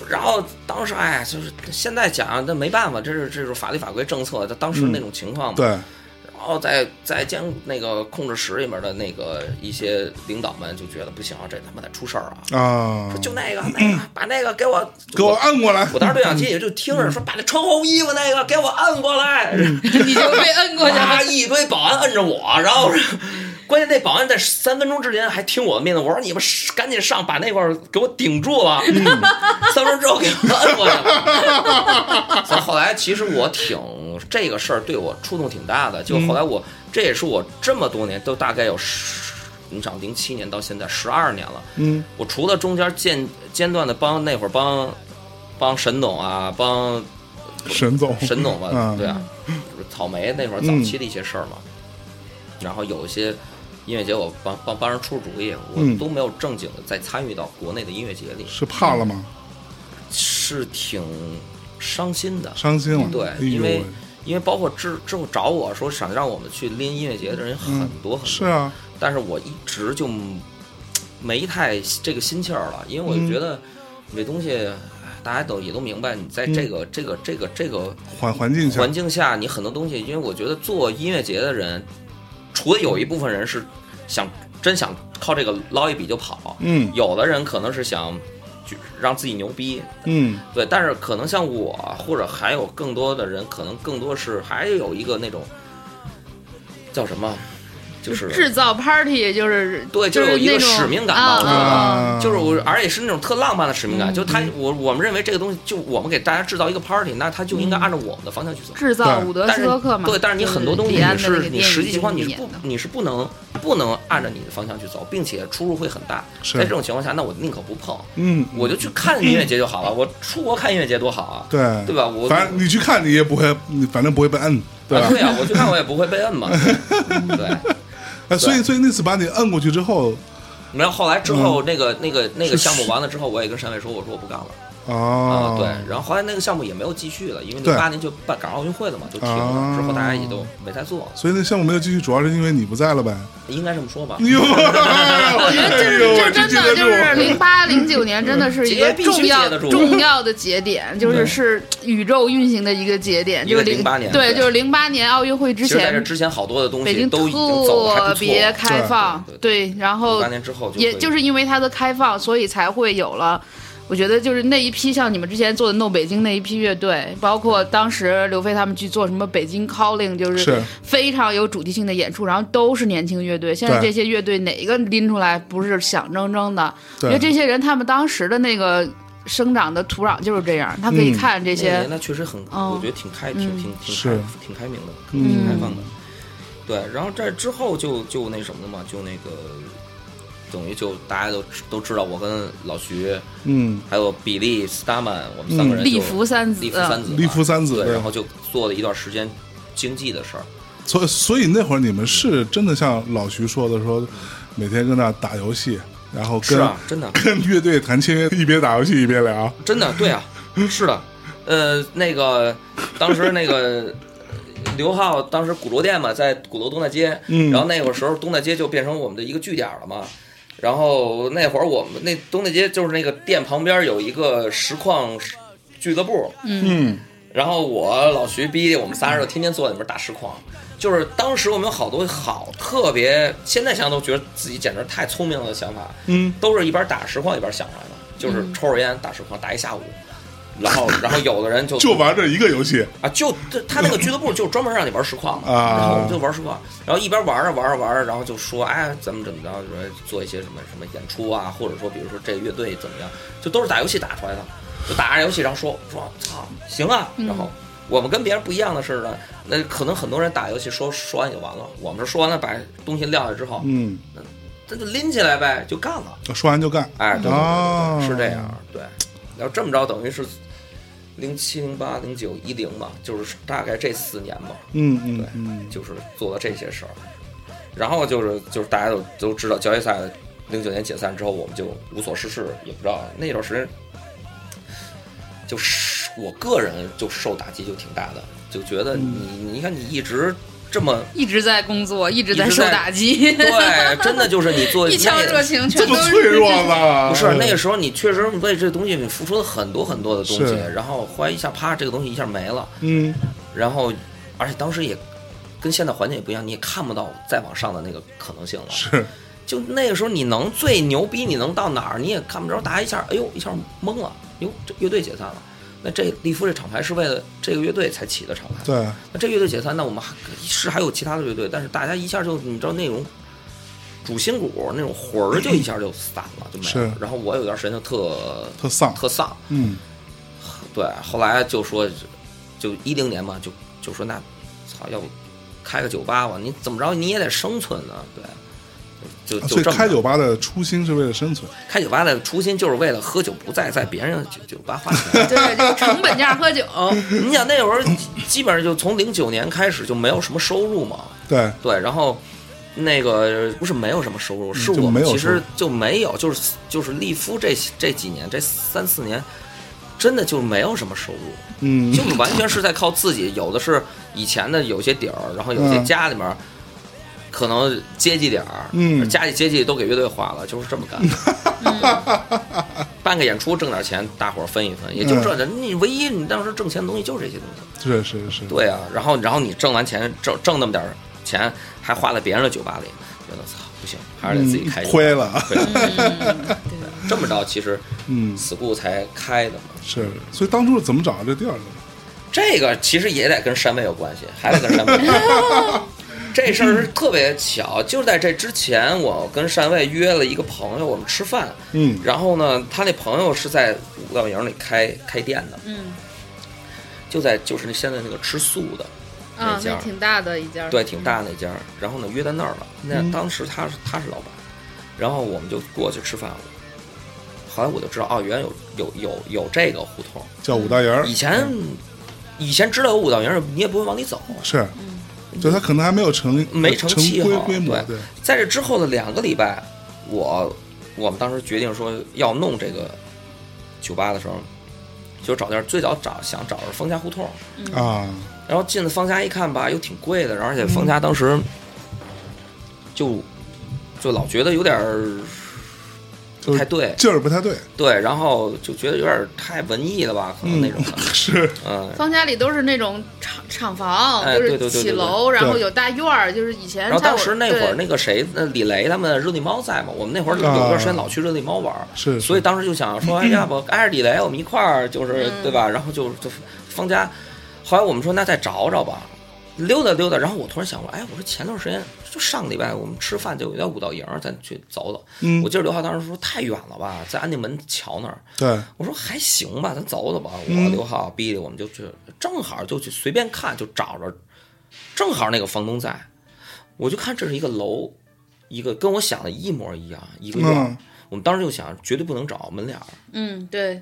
D: 然后当时哎，就是现在讲那没办法，这是这是法律法规政策，就当时那种情况嘛。
B: 嗯对，
D: 然后在在监那个控制室里面的那个一些领导们就觉得不行，这他妈得出事儿啊！
B: 啊
D: 说，就那个那个，把那个给我
B: 嗯给我。嗯按过来
D: 我。当时对讲机也就听着说，把那穿红衣服那个给我摁过来，
B: 嗯
D: [LAUGHS]
C: 你就被摁过去
D: 哇，
C: 了。
D: 一堆保安摁着我，然后关键那保安在三分钟之前还听我的命令，我说你们赶紧上把那块儿给我顶住了，
B: 嗯
D: [LAUGHS] 三分钟之后给我摁过去了。所以后来 [LAUGHS] 其实我挺这个事儿对我触动挺大的，
B: 嗯
D: 就后来我、这也是我这么多年都大概有十，你想零七年到现在十二年了，
B: 嗯，
D: 我除了中间间间断的帮那会儿帮帮沈总啊，帮
B: 沈总，
D: 沈总吧，
B: [LAUGHS] 嗯
D: 对啊，就是草莓那会儿早期的一些事儿嘛。然后有一些音乐节，我帮帮帮人出主意，
B: 嗯
D: 我都没有正经的再参与到国内的音乐节里，
B: 是怕了吗？
D: 是挺伤心的。
B: 伤心了。
D: 对
B: 哎，呦
D: 因为
B: 喂
D: 因为包括之之后找我说想让我们去拎音乐节的人很多很
B: 嗯是
D: 多，
B: 啊，
D: 但是我一直就没太这个心气儿了，因为我就觉得这东西哎大家都也都明白，你在这个这个这个这个
B: 环环境下
D: 环境下，你很多东西，因为我觉得做音乐节的人，除了有一部分人是想真想靠这个捞一笔就跑，
B: 嗯
D: 有的人可能是想就让自己牛逼，
B: 嗯
D: 对，但是可能像我或者还有更多的人，可能更多是还有一个那种叫什么，就是
C: 制造 party 就是
D: 对
C: 就
D: 就是有一个
C: 那种
D: 使命感吧我觉得
C: 啊
B: 啊，
D: 就是我，而且是那种特浪漫的使命感，
C: 嗯
D: 就他我我们认为这个东西，就我们给大家制造一个 party，那他就应该按照我们的方向去走。
C: 制造伍德
D: 但
C: 嗯斯
D: 是
C: 托克嘛。
D: 对，但是你
C: 就是
D: 很多东西
C: 李安
D: 你
C: 的那
D: 是
C: 个
D: 你
C: 电
D: 实
C: 影
D: 际情况你
C: 就是演
D: 不
C: 的
D: 你是不能不能按照你的方向去走，并且出入会很大。
B: 是
D: 在这种情况下，那我宁可不碰，
B: 嗯，
D: 我就去看音乐节就好了。我出国看音乐节多好啊，
B: 对
D: 对吧？我
B: 反正你去看你也不会，你反正不会被摁，对
D: 啊
B: 吧？
D: 对啊，我去看我也不会被摁
B: [LAUGHS]
D: 嘛。对，
B: 哎，所以所以那次把你摁过去之后
D: 然后后来之后那个那个那
B: 嗯是
D: 个项目完了之后，我也跟单伟说，我说我不干了
B: 啊
D: 啊。，对，然后后来那个项目也没有继续了，因为
B: 对
D: 零八年就办赶上奥运会了嘛，就停
B: 啊
D: 了。之后大家也都没再做了，
B: 所以那项目没有继续，主要是因为你不在了呗。哎
D: 应该这么说吧。
B: 哎呦，
C: [LAUGHS] 我
B: 我
C: 觉得就是这真的就是零八零九年，真的是一个
D: 节必须
C: 重要
D: 接得住
C: 重要的节点，就是是宇宙运行的一个节点，
D: 一
C: 就
D: 个
C: 是零
D: 08年
C: 对，
D: 对
C: 就是零八年奥运会之
D: 其实在这
C: 前，
D: 之前，好多的东
C: 北
D: 西
C: 京
D: 都已经走了，还
C: 特
D: 不错。
C: 别开放，
D: 对
C: 对，然后
D: 八年之后就
C: 也
D: 会
C: 就是因为它的开放，所以才会有了。我觉得就是那一批像你们之前做的 No 北京那一批乐队，包括当时刘飞他们去做什么北京 Calling，就是
B: 是
C: 非常有主题性的演出，然后都是年轻乐队。现在
B: 对
C: 这些乐队哪一个拎出来不是响铮铮的？因为
B: 对
C: 这些人他们当时的那个生长的土壤就是这样，他可以
B: 嗯
C: 看这
D: 哎那个
C: 些
D: 年，代确实很，
C: 嗯
D: 我觉得挺开，挺挺挺
B: 是
D: 开，挺开明的，挺开放的。对，然后这之后就就那什么了嘛，就那个等于就大家都都知道，我跟老徐
B: 嗯，
D: 还有比利、斯达曼，我们三个人就
C: 利福三子嗯
D: 利福三子嘛，
B: 利福三子
D: 对，
B: 对
D: 然后就做了一段时间经济的事儿，
B: 所所以那会儿你们是真的像老徐说的说，每天跟那打游戏，然后
D: 是
B: 跟、
D: 啊，真的。
B: [LAUGHS] 跟乐队谈签约，一边打游戏一边聊。
D: 真的，对啊，是的，呃，那个当时那个刘浩当时鼓楼店嘛，在鼓楼东大街，
B: 嗯
D: 然后那会儿时候东大街就变成我们的一个据点了嘛。然后那会儿我们那东大街就是那个店旁边有一个实况俱乐部，
B: 嗯，
D: 然后我老徐逼我们仨人就天天坐在里面打实况，就是当时我们有好多好特别，现在想想都觉得自己简直太聪明了的想法，
B: 嗯，
D: 都是一边打实况一边想出来的，就是抽着烟打实况打一下午，然后然后有的人就
B: 就玩 [LAUGHS] 这一个游戏
D: 啊，就这他那个俱乐部就专门让你玩实况嘛，
B: 啊
D: 然后我们就玩实况，然后一边玩着玩着啊玩着，然后就说，哎，咱们怎么着，就说做一些什么什么演出啊，或者说比如说这乐队怎么样，就都是打游戏打出来的，就打着游戏，然后说说操，行啊，然后。我们跟别人不一样的是呢，那可能很多人打游戏说说完就完了，我们是说完了把东西撂下之后，
B: 嗯，
D: 这就拎起来呗，就干了。
B: 说完就干。
D: 哎，对对对对对
B: 哦
D: 是这样，对。然后这么着，等于是零七、零八、零九、一零吧，就是大概这四年吧，
B: 嗯嗯嗯，
D: 就是做了这些事儿。然后就是就是大家都都知道，交易赛零九年解散之后，我们就无所事事，也不知道那段时间，就是我个人就受打击就挺大的，就觉得你你看你一直这么
C: 一直在工作，一直
D: 一
C: 在
D: 直
C: 受
D: 在
C: 打击，
D: 对，真的就是你做
C: [LAUGHS] 一腔
D: 那
C: 热情
B: 这
C: 全都
B: 么
C: 是
B: 脆弱呢？
D: [LAUGHS] 不是那个时候，你确实为这东西你付出了很多很多的东西
B: 是，
D: 然后忽然一下啪，这个东西一下没了，
B: 嗯，
D: 然后而且当时也跟现在环境也不一样，你也看不到再往上的那个可能性了。
B: 是
D: 就那个时候，你能最牛逼，你能到哪儿，你也看不着。大家一下，哎呦，一下懵了，哟，这乐队解散了。那这利夫这厂牌是为了这个乐队才起的厂牌，
B: 对，
D: 那这乐队解散，那我们还是还有其他的乐队，但是大家一下就你知道那种主心骨那种魂儿就一下就散了，就没
B: 是
D: 了。然后我有段时间就特
B: 特丧。
D: 特丧，
B: 嗯，
D: 对，后来就说，就一零年嘛，就就说那，操，要不开个酒吧吧？你怎么着你也得生存呢，对，就就
B: 啊所
D: 就
B: 以
D: 这么着
B: 开酒吧的初心是为了生存。
D: 开酒吧的初心就是为了喝酒，不再在别人的酒酒吧花
B: [LAUGHS]
D: 钱。
C: [LAUGHS]
D: 哦
C: 对，就成本价喝酒，
D: 你想那会儿基本上就从零九年开始就没有什么收入嘛，
B: 对，
D: 对，然后那个不是没有什么收入，是
B: 就
D: 我
B: 没
D: 们
B: 有
D: 其
B: 收入
D: 实就没有，就是就是利夫这这几年这三四年，真的就没有什么收入，
B: 嗯，
D: 就是完全是在靠自己，有的是以前的有些底儿，然后有些
B: 嗯
D: 家里面。可能接济点儿，
B: 嗯
D: 家里接济都给乐队花了，就是这么干。
B: [LAUGHS]
D: 办个演出挣点钱，大伙儿分一分，也就
B: 嗯
D: 这。你唯一你当时挣钱的东西就是这些东西。
B: 是是是，
D: 对啊，然后然后你挣完钱挣挣那么点儿钱，还花在别人的酒吧里，觉得操不行，还是得自己开
B: 嗯
D: 酒吧。
B: 亏了。
D: 对，
C: 嗯，对。
D: 啊这么着其实
B: 嗯，
D: school 才开的嘛。
B: 是。所以当初是怎么找到这地儿的？
D: 这个其实也得跟山妹有关系， [LAUGHS] 还得跟山妹。这事儿是特别巧，就在这之前，我跟单卫约了一个朋友，我们吃饭。
B: 嗯
D: 然后呢，他那朋友是在五道营里开开店的，
C: 嗯，
D: 就在就是那现在那个吃素的，
C: 啊
D: 嗯那，家
C: 那挺大的一家，
D: 对，挺大那家儿。然后呢，约在那儿了。那
B: 嗯
D: 当时他是他是老板，然后我们就过去吃饭了。后来我就知道，哦，原来有有有有这个胡同。
B: 叫五大营儿
D: 以，前以前知道有五道营儿，你也不会往里走。啊
B: 是，就它可能还没有成
D: 没
B: 成
D: 成气
B: 规
D: 候
B: 规模，对
D: 对，在这之后的两个礼拜，我我们当时决定说要弄这个酒吧的时候，就找地儿。最早找想找的是方家胡同，
B: 啊，
D: 然后进了方家一看吧，又挺贵的，然后而且方
B: 嗯
D: 家当时就就老觉得有点儿
B: 就
D: 不太
B: 是
D: 对，
B: 劲儿不太对，
D: 对，然后就觉得有点儿太文艺了吧，可能那种的，
B: 是， [LAUGHS]
D: 嗯，
C: 方家里都是那种厂厂房，
D: 哎
C: 就
D: 对对
C: 是
D: 对
C: 起
D: 对对
C: 楼，然后
B: 对
C: 有大院儿，就是以前
D: 然后
C: 在
D: 当
C: 我
D: 时那会儿
C: 对
D: 那个谁，那李雷他们热力猫在嘛，我们那会儿有
B: 啊
D: 一段时间老去热力猫玩儿，
B: 是
D: 所以当时就想说，哎要不挨着李雷，我们一块儿就是对吧？然后就就方家，后来我们说那再找找吧，溜达溜达。然后我突然想过，哎，我说前段时间就上礼拜我们吃饭就有在五道营，咱去走走。
B: 嗯
D: 我记得刘浩当时说太远了吧，在安定门桥那儿。
B: 对，
D: 我说还行吧，咱走走吧。
B: 嗯
D: 我刘浩、逼的，我们就去，正好就去随便看，就找着，正好那个房东在，我就看这是一个楼，一个跟我想的一模一样，一个院儿。
B: 嗯
D: 我们当时就想，绝对不能找门脸儿，
C: 嗯对，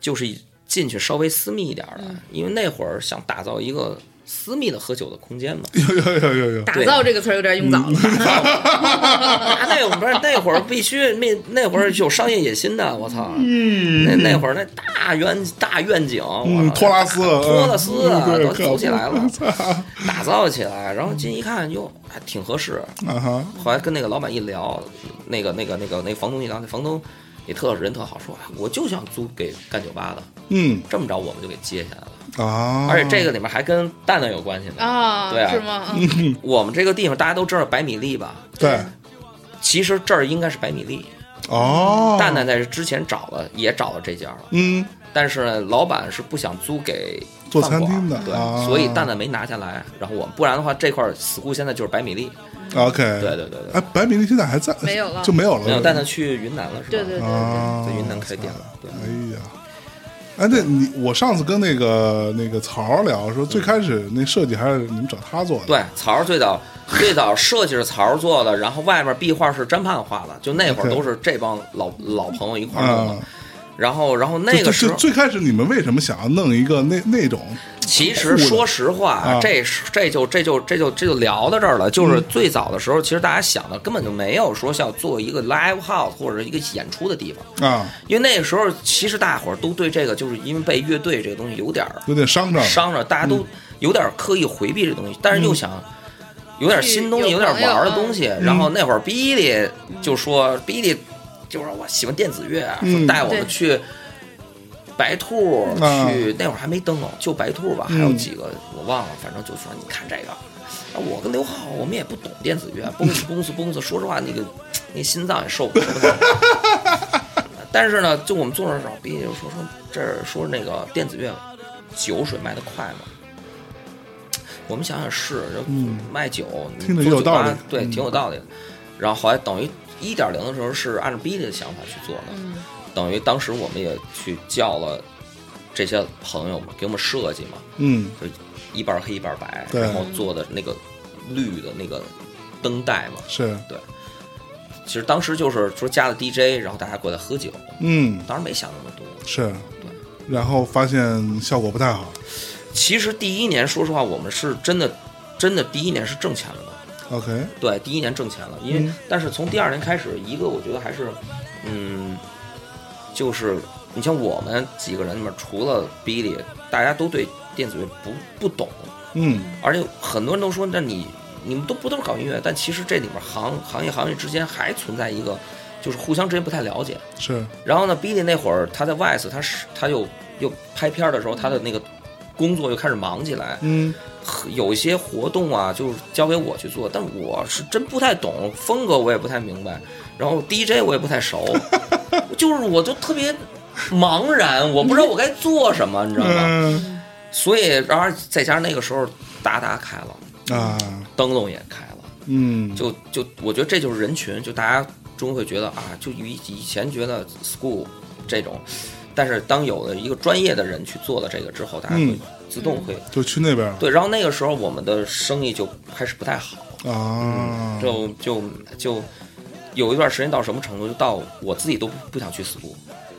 D: 就是进去稍微私密一点儿的，
B: 嗯
D: 因为那会儿想打造一个私密的喝酒的
B: [LAUGHS]
D: 空间嘛。
B: 嗯有有有有有，
C: 打
D: 对
C: 造这个词儿有点用早了，
D: 啊那会儿那会儿必须那那会儿有商业野心的，我操！嗯，那那会儿那大愿大愿景，我操
B: 嗯，托拉斯，
D: 大托拉斯啊
B: 嗯对
D: 都走起来了，
B: 可不
D: 打造起来，然后进一看，哟，还挺合适。
B: [LAUGHS] 啊哈，
D: 后来跟那个老板一聊，那个那个那个那个房东一聊，那房东也特人特好，说哎我就想租给干酒吧的，
B: 嗯
D: 这么着我们就给接下来了。
B: 啊，
D: 而且这个里面还跟蛋蛋有关系呢。
C: 啊，
D: 对啊
C: 是吗？嗯
D: 我们这个地方大家都知道百米粒吧？
B: 对，
D: 其实这儿应该是百米粒，
B: 哦，
D: 蛋蛋在之前找了，也找了这家了，
B: 嗯，
D: 但是呢，老板是不想租给
B: 做
D: 饭馆
B: 餐厅的
D: 对，
B: 啊
D: 所以蛋蛋没拿下来。然后我不然的话，这块儿死库现在就是百米粒，
B: OK，
D: 对对对对，
B: 哎，白米粒现在还在，
C: 没有了
B: 就没有了，
D: 没有蛋蛋去云南了是吧？
C: 对对对
B: 啊，
D: 在云南开店了，对。
B: 哎呀，哎，那你我上次跟那个那个曹儿聊说，最开始那设计还是你们找他做的，
D: 对，曹儿最早最早设计是曹儿做的，然后外面壁画是詹盼画的，就那会儿
B: OK
D: 都是这帮老老朋友一块儿弄
B: 啊
D: 的。，然后，然后那
B: 就
D: 个时
B: 就
D: 候，
B: 最开始你们为什么想要弄一个那那种
D: 其实说实话
B: 啊，
D: 这是这就这就这就这就聊到这儿了。就是最早的时候，其实大家想的根本就没有说要做一个 live house 或者一个演出的地方，
B: 啊，
D: 因为那个时候其实大家伙儿都对这个，就是因为被乐队这个东西有点儿
B: 有点伤着嗯了
D: 伤着，大家都有点刻意回避这东西，但是又想有点新东西，
C: 去
D: 有
C: 有
D: 点
C: 朋友嗯
D: 玩的东西。然后那会儿比利就说，比利就说我喜欢电子乐，啊
B: 嗯
D: 说带我们
C: 对
D: 去白兔
B: 啊
D: 去，那会儿还没灯笼，就白兔吧，还有
B: 嗯
D: 几个我忘了，反正就说你看这个。啊我跟刘浩，我们也不懂电子乐，蹦子蹦子蹦子，说实话，那个那心脏也受不了。但是呢，就我们坐那儿找，毕业就说说这儿说那个电子乐酒水卖的快嘛。我们想想是，就
B: 嗯
D: 卖酒，你
B: 听着也
D: 做
B: 有
D: 酒
B: 道
D: 吧
B: 理
D: 对，
B: 嗯
D: 挺有道理的。然后后来等于一点零的时候是按照 B 的想法去做的，
C: 嗯
D: 等于当时我们也去叫了这些朋友嘛，给我们设计嘛，
B: 嗯
D: 一半黑一半白，
B: 对
D: 然后做的那个绿的那个灯带嘛。
B: 是，
D: 其实当时就是说加了 DJ，然后大家过来喝酒，
B: 嗯
D: 当时没想那么多。
B: 是，然后发现效果不太好
D: 其实第一年，说实话，我们是真的，真的第一年是挣钱了的。
B: ，OK，
D: 对，第一年挣钱了，因为、
B: 嗯
D: 但是从第二年开始，一个我觉得还是，嗯，就是你像我们嗯几个人里面，除了 Billy，大家都对电子乐不不懂，
B: 嗯
D: 而且很多人都说，那你你们都不都是搞音乐，但其实这里面行行业行业之间还存在一个，就是互相之间不太了解。
B: 是，
D: 然后呢，Billy 那会儿他在 Vice，他是他又又拍片儿的时候，他的那个工作又开始忙起来，
B: 嗯
D: 有一些活动啊，就是交给我去做，但我是真不太懂风格，我也不太明白，然后 DJ 我也不
B: [LAUGHS]
D: 太熟，就是我就特别茫然，我不知道我该做什么，你知道吗？
B: 嗯
D: 所以，然后再加上那个时候达达开了，
B: 啊
D: 灯笼也开了，
B: 嗯
D: 就就我觉得这就是人群，就大家终会觉得啊，就以以前觉得 school 这种，但是当有了一个专业的人去做了这个之后，大家会
B: 嗯
D: 自动会。
B: 就去那边了
D: 对，然后那个时候我们的生意就开始不太好，
B: 啊，
D: 嗯就就就有一段时间到什么程度，就到我自己都不不想去 school。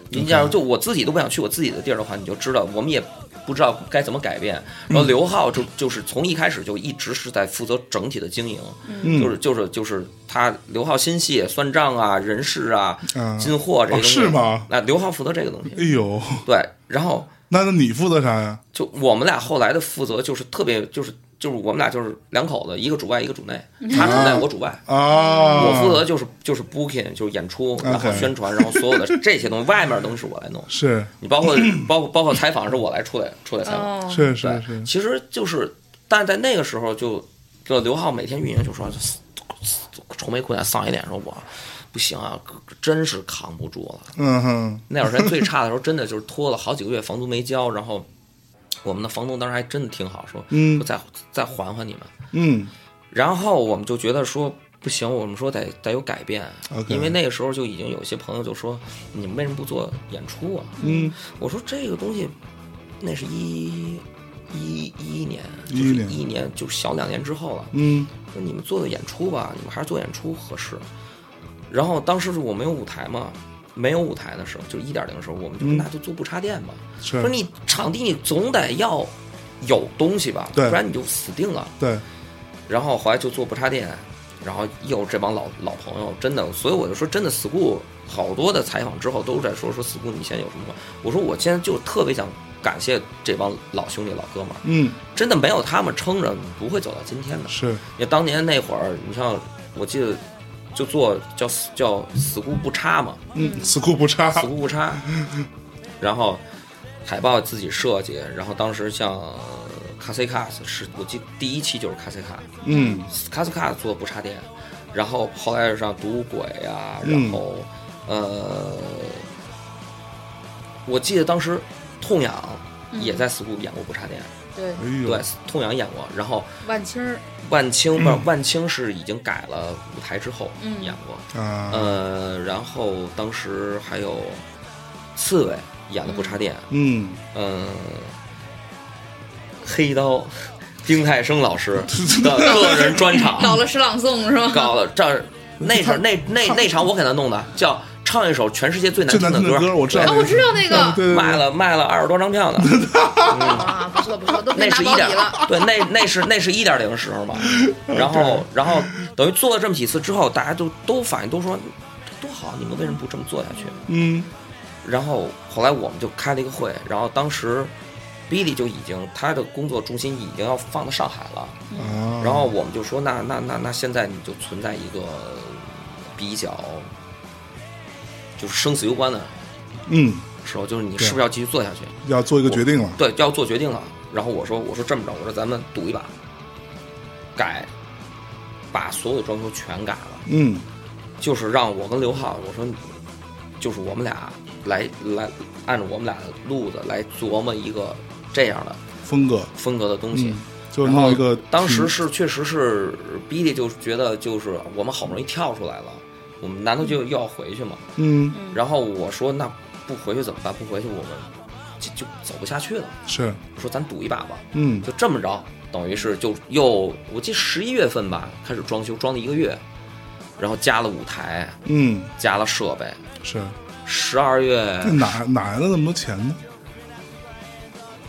D: 你假如就我自己都不想去我自己的地儿的话，你就知道我们也不知道该怎么改变。
B: 嗯
D: 然后刘浩就就是从一开始就一直是在负责整体的经营，
B: 嗯
D: 就是就是就是他刘浩新戏算账啊、人事啊、
B: 啊，
D: 进货这些
B: 哦
D: 东西、
B: 是吗
D: 那刘浩负责这个东西，
B: 哎呦，
D: 对，然后。
B: 那那你负责啥呀？
D: 就我们俩后来的负责就是特别就是就是我们俩就是两口子，一个主外一个主内，他主内我主外。
B: 啊，
D: 我负责就是就是 booking 就是演出，然后宣传，然后所有的这些东西，外面的东西是我来弄。
B: 是
D: 你
B: [CLEARS THROAT]
D: 包括包括包括采访是我来出来出来采访。
C: 哦，
B: 是
D: 对
B: 是，是，
D: 其实就是，但是在那个时候就，就刘浩每天运营就说，愁眉苦脸丧一脸说我不行啊，真是扛不住了。
B: 嗯哼，
D: [LAUGHS] 那会儿咱最差的时候，真的就是拖了好几个月，房租没交，然后我们的房东当时还真的挺好，说，
B: 嗯
D: 说再再缓缓你们。
B: 嗯
D: 然后我们就觉得说不行，我们说得得有改变
B: OK
D: 因为那个时候就已经有些朋友就说你们为什么不做演出啊？
B: 嗯，
D: 我说这个东西，那是一一一年，就是
B: 11年
D: 一年就是小两年之后了。
B: 嗯
D: 说你们做的演出吧，你们还是做演出合适。然后当时是我没有舞台嘛，没有舞台的时候，就一点零的时候，我们就说
B: 嗯
D: 那就做不插电吧。
B: 是
D: 说，你场地你总得要有东西吧，不
B: 对
D: 然你就死定了。
B: 对，
D: 然后后来就做不插电，然后又这帮老老朋友，真的，所以我就说，真的，school 好多的采访之后都在说说 school 你现在有什么？我说我现在就特别想感谢这帮老兄弟老哥们儿，
B: 嗯
D: 真的没有他们撑着，你不会走到今天的。
B: 是，
D: 也当年那会儿，你像我记得就做叫叫 school 不差嘛，
B: 嗯，死库不差，
D: 死库不差。然后海报自己设计，然后当时像卡西卡是我记得第一期就是卡西卡，
B: 嗯
D: 卡斯卡做不插电，然后后来上赌鬼啊，
B: 嗯
D: 然后呃，我记得当时痛痒也在 school 演过不插电，
C: 对，
B: 哎
D: 对
B: 呦，，
D: 痛痒演过，然后
C: 万青儿，
D: 万青
B: 嗯
D: 不是、万青是已经改了舞台之后
C: 嗯
D: 演过，
B: 啊，
D: 呃，然后当时还有刺猬演的不插电，
E: 嗯，
D: 嗯、黑刀 [LAUGHS] 丁太生
B: [LAUGHS]
D: 老师的个人专场
A: 搞了诗朗诵是吗？
D: 搞了
B: [LAUGHS]
D: 这儿那场那那那场我给他弄的叫唱一首全世界最难
B: 最
D: 听
B: 难
D: 的哎
B: 听的歌，我知道
A: 哦，我知道那个，
B: 对对
D: 卖
B: 对，
D: 了卖了二十多张
B: [LAUGHS]
D: 票呢，嗯
C: 啊，不错不错，都可
D: 那
C: 以拿
D: 是一
C: 保
D: 点
C: 底了。
D: 对，那那是那是一点零时候嘛，然后然后等于做了这么几次之后，大家都都反应都说多好，你们为什么不这么做下去？
E: 嗯，
D: 然后后来我们就开了一个会，然后当时 Billy 就已经他的工作重心已经要放到上海了，
B: 啊，
D: 嗯然后我们就说那那那那现在你就存在一个比较就是生死攸关的
E: 嗯，
D: 时候，就是你是不是要继续做下去？
B: 要做一个决定了，
D: 对，要做决定了。然后我说我说这么着，我说咱们赌一把，改，把所有的装修全改了。
E: 嗯，
D: 就是让我跟刘浩，我说，就是我们俩来来按照我们俩的路子来琢磨一个这样的
E: 风格，
D: 风格的东西。
E: 嗯，就是弄一个，
D: 当
B: 嗯
D: 时是确实是 b i 就觉得就是我们好不容易跳出来了，我们难道就又要回去吗？
E: 嗯，
D: 然后我说那不回去怎么办？不回去我们就就走不下去了。
B: 是
D: 我说咱赌一把吧，
E: 嗯，
D: 就这么着，等于是就又我记十一月份吧开始装修，装了一个月，然后加了舞台，
E: 嗯，
D: 加了设备。
B: 是，
D: 十二月
B: 那，哪哪来的那么多钱呢？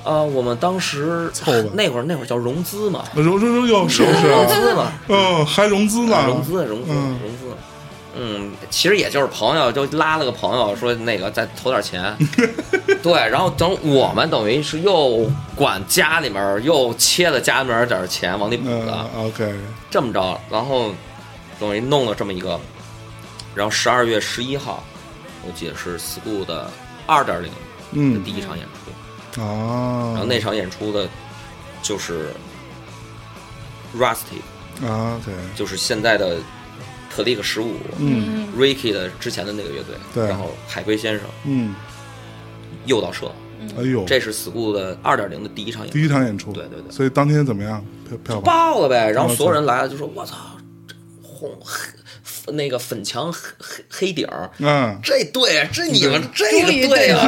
D: 呃，我们当时
B: 凑吧
D: 那会儿那会儿叫融资嘛，
B: 融融融又是不是
D: 融
B: 啊？
D: 资嘛，
B: [LAUGHS] 嗯，还融资了，
D: 融资融资
B: 嗯
D: 融资，嗯，其实也就是朋友就拉了个朋友说那个再投
B: [LAUGHS]
D: 点钱，对，然后等我们等于是又管家里面儿又切了家里面儿点儿钱往里补的，
B: 嗯，OK，
D: 这么着，然后等于弄了这么一个，然后十二月十一号，我记得是 school 的二点零的
E: 嗯，
D: 第一场演出，
B: 啊，
D: 然后那场演出的，就是 Rusty，
B: 啊，OK，
D: 就是现在的 p l i c 十五
E: 嗯，
D: Ricky 的之前的那个乐队，
B: 对
D: 然后海龟先生、
E: 嗯，
D: 诱导社，
A: 嗯
B: 哎呦，
D: 这是 school 的二点零的第一场演
B: 第
D: 出，
B: 一场演出，
D: 对对对
B: 所以当天怎么样？票票房
D: 爆了呗，然后
B: 我操
D: 所有人来了就说：“我操，这红 [LAUGHS] 黑那个粉墙黑黑黑顶儿。”
B: 嗯，
D: 这对，啊这你们这
A: 终于
D: 个对啊，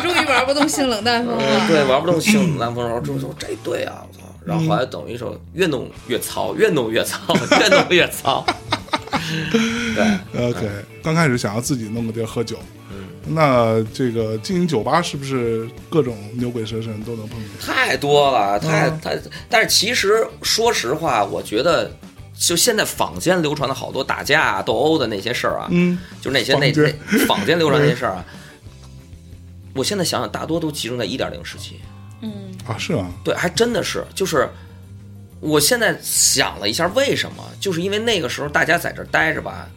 D: [LAUGHS]
A: 终于玩不动性冷淡风
D: 对
A: 了。
D: 嗯对，玩不动性男朋友，就说这对啊，我操！然后后来等于说越弄越糙，越弄越糙，越弄越 [LAUGHS] 糙。对，
B: OK，刚
D: 哎
B: 开始想要自己弄个地儿喝酒，
D: 嗯
B: 那这个经营酒吧是不是各种牛鬼蛇神都能碰见？
D: 太多了，太太。但是其实说实话，我觉得就现在坊间流传的好多打架啊、斗殴的那些事儿啊，
B: 嗯，
D: 就是那些那
B: 坊间
D: 那坊间流传那些事儿啊，我现在想想，大多都集中在一点零时期。
C: 嗯
B: 啊，是啊，
D: 对，还真的是，就是我现在想了一下，为什么？就是因为那个时候大家在这儿待着吧，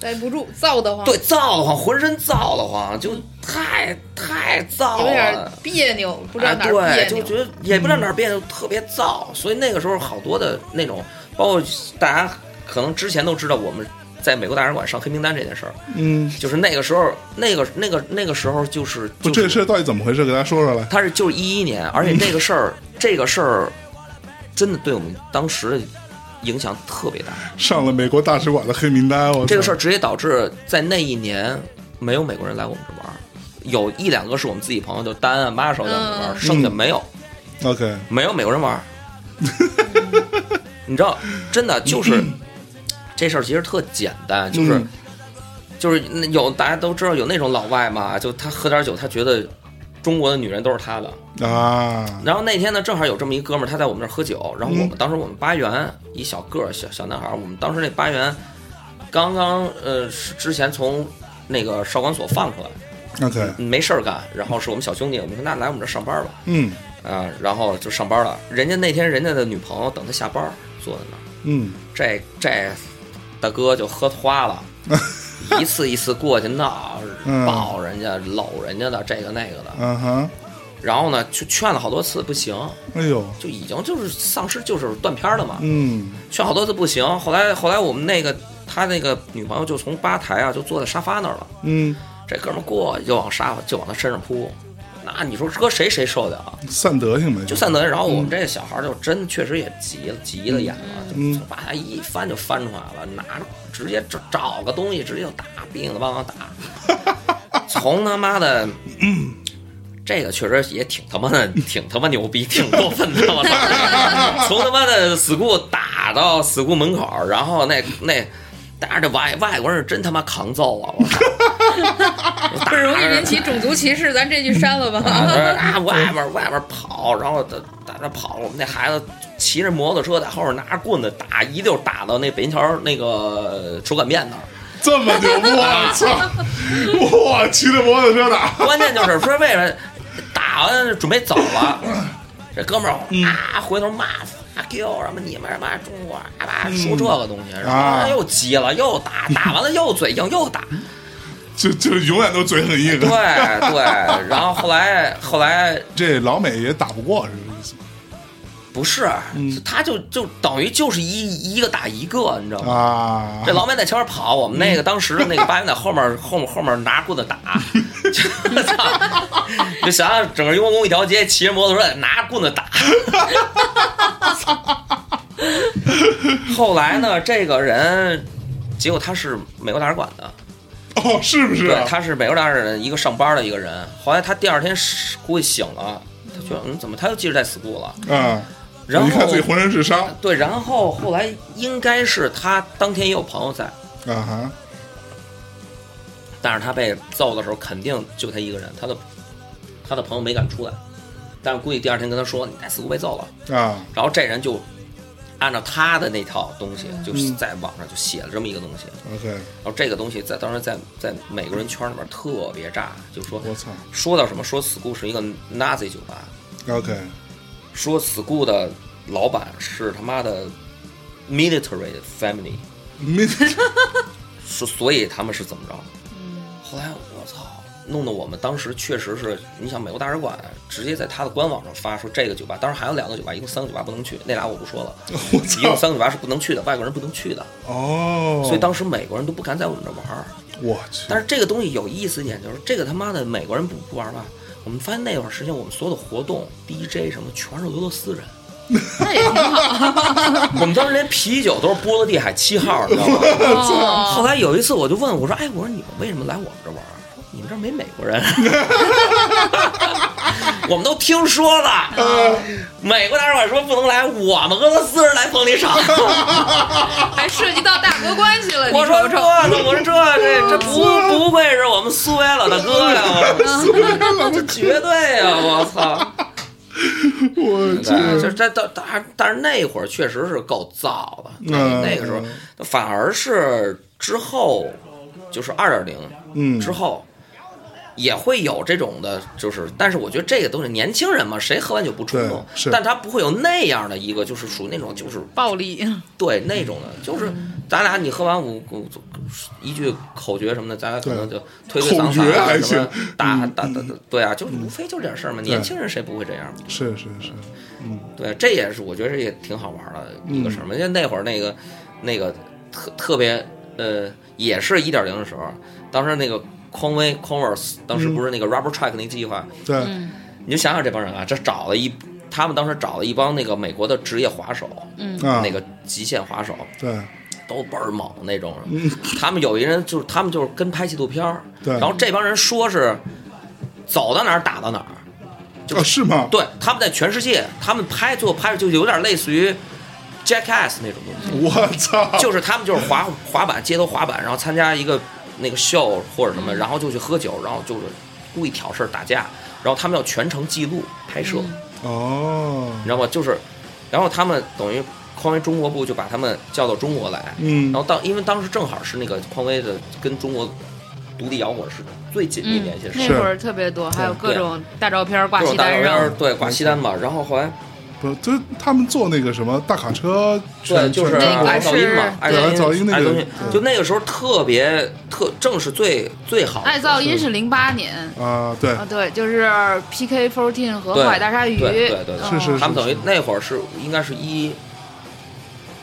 C: 待不住，燥得慌，
D: 对，燥得慌，浑身燥得慌，就太太燥
C: 有点
D: 了。
C: 别扭，
D: 不
C: 不知道哪儿
D: 啊对，
C: 别
D: 就
C: 扭。
D: 觉得也不知道哪儿别扭，特别燥，所以那个时候好多的那种，包括大家可能之前都知道我们在美国大使馆上黑名单这件事儿，
E: 嗯，
D: 就是那个时候，那个那个那个时候就是
B: 不，
D: 就
B: 哦这
D: 是
B: 事儿到底怎么回事？给大家说说来。
D: 他是就是一一年，而且这个事儿，这个事儿真的对我们当时的影响特别大。
B: 上了美国大使馆的黑名单，我
D: 这个事
B: 儿
D: 儿直接导致在那一年没有美国人来我们这玩儿，有一两个是我们自己朋友，就丹啊、马手在我们玩儿，
C: 嗯
D: 剩下没有，
B: ，OK，
D: 没有美国人玩儿。你知道，真的就是这事儿其实特简单，就是
E: 嗯
D: 就是那有大家都知道有那种老外嘛，就他喝点酒，他觉得中国的女人都是他的。
B: 啊，
D: 然后那天呢，正好有这么一哥们儿，他在我们那儿喝酒，然后我们当时我们八元一小个儿小小男孩儿，我们当时那八元刚刚呃是之前从那个少管所放出来，
B: ，OK，
D: 没事儿干，然后是我们小兄弟，我们说那来我们这儿上班吧，
E: 嗯，
D: 啊、然后就上班了。人家那天人家的女朋友等他下班儿坐在那儿，
E: 嗯，
D: 这这大哥就喝花了。一次一次过去闹，
B: 嗯
D: 抱人家、搂人家的，这个那个的，
B: 嗯哼，
D: 然后呢，就劝了好多次不行，
B: 哎呦，
D: 就已经就是丧尸就是断片儿了嘛，
E: 嗯，
D: 劝好多次不行。后来后来我们那个他那个女朋友就从吧台啊就坐在沙发那儿了。
B: 嗯，
D: 这哥们儿过就往沙发就往他身上扑，那你说搁谁谁受得了？
B: 散德性呗，
D: 就散德。然后我们这小孩儿就真的确实也急了，急了眼了，就
B: 嗯
D: 从吧台一翻就翻出来了，拿着直接找找个东西直接就打，乒了乓打，从他妈的。这个确实也挺他妈的，挺他妈牛逼，挺过分的。我操！从他妈的 school 打到 school 门口，然后那那，当然这外外国人是真他妈扛揍啊！我操！
C: 啊
E: 不容易引起种族歧视，咱这句删了
D: 啊，
C: [LAUGHS]
E: 吧。
D: 他说啊，外边外边跑，然后在在那跑，我们那孩子骑着摩托车在后边拿着棍子打，一溜打到那北京桥那个手擀面那儿。
B: 这么牛，我
D: [LAUGHS]
B: 操！我骑着摩托车打，
D: 关键就是说为了打完准备走了，这哥们儿啊回头骂 fuck you 什么你们什么中国啊吧说这个东西，然后
B: 啊
D: 他又急了又打，打完了又嘴硬又打，
B: 就就永远都嘴很硬。啊
D: 对对，然后后来后来
B: 这老美也打不过，是这意思吗
D: 不是，他就就等于就是一一个打一个，你知道吗？
B: 啊？
D: 这老美在前面跑，我们那个当时的那个八云在后面后面后面拿棍子打， [LAUGHS] 就操！就想想整个雍和宫一条街，骑着摩托车拿棍子打。后来呢，这个人结果他是美国大使馆的，
B: 哦，是不是
D: 对
B: 啊？，
D: 他是美国大使馆一个上班的一个人。后来他第二天是估计醒了，他觉得嗯，怎么他又记着在 school 了？
B: 啊，
D: 然后
B: 你看自己浑身是伤
D: 对，然后后来应该是他当天也有朋友在。
B: 啊哈，
D: 但是他被揍的时候，肯定就他一个人，他的他的朋友没敢出来，但是估计第二天跟他说你在四姑被揍了，
B: 啊，
D: 然后这人就按照他的那套东西，就是在网上就写了这么一个东西，
B: OK，
D: 然后这个东西在当时在在美国人圈里面特别炸，就说
B: 我操
D: 说到什么说 school 是一个 Nazi 酒吧，
B: ，OK，
D: 说 school 的老板是他妈的 military family，
B: 没
D: 是所以他们是怎么着？后来我操，弄得我们当时确实是，你想美国大使馆直接在他的官网上发说这个酒吧，当时还有两个酒吧，一共三个酒吧不能去，那俩我不说了，
B: [LAUGHS] 我
D: 一共
B: 操，
D: 三个酒吧是不能去的，外国人不能去的，
B: 哦，
D: 所以当时美国人都不敢在我们这玩儿。
B: 我去，
D: 但是这个东西有意思一点就是，这个他妈的美国人不不玩吧？我们发现那会儿时间，我们所有的活动、DJ 什么全是俄罗斯人。
C: 那也挺好。
D: 我们当时连啤酒都是波罗的海七号，你知道吗？后来有一次我就问我说：“哎，我说你们为什么来我们这玩儿？啊你们这儿没美国人？ [LAUGHS] 我们都听说
B: 啊
D: 了，美国大使馆说不能来，我们俄罗斯人来捧你场。
E: 还涉及到大国关系了，你
D: 我说
E: 瞅
D: 这，
E: 瞅。
D: 我说这这这不不愧是我们苏维埃老大哥呀！我这 [LAUGHS] 绝对呀！我操！
B: [LAUGHS]
D: 嗯
B: 我去，
D: 对，就是这但但但是那会儿确实是够燥的，
B: 嗯
D: 那个时候反而是之后就是二点零，
B: 嗯
D: 之后也会有这种的，就是但是我觉得这个东西年轻人嘛，谁喝完酒不冲动
B: 对是，
D: 但他不会有那样的一个就是属于那种就是
C: 暴力，
D: 对那种的，就是咱俩你喝完我我一句口诀什么的，咱俩可能就推推搡
B: 口诀
D: 搡啊
B: 还
D: 什么
B: 行嗯
D: 打打打，打对啊，就是无非就这点事儿嘛，年轻人谁不会这样嘛？
B: 是是是，嗯
D: 对，啊这也是我觉得这也挺好玩的一个事儿嘛。因为那会儿那个那个特特别呃，也是一点零的时候，当时那个匡威 Converse 当时不是那
B: 嗯
D: 个 Rubber Track 那计划，
B: 对，
C: 嗯
D: 你就想想这帮人啊，这找了一他们当时找了一帮那个美国的职业滑手，
C: 嗯
B: 啊，
D: 那个极限滑手
B: 对，嗯
D: 都倍儿猛那种。他们有一人就是他们就是跟拍纪录片儿，
B: 对
D: 然后这帮人说是走到哪儿打到哪儿。
B: 哦，是吗？
D: 对，他们在全世界，他们拍最后拍的就有点类似于 Jackass 那种东西，
B: 我操，
D: 就是他们就是滑滑板，街头滑板，然后参加一个那个 show 或者什么，然后就去喝酒，然后就是故意挑事儿打架，然后他们要全程记录拍摄，
B: 哦
D: 你，知道吗？就是，然后他们等于匡威中国部就把他们叫到中国来，
B: 嗯
D: 然后当因为当时正好是那个匡威的跟中国独立摇滚是最紧密联系的时候，
C: 那会儿特别多，还有各种大照片挂
D: 各
C: 西
D: 种大
C: 单
D: 照
C: 上。
D: 片，对，挂西单嘛，然后后来。
B: 不，就是他们坐那个什么大卡车，
D: 对，
B: 全
D: 就是
B: 全
C: 那个
D: 爱噪音嘛，
B: 对
D: 爱
B: 爱噪音那个
D: 爱噪音
B: 对
D: 就那个时候特别特，正是最最好的
C: 爱噪音是零八年
B: 啊，对，
C: 啊，对，就是 PK Fourteen 和
D: 对
C: 淮大鲨鱼，
D: 对对对对
C: 嗯
B: 是是
D: 他们等于那会儿是应该是一，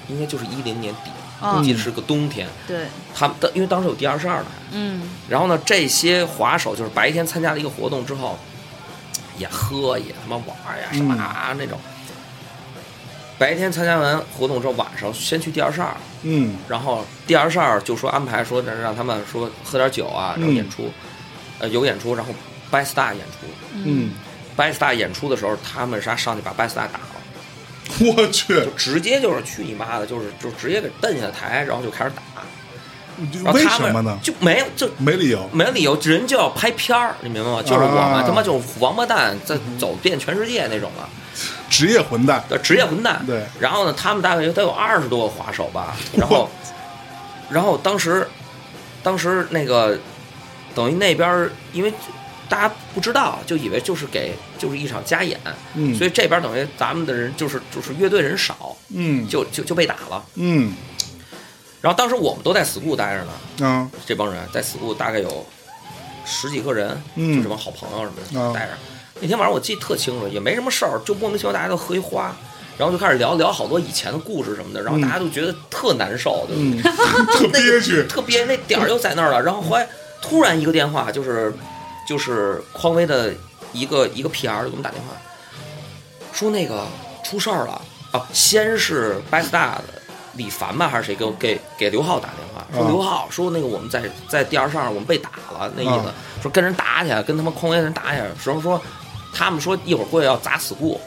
D: 应该就是一零年底，
C: 嗯
D: 估计是个冬天。
C: 对，
D: 他们因为当时有第二十二台，
C: 嗯，
D: 然后呢，这些滑手就是白天参加了一个活动之后，也喝也他妈玩呀什么啊那种。白天参加完活动之后，晚上先去第二十二，
F: 嗯
D: 然后第二十二就说安排说让他们说喝点酒啊，然后
F: 嗯
D: 演出，呃有演出，然后 By Star 演出
B: [LAUGHS]
F: 嗯，
D: ，By Star 演出的时候，他们仨上去把 By Star 打了。
F: 我去，
D: 就直接就是去你妈的，就是就直接给蹬下台，然后就开始打。然后
F: 为
D: 他
F: 什
D: 们
F: 么呢？
D: 就没有就
F: 没理由。
D: 没理由，人就要拍片儿，你明白吗？就是我
F: 啊
D: 们他妈就是王八蛋，在走遍全世界那种了，
F: 职业混蛋，
D: 呃职业混蛋。
F: 对。
D: 然后呢，他们大概有得有二十多个滑手
F: [LAUGHS]
D: 吧，然后，然后当时，当时那个等于那边儿因为大家不知道，就以为就是给就是一场加演，
F: 嗯，
D: 所以这边儿等于咱们的人就是就是乐队人少，
F: 嗯，
D: 就就就被打了。
F: 嗯
D: 然后当时我们都在 school 待着呢，
F: 啊
D: 这帮人在 school 大概有十几个人，
F: 嗯
D: 就这帮好朋友什么
F: 啊
D: 的待着。那天晚上我记得特清楚，也没什么事儿，就莫名其妙大家都喝一花，然后就开始聊聊好多以前的故事什么的，然后
F: 嗯
D: 大家都觉得特难受，就
F: 嗯，
D: 特
F: [LAUGHS] 特憋
D: [LAUGHS]
F: 屈
D: 特憋那点儿又在那儿了。然后后来突然一个电话，就是就是匡威的一个一个 PR 就给我们打电话，说那个出事儿了啊！先是 Best Star 的李凡吧还是谁给我给给刘浩打电话，说
F: 啊
D: 刘浩说那个我们在在第二上我们被打了，那意思、
F: 啊
D: 说跟人打起来，跟他们匡威的人打起来，然后说他们说一会儿过去要砸死库。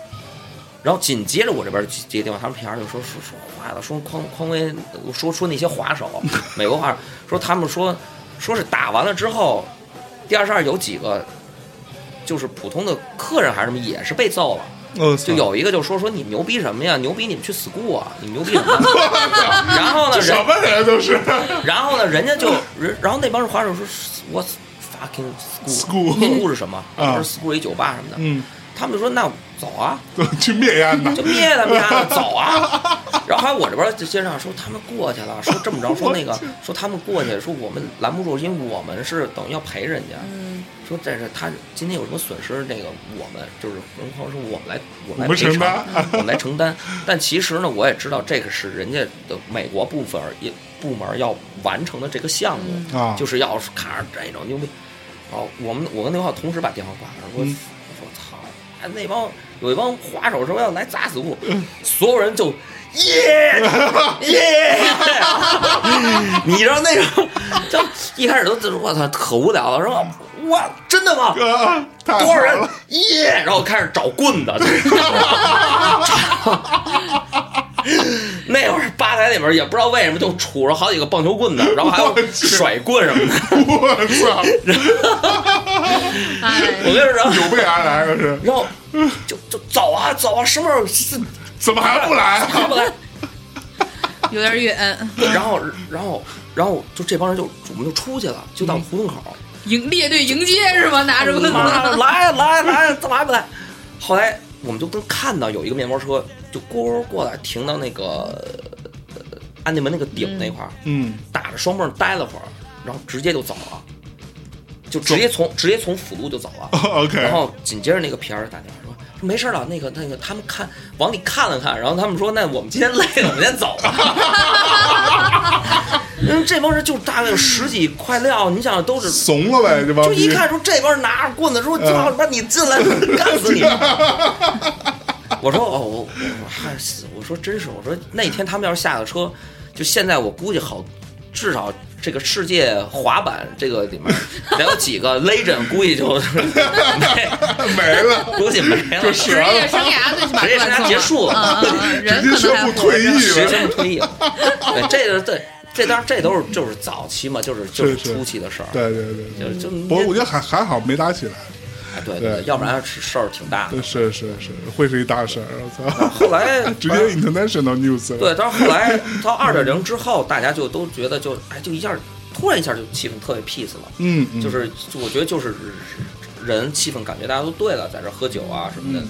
D: 然后紧接着我这边接接电话，他们 PR 就说说说坏了，说匡匡威说说那些滑手，美国滑手说他们说说是打完了之后，第二十二有几个就是普通的客人还是什么也是被揍了，
F: 呃，
D: 就有一个就说说你牛逼什么呀？牛逼你们去 school 啊，你们牛逼什么呀？然后呢，人
F: 什么人都是
D: 然后呢，人家就人，然后那帮人滑手说 what fucking
F: School
D: school school 是什么？
F: 啊
D: 我说 school 一酒吧什么的，
F: 嗯，
D: 他们就说那走啊，
F: 去灭烟的
D: 就，灭了灭了，走啊！然后还有我这边就接上说他们过去了，说这么着，说那个，说他们过去，说我们拦不住，因为我们是等于要赔人家。说这是他今天有什么损失，那个我们就是荣匡说我们来，我们
F: 我们
D: 来赔
F: 承
D: 偿
F: 担，
D: 我们来承担。但其实呢，我也知道这个是人家的美国部分也部门要完成的这个项目，
F: 啊，
D: 就是要是看着这种牛逼。哦，我们我跟刘浩同时把电话挂上，我、
F: 嗯
D: 我操，哎那帮有一帮滑手说要来砸死我，
F: 嗯
D: 所有人就耶
F: [LAUGHS]
D: 耶，你知道那种就一开始都我操可无聊了，是吧？哇，真
F: [LAUGHS]
D: 的吗？
F: 啊，太
D: 多少
F: 好
D: 人
F: 了
D: 耶？然后开始找棍子。 [LAUGHS] 那会儿吧台里边也不知道为什么就杵着好几个棒球棍子，然后
F: [LAUGHS]
D: 还有甩棍什么的。
F: 我操，
C: 哎
D: 我跟你说，
F: [LAUGHS] 有备而来这是，
D: 然后就就走啊走啊，什么时候是
F: 怎么还不来
D: 还
F: 啊？
D: [LAUGHS] 不来？
E: 有点远，
D: 然后然后然后就这帮人就我们就出去了，就到胡同口。
E: 迎列队迎接是吗？拿着
D: 嗯
E: 棍子，
D: 来来来来，怎么还不来？后来我们就能看到有一个面包车就咕过来停到那个呃安定门那个顶那块儿，
F: 嗯，
D: 打着双蹦待了会儿，然后直接就走了，就直接从直接从辅路就走了。
F: 哦
D: [LAUGHS]
F: OK
D: 然后紧接着那个皮儿打电话说说没事了，那个那个他们看往里看了看，然后他们说那我们今天累了，我们先走 [LAUGHS] 吧。因为这帮人就大概有十几块 [LAUGHS] 料，你想都是。
F: 怂了呗，这帮
D: 就一
F: 逼
D: 看说这帮人拿着棍子说：“
F: 嗯
D: 操他妈你进来，干死你！” [LAUGHS] 我说：“哦，我我我还是我说真是，我说那天他们要是下了车，就现在我估计好，至少这个世界滑板这个里面得有几个 legend，估计就 [LAUGHS] 没， [LAUGHS]
F: 没了，
D: 估计没了，
F: 是
E: 职业生涯最起码
D: 职业生涯结束了
E: 嗯嗯嗯人
F: 直接
E: 可能
F: 宣
E: 还
F: 布
E: 活着
F: 退役
D: 学
F: 了，
D: 生退役了。对，这个对，这当然这都是就是早期嘛，就是就是
F: 是是
D: 初期的事儿，啊
F: 对对对对，
D: 就就
F: 不过我觉得还还好没打起来，
D: 哎对
F: 对
D: 对，要不然事儿挺大的。
F: 是是是，会是一大事儿，我操，
D: 后来
F: [LAUGHS] 直接 international news
D: 对，
F: 了，
D: 到后来到二点零之后，大家就都觉得就哎，就一下突然一下就气氛特别 peace 了，
F: 嗯，嗯
D: 就是
F: 嗯
D: 就我觉得就是人气氛感觉大家都对了，在这儿喝酒啊什么的。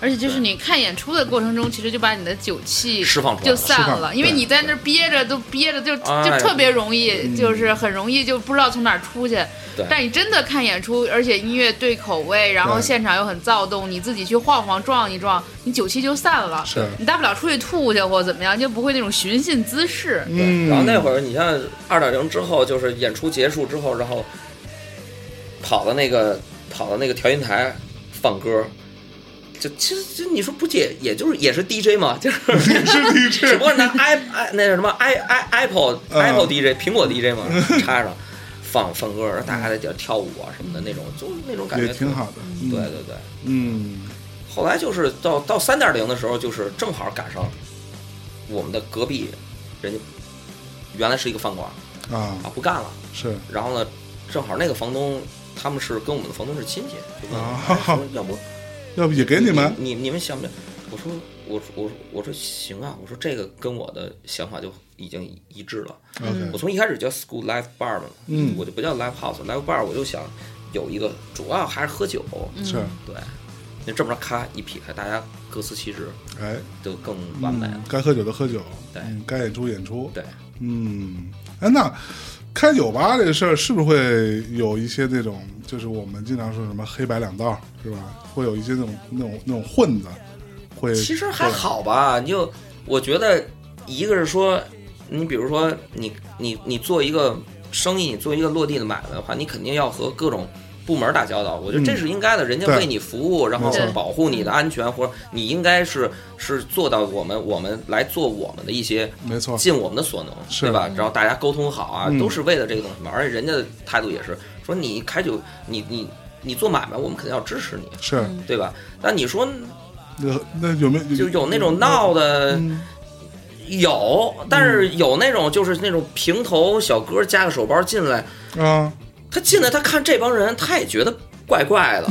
C: 而且就是你看演出的过程中，其实就把你的酒气
D: 释放出来
C: 就
D: 了
C: 散
F: 释
C: 了，
F: 放
C: 因为你在那儿憋着都憋着就，就、
D: 哎呀
C: 特别容易，就是很容易就不知道从哪儿出去。
D: 对
C: 但你真的看演出，而且音乐对口味，然后
B: 对
C: 现场又很躁动，你自己去晃晃撞一撞，你酒气就散了。
B: 是
C: 你大不了出去吐去或者怎么样，就不会那种寻衅滋事。
F: 嗯，
D: 然
F: [LAUGHS]
D: 后那会儿，你像二点零之后，就是演出结束之后，然后跑到那个跑到那个调音台放歌，就其实就你说不解，也就是也是 DJ [LAUGHS] 嘛，就是
F: 是 DJ
D: 只不过拿 i i 那什么 i i apple
B: 嗯
D: apple DJ 苹果 DJ 嘛插上放放歌，然后大家在底下跳舞啊什么的那种，就那种感觉
F: 也挺好的，
D: 对
F: 嗯
D: 对对。
F: 嗯，
D: 后来就是到到三点零的时候，就是正好赶上我们的隔壁人家原来是一个饭馆
F: 啊，
D: 啊，不干了。
F: 是
D: 然后呢，正好那个房东他们是跟我们的房东是亲戚，就问
F: 啊
D: 我
F: [LAUGHS]
D: 说要不
F: 要不也给你们？
D: 你你们想不想？我说我说我说我说行啊，我说这个跟我的想法就已经一致了。我
F: OK，
D: 从一开始叫 school live bar 嘛，
F: 嗯
D: 我就不叫 live house，live bar 我就想有一个主要还是喝酒，
B: 嗯
F: 是，
D: 对，那这么着咔一劈开，大家各司其职，
F: 哎，
D: 就更完美了
F: 嗯。该喝酒的喝酒，
D: 对
F: 嗯，该演出演出，
D: 对，
F: 嗯，哎，那开酒吧这事儿是不是会有一些那种，就是我们经常说什么黑白两道是吧？会有一些那种那种那种混子，会
D: 其实还，好吧，你就我觉得一个是说，你比如说你你你做一个生意，你做一个落地的买卖的话，你肯定要和各种。部门打交道，我觉得这是应该的，人家
F: 嗯对
D: 为你服务，然后
F: 没
C: 错
D: 保护你的安全，或者你应该是是做到我们我们来做我们的一些
F: 没错，
D: 尽我们的所能，
F: 哦是
D: 对吧？然后大家沟通好啊，
F: 嗯
D: 都是为了这个东西嘛。而且人家的态度也是说，你开酒，你你你做买卖，我们肯定要支持你，
F: 是
D: 对吧？那你说
F: 那那有没有
D: 嗯就有那种闹的，
F: 嗯
D: 有，但是有那种就是那种平头小哥加个手包进来，
F: 啊？
D: 他进来他看这帮人，他也觉得怪怪的。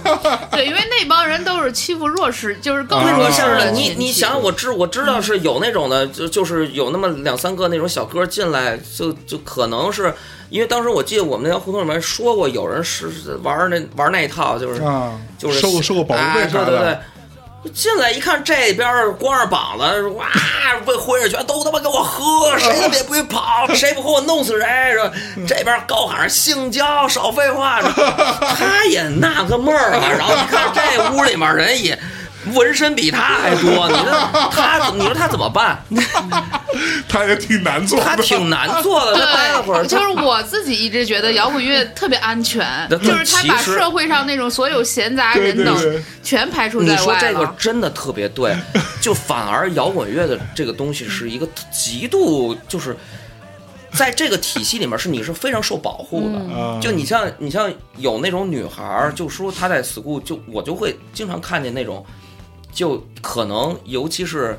C: [LAUGHS] 对，因为那帮人都是欺负弱势，就是更
F: 啊
C: 弱势
F: 是
C: 的
F: 的
C: 群
D: 你
C: 体。
D: 你想，我知我知道是有那种的，就就是有那么两三个那种小哥进来，就就可能是因为当时我记得我们那条胡同里面说过，有人是是玩那玩那一套，就是
F: 啊，
D: 就是
F: 收收个保护
D: 啊
F: 费啥
D: 对对对
F: 的，。
D: 进来一看，这边光着膀子，哇，挥挥着拳，都他妈给
F: [LAUGHS]
D: 我喝，谁他妈也不许跑，谁不喝我弄死谁。说
F: 嗯
D: 这边高喊着性交，少废话。
F: [LAUGHS]
D: 说他也纳个闷儿啊，然后你看这屋里面人也纹身比他还多，你说他，你说他怎
F: [LAUGHS]
D: 么办？
F: 他也挺难做
D: 他
F: 的，
D: 挺难做的，他待了会儿
C: 对，
D: 他
C: 就是我自己一直觉得摇滚乐特别安全，
D: 那
C: 就是他把
D: 其实
C: 社会上那种所有闲杂
F: 对
C: 人
F: 对
C: 等
F: 对
C: 全排除
D: 你
C: 在
D: 说
C: 外
D: 这个
C: 了。
D: 真的特别对，就反而摇滚乐的这个东西是一个极度就是。在这个体系里面，是你是非常受保护的。
F: [LAUGHS] 啊
C: 嗯
D: 就你像你像有那种女孩儿，就说她在 school，就我就会经常看见那种，就可能尤其是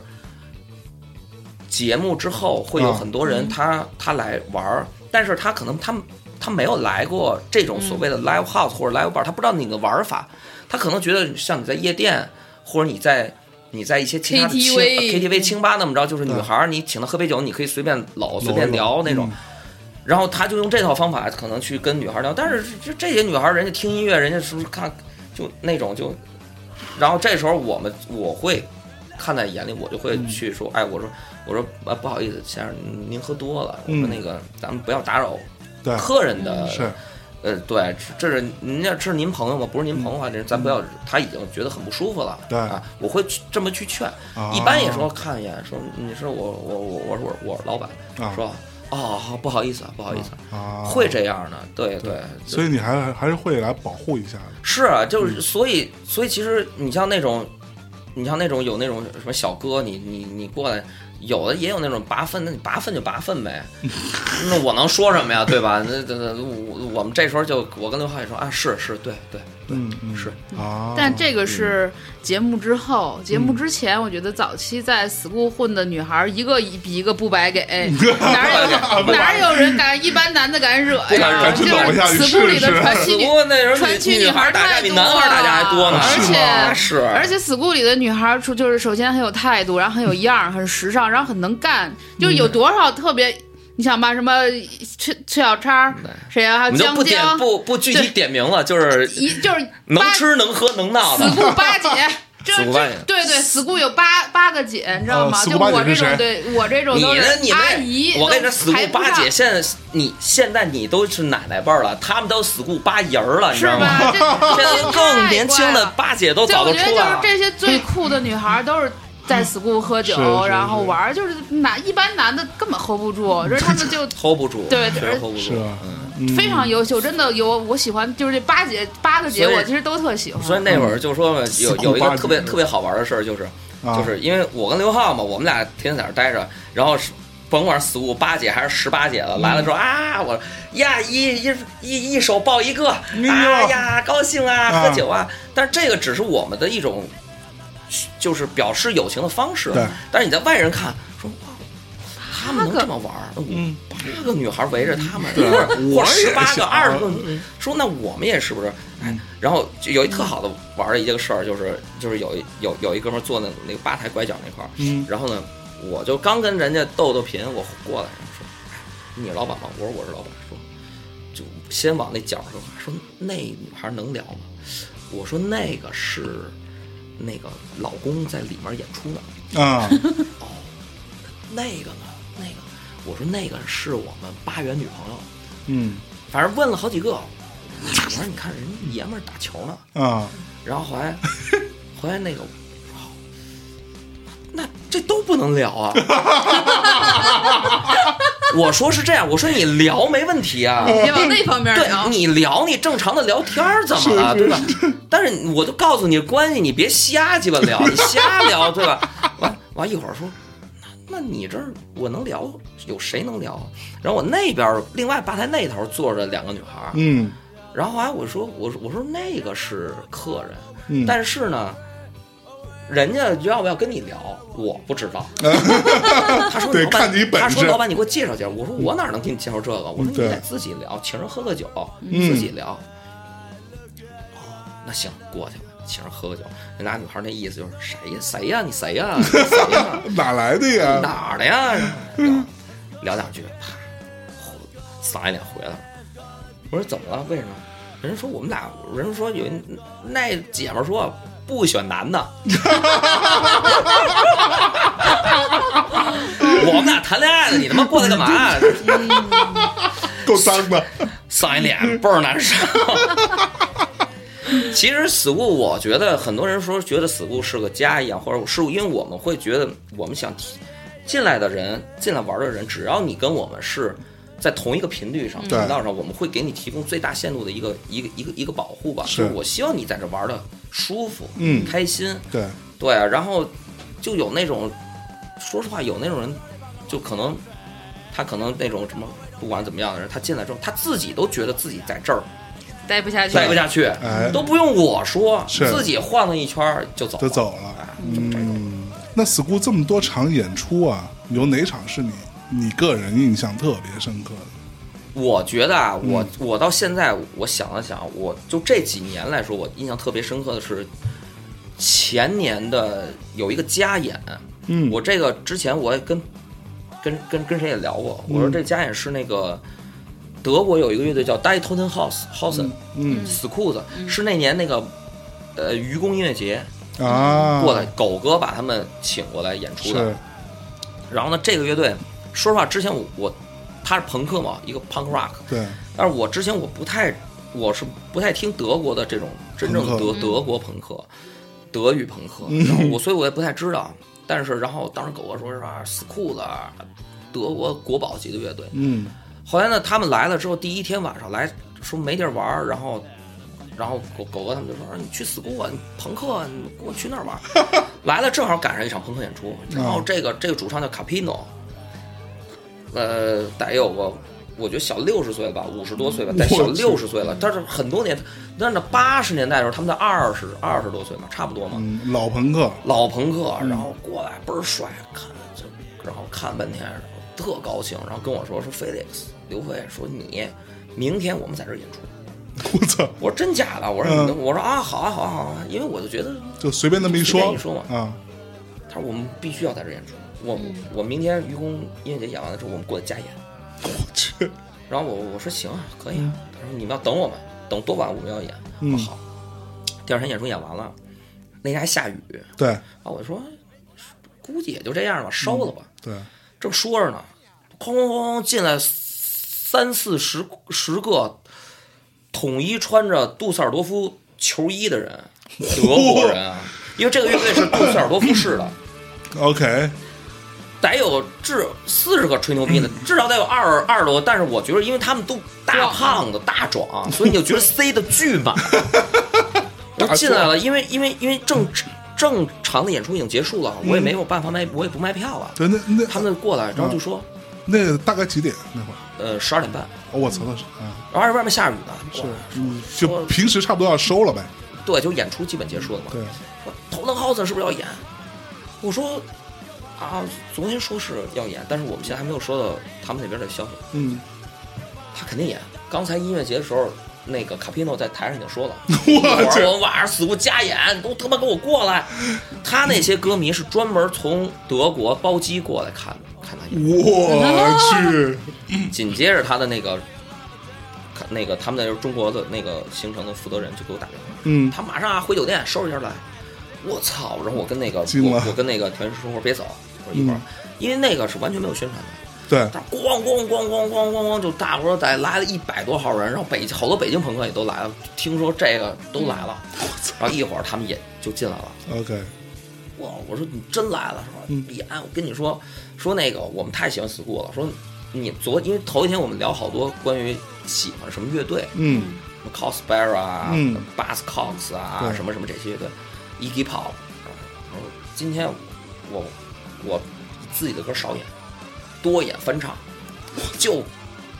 D: 节目之后，会有
F: 啊
D: 很多人他、他来玩儿，但是他可能他他没有来过这种所谓的 live house 或者 live bar，他不知道你的玩法，他可能觉得像你在夜店或者你在。你在一些其他的清
E: KTV
D: 呃 KTV 清吧那么着，就是女
F: 对
D: 孩儿，你请她喝杯酒，你可以随便搂、随
F: 搂
D: 便
F: 一
D: 聊
F: 搂
D: 那种。
F: 嗯
D: 然后他就用这套方法可能去跟女孩聊，但是这这些女孩人家听音乐，人家是不是看就那种就，然后这时候我们我会看在眼里，我就会
F: 嗯
D: 去说，哎，我说我说啊不好意思，先生您喝多了，我说
F: 嗯
D: 那个咱们不要打扰
F: 对
D: 客人的，
F: 是
D: 呃对，这是人家这是您朋友吗？不是您朋友的话，啊这咱不要，他已经觉得很不舒服了，
F: 嗯对
D: 啊，我会去这么去劝，
F: 啊
D: 一般也说看一眼，说你是我我我我是我我是老板，
F: 啊
D: 说哦好不好意思啊不好意思
F: 啊，
D: 啊。会这样的，对对，
F: 所以嗯你还还是会来保护一下的，
D: 是啊，就是所以所以其实你像那种，你像那种有那种什么小哥，你你你过来，有的也有那种拔粪，那你拔粪就拔
F: [LAUGHS]
D: 粪呗，那我能说什么呀，对吧？那那那我我们这时候就我跟刘浩也说啊，是是，对对
F: 嗯，嗯
D: 是
F: 啊，
C: 但这个是节目之后，节目之前，我觉得早期在 school 混的女孩儿，一个比一个不白给，哪有哪有人敢一般男的敢惹
D: 不敢惹
C: 呀？就是
F: 敢搂一下去
C: school 里的
F: 试试
C: 哎传奇
D: 只
C: 女
D: 不过那时候
C: 川
D: 女
C: 区女
D: 女
C: 孩
D: 孩
C: 儿
D: 打架
C: 太
D: 比
C: 多
D: 男孩儿打架还多呢，
C: 了而
F: 是吗
C: 且
D: 是
C: 而且 school 里的女孩儿出就是首先很有态度，然后很有样儿，很时尚，然后很能
D: 嗯
C: 干，就是有多少特别，你想吧，什么崔崔小叉儿，谁啊，还
D: 我
C: 有
D: 们就
C: 江
D: 不点
C: 江，
D: 不不具体
C: 对
D: 点名了，就是
C: 一就是
D: [LAUGHS] 能 [LAUGHS]
C: 八
D: 吃能喝能闹的，
C: 死不巴结，这
D: 死
C: 这
D: 不扮演
C: 对对死固有八八个姐，你知道
B: 哦
C: 吗？
B: 死
C: 就
B: 固八姐
C: 我这
B: 是谁
C: 种，对我这种
D: 你
C: 都是
D: 呢？你
C: 阿
D: 那
C: 姨，
D: 我跟你
C: 都
D: 说，死
C: 排
D: 固
C: 不
D: 八
C: 上
D: 姐，现在你现在你都是奶奶辈儿了，他们都死固八姨儿了，你知
C: 是
D: 道吗？ [LAUGHS]
C: 吧？这
D: 现在更年轻的
C: 八。
D: 八姐都
C: 对，
D: 早
C: 我
D: 都
C: 觉得
D: 出
C: 就
D: 来
C: 是
D: 了。嗯
C: 这些最酷的女孩都是在 school 喝酒，
F: 是是
C: 然后
F: 是
C: 玩儿，就是男一般男的根本 hold 不住，
D: 嗯
C: 就是他们就
D: hold 不住，
C: 对
D: 确实
C: 而
D: hold 不
F: 是啊嗯
D: 住。
F: 吧？
D: 嗯
C: 非常优秀，真的有我喜欢，就是这八姐八个姐，
D: 所以
C: 我其实都特喜欢。
D: 所以那会儿就说嘛，有有
F: 四库
D: 一
F: 八
D: 个
F: 姐
D: 特别特别好玩的事儿，就是
F: 啊
D: 就是因为我跟刘浩嘛，我们俩天天在那儿待着，然后是甭管是死五八姐还是十八姐了，来了之
F: 嗯
D: 后啊，我呀一一一一手抱一个，啊呀高兴啊，
F: 哎啊
D: 喝酒啊，但是这个只是我们的一种，就是表示友情的方式
F: 对。
D: 但是你在外人看说。哇他们能这么玩儿，
F: 嗯
D: 八个女孩围着他们，
F: 对
D: 或者
F: 我
D: 或者
F: 也
D: 十八个、
F: 想
D: 二十个，说那我们也是不是？哎，然后就有一特好的玩儿的一个事儿，就是就是有一有有一哥们儿坐那那个吧台拐角那块儿，
F: 嗯
D: 然后呢，我就刚跟人家斗斗贫，我过来，然后说，哎你是老板吗？我说我是老板，说就先往那角儿说话，说那女孩能聊吗？我说那个是那个老公在里面演出呢，
F: 啊，
D: 哦，那个呢？那个，我说那个是我们八元女朋友，
F: 嗯
D: 反正问了好几个，我说你看人家爷们儿打球呢。
F: 啊，
D: 然后后来，后来那个，哦那这都不能聊啊。我说是这样，我说你聊没问题啊，
C: 嗯
E: 别往那方面
D: 对嗯
E: 聊。
D: 你聊你正常的聊天儿怎么了，对吧？但是我都告诉你关系，你别瞎鸡巴聊，你瞎聊对吧？完完一会儿说，那那你这儿我能聊，有谁能聊啊？然后我那边儿另外吧台那头坐着两个女孩儿，
F: 嗯
D: 然后后来我说，我说我说那个是客人，
F: 嗯，
D: 但是呢，人家要不要跟你聊，我不知
F: [LAUGHS]
D: 道。他说
F: 对
D: 老板
F: 看你本
D: 他说
F: 事嗯
D: 老板，你给我介绍介绍。我说我哪能给你介绍这个？我说你
F: 对
D: 得自己聊，请人喝个酒，
F: 嗯
D: 自己聊。哦，那行，过去吧，请人喝个酒。那俩女孩那意思就是谁呀？谁呀？你谁呀？谁呀？
F: 哪来的
B: 啊
F: 呀？
D: 哪儿的呀？聊聊两句，啪，呼撒一脸回来了。我说怎么了？为什么？人家说我们俩，人家说有一那姐们儿说不选男的。我们俩谈恋爱呢，你他妈过来干嘛？
F: 够脏的，
D: 上一脸倍儿难受。 [LAUGHS] 其实死固，我觉得很多人说觉得死固是个家一样，或者是因为我们会觉得我们想提进来的人，进来玩的人，只要你跟我们是在同一个频率上、
F: 嗯对
D: 频道上，我们会给你提供最大限度的一个一个一个一个保护吧。
F: 是
D: 就我希望你在这玩的舒服、
F: 嗯
D: 开心，
F: 对，
D: 对啊，然后就有那种，说实话，有那种人，就可能他可能那种什么，不管怎么样的人，他进来之后，他自己都觉得自己在这儿
E: 待不下去，
D: 待不下去，
F: 哎
D: 都不用我说，
F: 是
D: 自己晃了一圈儿就走了
F: 就走了。
D: 哎就这种。
F: 嗯，那 school 这么多场演出啊，有哪场是你你个人印象特别深刻的？
D: 我觉得啊，
F: 嗯
D: 我我到现在我想了想，我就这几年来说，我印象特别深刻的是前年的有一个家演，
F: 嗯
D: 我这个之前我也跟跟跟跟谁也聊过，我说
F: 嗯
D: 这家演是那个德国有一个乐队叫 Die Toten House Hausen
F: 嗯
D: 死裤子，是那年那个呃愚公音乐节
F: 啊，
D: 过来，狗哥把他们请过来演出的
F: 是。
D: 然后呢，这个乐队说实话，之前我我他是朋克嘛，一个 punk rock，
F: 对，
D: 但是我之前我不太，我是不太听德国的这种真正
F: 朋克嗯
D: 德德国朋克、德语朋克，然后我所以我也不太知道。但是然后当时狗哥说是吧，死裤子，德国国宝级的乐队。
F: 嗯
D: 后来呢，他们来了之后，第一天晚上来说没地儿玩儿，然后。然后狗狗哥他们就说：“你去死过你朋克，啊你给我去那儿玩儿。” [LAUGHS] 来了正好赶上一场朋克演出，然
F: 嗯
D: 后这个这个主唱叫卡皮诺，呃，得有个我觉得小六十岁吧，五十多岁吧，得小
F: 我去
D: 六十岁了。但是很多年，但是八十年代的时候，他们才二十二十多岁嘛，差不多嘛。
F: 嗯，老朋克， [LAUGHS]
D: 老朋克，
F: 嗯
D: 然后过来倍儿帅，看就然后看半天，然后特高兴，然后跟我说说 Felix 刘飞说你明天我们在这儿演出，
F: 我操，
D: 我说真假的，我说、
F: 嗯
D: 你我说啊好啊好啊好啊，因为我就觉得
F: 就随便那么一
D: 随便
F: 说，
D: 一说嘛
F: 啊，
D: 他说我们必须要在这儿演出，我、
F: 嗯
D: 我明天愚公音乐节演完了之后我们过来加演，
F: 我去，
D: [LAUGHS] 然后我我说行啊可以啊，他说你们要等我们，等多晚我们要演，
F: 嗯
D: 我说好，第二天演出演完了，那天还下雨
F: 对
D: 啊，我说估计也就这样吧，烧了吧。
F: 对，
D: 正说着呢，哐哐哐哐进来三四十十个统一穿着杜塞尔多夫球衣的人，德国人啊，因为这个乐队是杜塞尔多夫式的，
F: OK，
D: 得有至四十个吹牛逼的，至少得有二二十多个。但是我觉得，因为他们都大胖子、大壮，啊所以你就觉得塞的巨满。然后进来了，因为因为因为正正常的演出已经结束了，我也没有办法卖，我也不卖票了。
F: 对，那那
D: 他们过来，然后就说，
F: 那个大概几点那会儿？
D: 呃，十二点半，
F: 哦我操，那是啊，
D: 然后而外面下雨呢，
F: 是
D: 哇
F: 嗯就平时差不多要收了呗。
D: 对，就演出基本结束了嘛。
F: 对，
D: 说头疼耗子是不是要演？我说啊，昨天说是要演，但是我们现在还没有收到他们那边的消息。
F: 嗯，
D: 他肯定演。刚才音乐节的时候，那个卡皮诺在台上已经
F: [LAUGHS]
D: 说了，
F: 我
D: 我
F: 去，
D: 说晚上死不加演，都他妈给我过来！他那些歌迷是专门从德国包机过来看看他演。
F: 我去，嗯
D: 紧接着他的那个，看那个他们那中国的那个行程的负责人就给我打电话，
F: 嗯，
D: 他马上啊回酒店收拾一下来。我操！然后我跟那个
F: 惊了嗯
D: 我我跟那个田师说，我说别走，我说一会儿，因为那个是完全没有宣传的。
F: 对，
D: 但是咣咣咣咣咣咣咣就大伙儿得来了一百多号人，然后北好多北京朋克也都来了，听说这个都来了，
F: 嗯
D: 然后一会儿他们也就进来了。
F: OK，
D: 哇！我说你真来了是吧？
F: 嗯
D: 李安，我跟你说，说那个我们太喜欢 school 了，说你昨因为头一天我们聊好多关于喜欢什么乐队，
F: 嗯，
D: 什么 Cosper 啊、
F: 嗯
D: b u s Cox 啊
F: 对，
D: 什么什么这些的，Iggy Pop。然后今天我我自己的歌少演，多演翻唱，就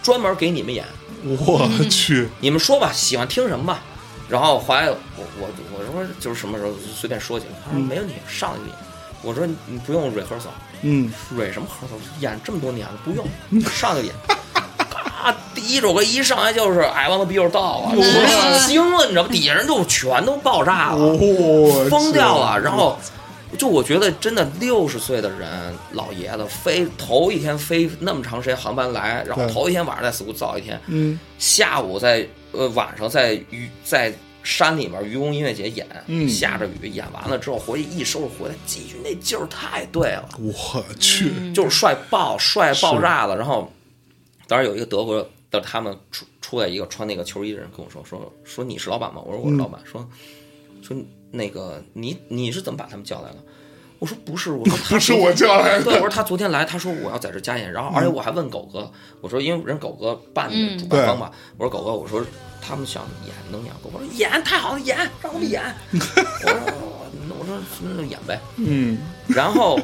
D: 专门给你们演。
F: 我去，
D: 你们说吧，喜欢听什么吧。然后后来我我我说就是什么时候随便说几个，他说没问题，上一个演。我说你不用 rehearsal，
F: 嗯，
D: 蕊什么 rehearsal，演这么多年了，不用，上就演。啊，第一首歌一上来就是哎 I want to be your dog，啊，我就惊了，你知道吗？底下人就全都爆炸了，
F: 我去嗯
D: 疯掉了。然后，就我觉得真的六十岁的人，老爷子飞头一天飞那么长时间航班来，然后
F: 对
D: 头一天晚上在 school 造一天，
F: 嗯
D: 下午在呃晚上在渔在山里面愚公音乐节演，
F: 嗯
D: 下着雨演完了之后回去一收拾回来，继续那劲儿太对了，
F: 我去，
D: 就是帅爆帅爆炸了。然后当时有一个德国的他们出出来一个穿那个球衣的人跟我说说说你是老板吗？我说我是老
F: 嗯
D: 板。说说那个你你是怎么把他们叫来的？我说不是，我说他
F: 不是我叫来的
D: 对，我说他昨天来，他说我要在这加演，然后而且我还问狗哥，我说因为人狗哥办的主办方嘛，我说狗哥，我说他们想演能演，狗哥说演太好了，演让我
F: [LAUGHS]
D: 们演。我说我我说那就演呗，
F: 嗯，
D: 然后，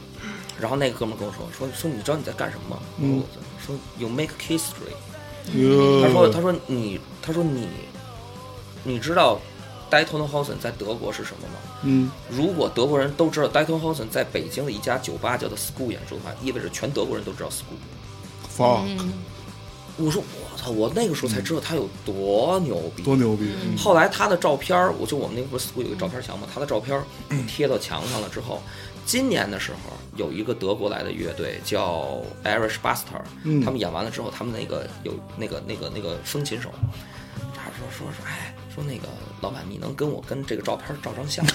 D: [LAUGHS] 然后那个哥们儿跟我说说说你知道你在干什么吗？我说 you make history。
F: 哟
D: 他说他说你他说你你知道 d a y t o n Hosen 在德国是什么吗？
F: 嗯，
D: 如果德国人都知道 d a y t o n Hosen 在北京的一家酒吧叫做 School 演出的话，意味着全德国人都知道 School。
F: 放
D: 我说我操，我那个时候才知道他有多牛逼。
F: 多牛逼，嗯
D: 后来他的照片儿，我就我们那不是 school 有一个照片墙嘛，他的照片儿贴到墙上了之后，今年的时候有一个德国来的乐队叫 Irish Buster，、
F: 嗯
D: 他们演完了之后，他们那个有那个那个那个风琴手，他说说说哎。说那个老板，你能跟我跟这个照片儿照张相吗？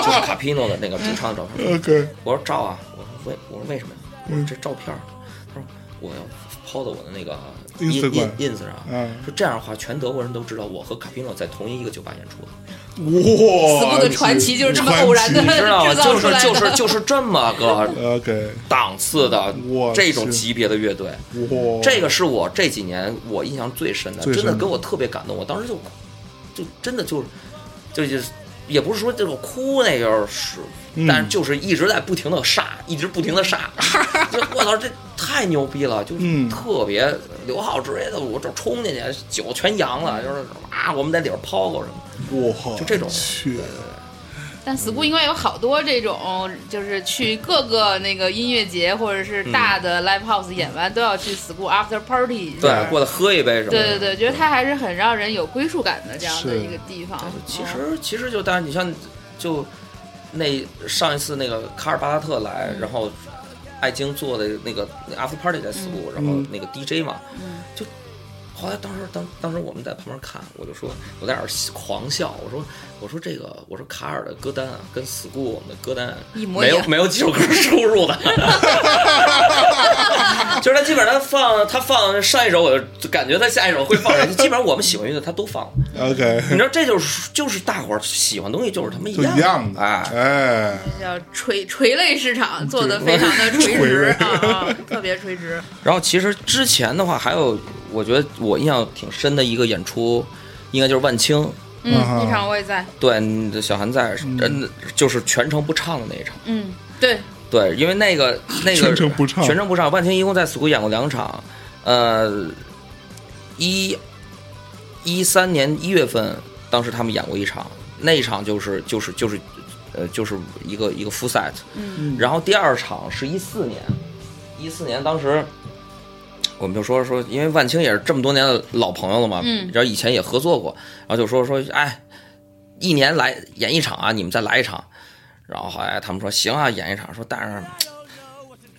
D: 就是卡皮诺的那个主唱的照片儿。
F: ，OK，
D: 我说照啊，我说为我说为什么呀？我
F: 嗯
D: 说这照片儿，他说我要抛到我的那个 ins
F: Instagram
D: ins 上，
F: 嗯
D: 说这样的话，全德国人都知道我和卡皮诺在同一个酒吧演出了，
F: 哇，
E: 死不的传奇就是这么偶然的
F: 传奇
D: 你知道吗？
E: 制造
D: 就
E: 出
D: 是
E: 来的
D: 就是就是这么个
F: OK，
D: 档次的
F: [LAUGHS] 我
D: 这种
F: 去
D: 级别的乐队，
F: 哇，
D: 这个是我这几年我印象最深的，
F: 最深
D: 真
F: 的
D: 的给我特别感动。我当时就就真的就就就是也不是说这个哭那个是，
F: 嗯
D: 但是就是一直在不停的煞，一直不停
F: [LAUGHS]
D: 的煞。就我操，这太牛逼了！就是
F: 嗯
D: 特别刘浩之类的，我这冲进去，酒全扬了，就是啊，我们在里边抛过什么。
F: 哇，
D: 就这种
F: 去，
C: 但 school 应该有好多这种，就是去各个那个音乐节或者是
D: 嗯
C: 大的 live house 演完都要去 school after party 一下。
D: 对，过来喝一杯什么的。
C: 对对对，觉得它还是很让人有归属感的这样的
F: 是
C: 一个地方。
E: 嗯
D: 其实其实就当然，你像就那上一次那个卡尔巴拉特来，
E: 嗯
D: 然后
E: 嗯
D: 艾京做的那个那 after party 在 school，、然后那个 DJ 嘛，就后来当时当当时我们在旁边看，我就说我在那儿狂笑，我说我说这个我说卡尔的歌单啊，跟 school 我们的歌单啊
E: 一模
D: 没
E: 一
D: 有
E: 样
D: 没有几首歌是出入的， [LAUGHS] 就是他基本上他放他放上一首，我就感觉他下一首会放什么，基本上我们喜欢乐队他都放。
F: OK，
D: 你知道这就是就是大伙儿喜欢东西就是他妈一
F: 就一样的，
D: 哎，
F: 哎，
C: 叫垂垂类市场做的非常的垂
F: 嗯垂类
C: 直啊啊，特别垂直。
D: 然后其实之前的话还有，我觉得我印象挺深的一个演出，应该就是万青。
E: 嗯，
F: 啊
E: 那场我也在，
D: 对，你的小韩在，真
F: 嗯
D: 的就是全程不唱的那一场。
E: 嗯，
C: 对，
D: 对，因为
F: [LAUGHS]
D: 那个那个
F: 全程不唱
D: 全程不唱。万青一共在 school 演过两场，呃，一一三年一月份，当时他们演过一场，那一场就是就是就是呃就是一个一个 full set，
E: 嗯
D: 然后第二场是一四年，一四年当时。我们就说说，因为万青也是这么多年的老朋友了嘛，
E: 嗯
D: 然后以前也合作过，然后就说说，哎，一年来演一场啊，你们再来一场，然后后来他们说行啊，演一场，说但是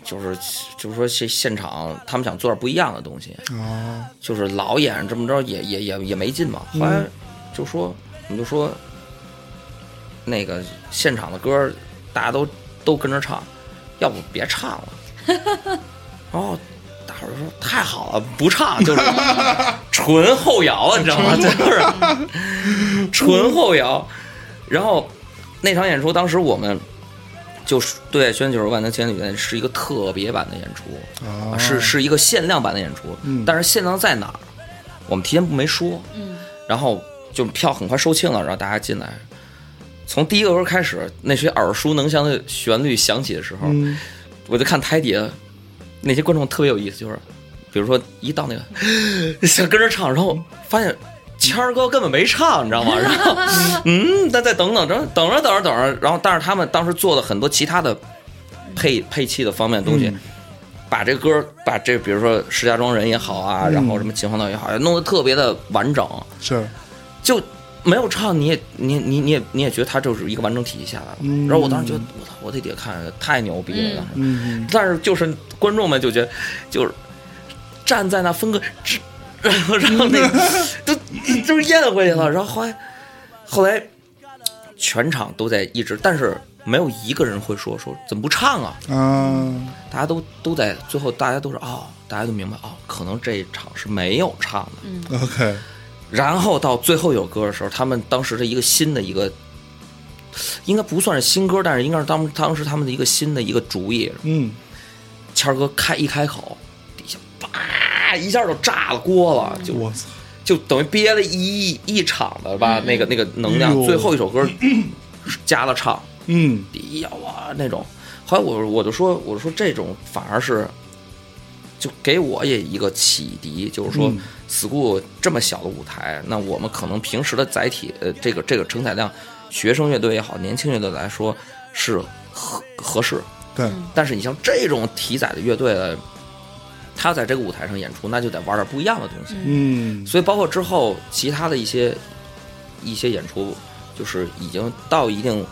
D: 就是就是说现现场他们想做点不一样的东西，
F: 哦，
D: 就是老演这么着也也也也没劲嘛。后来就说我们就说那个现场的歌大家都都跟着唱，要不别唱了。然后大伙儿就说太好了，不唱就是纯后摇啊了，你知道吗？就是纯后摇。然后那场演出，当时我们就是对《轩九十万能千女》是一个特别版的演出，
F: 啊
D: 是是一个限量版的演出，
F: 嗯
D: 但是限量在哪儿，我们提前没说，
E: 嗯，
D: 然后就票很快售罄了，然后大家进来，从第一个歌开始，那些耳熟能详的旋律响起的时候，
F: 嗯
D: 我就看台底下那些观众特别有意思，就是比如说一到那个想跟着唱，然后发现谦儿哥根本没唱，你知道吗？然后嗯，那再等等，等等着等着等着，然后但是他们当时做了很多其他的配配器的方面的东西。
F: 嗯
D: 把这歌，把这比如说石家庄人也好啊，
F: 嗯
D: 然后什么秦皇岛也好，弄得特别的完整，
F: 是，
D: 就没有唱，你也你你你也你也觉得它就是一个完整体系下来了。
F: 嗯
D: 然后我当时觉得，我操，我得得看，太牛逼了！当时，
F: 嗯，
D: 但是就是观众们就觉得，就是站在那分个，这然后然后那个都就是咽回去了。然后后来后来全场都在一直，但是没有一个人会说说怎么不唱啊？
F: 啊，
D: 大家都都在最后，大家都是哦，大家都明白哦，可能这一场是没有唱的。
B: 嗯
F: OK，
D: 然后到最后一首歌的时候，他们当时的一个新的一个，应该不算是新歌，但是应该是当当时他们的一个新的一个主意。
F: 嗯，
D: 谦儿哥开一开口，底下叭一下就炸了锅了，就
F: 我操，
D: 就等于憋了一一场的吧，那个那个能
F: 哎
D: 量。
F: 呦
D: 最后一首歌加了唱，
F: 嗯，
D: 低呀哇那种。后来我我就说，我说这种反而是，就给我也一个启迪，就是说、
F: 嗯
D: s c h o o l 这么小的舞台，那我们可能平时的载体，呃，这个这个承载量，学生乐队也好，年轻乐队来说是合合适。
F: 对，
D: 但是你像这种体载的乐队呢，他在这个舞台上演出，那就得玩点不一样的东西。
F: 嗯，
D: 所以包括之后其他的一些一些演出，就是已经到一定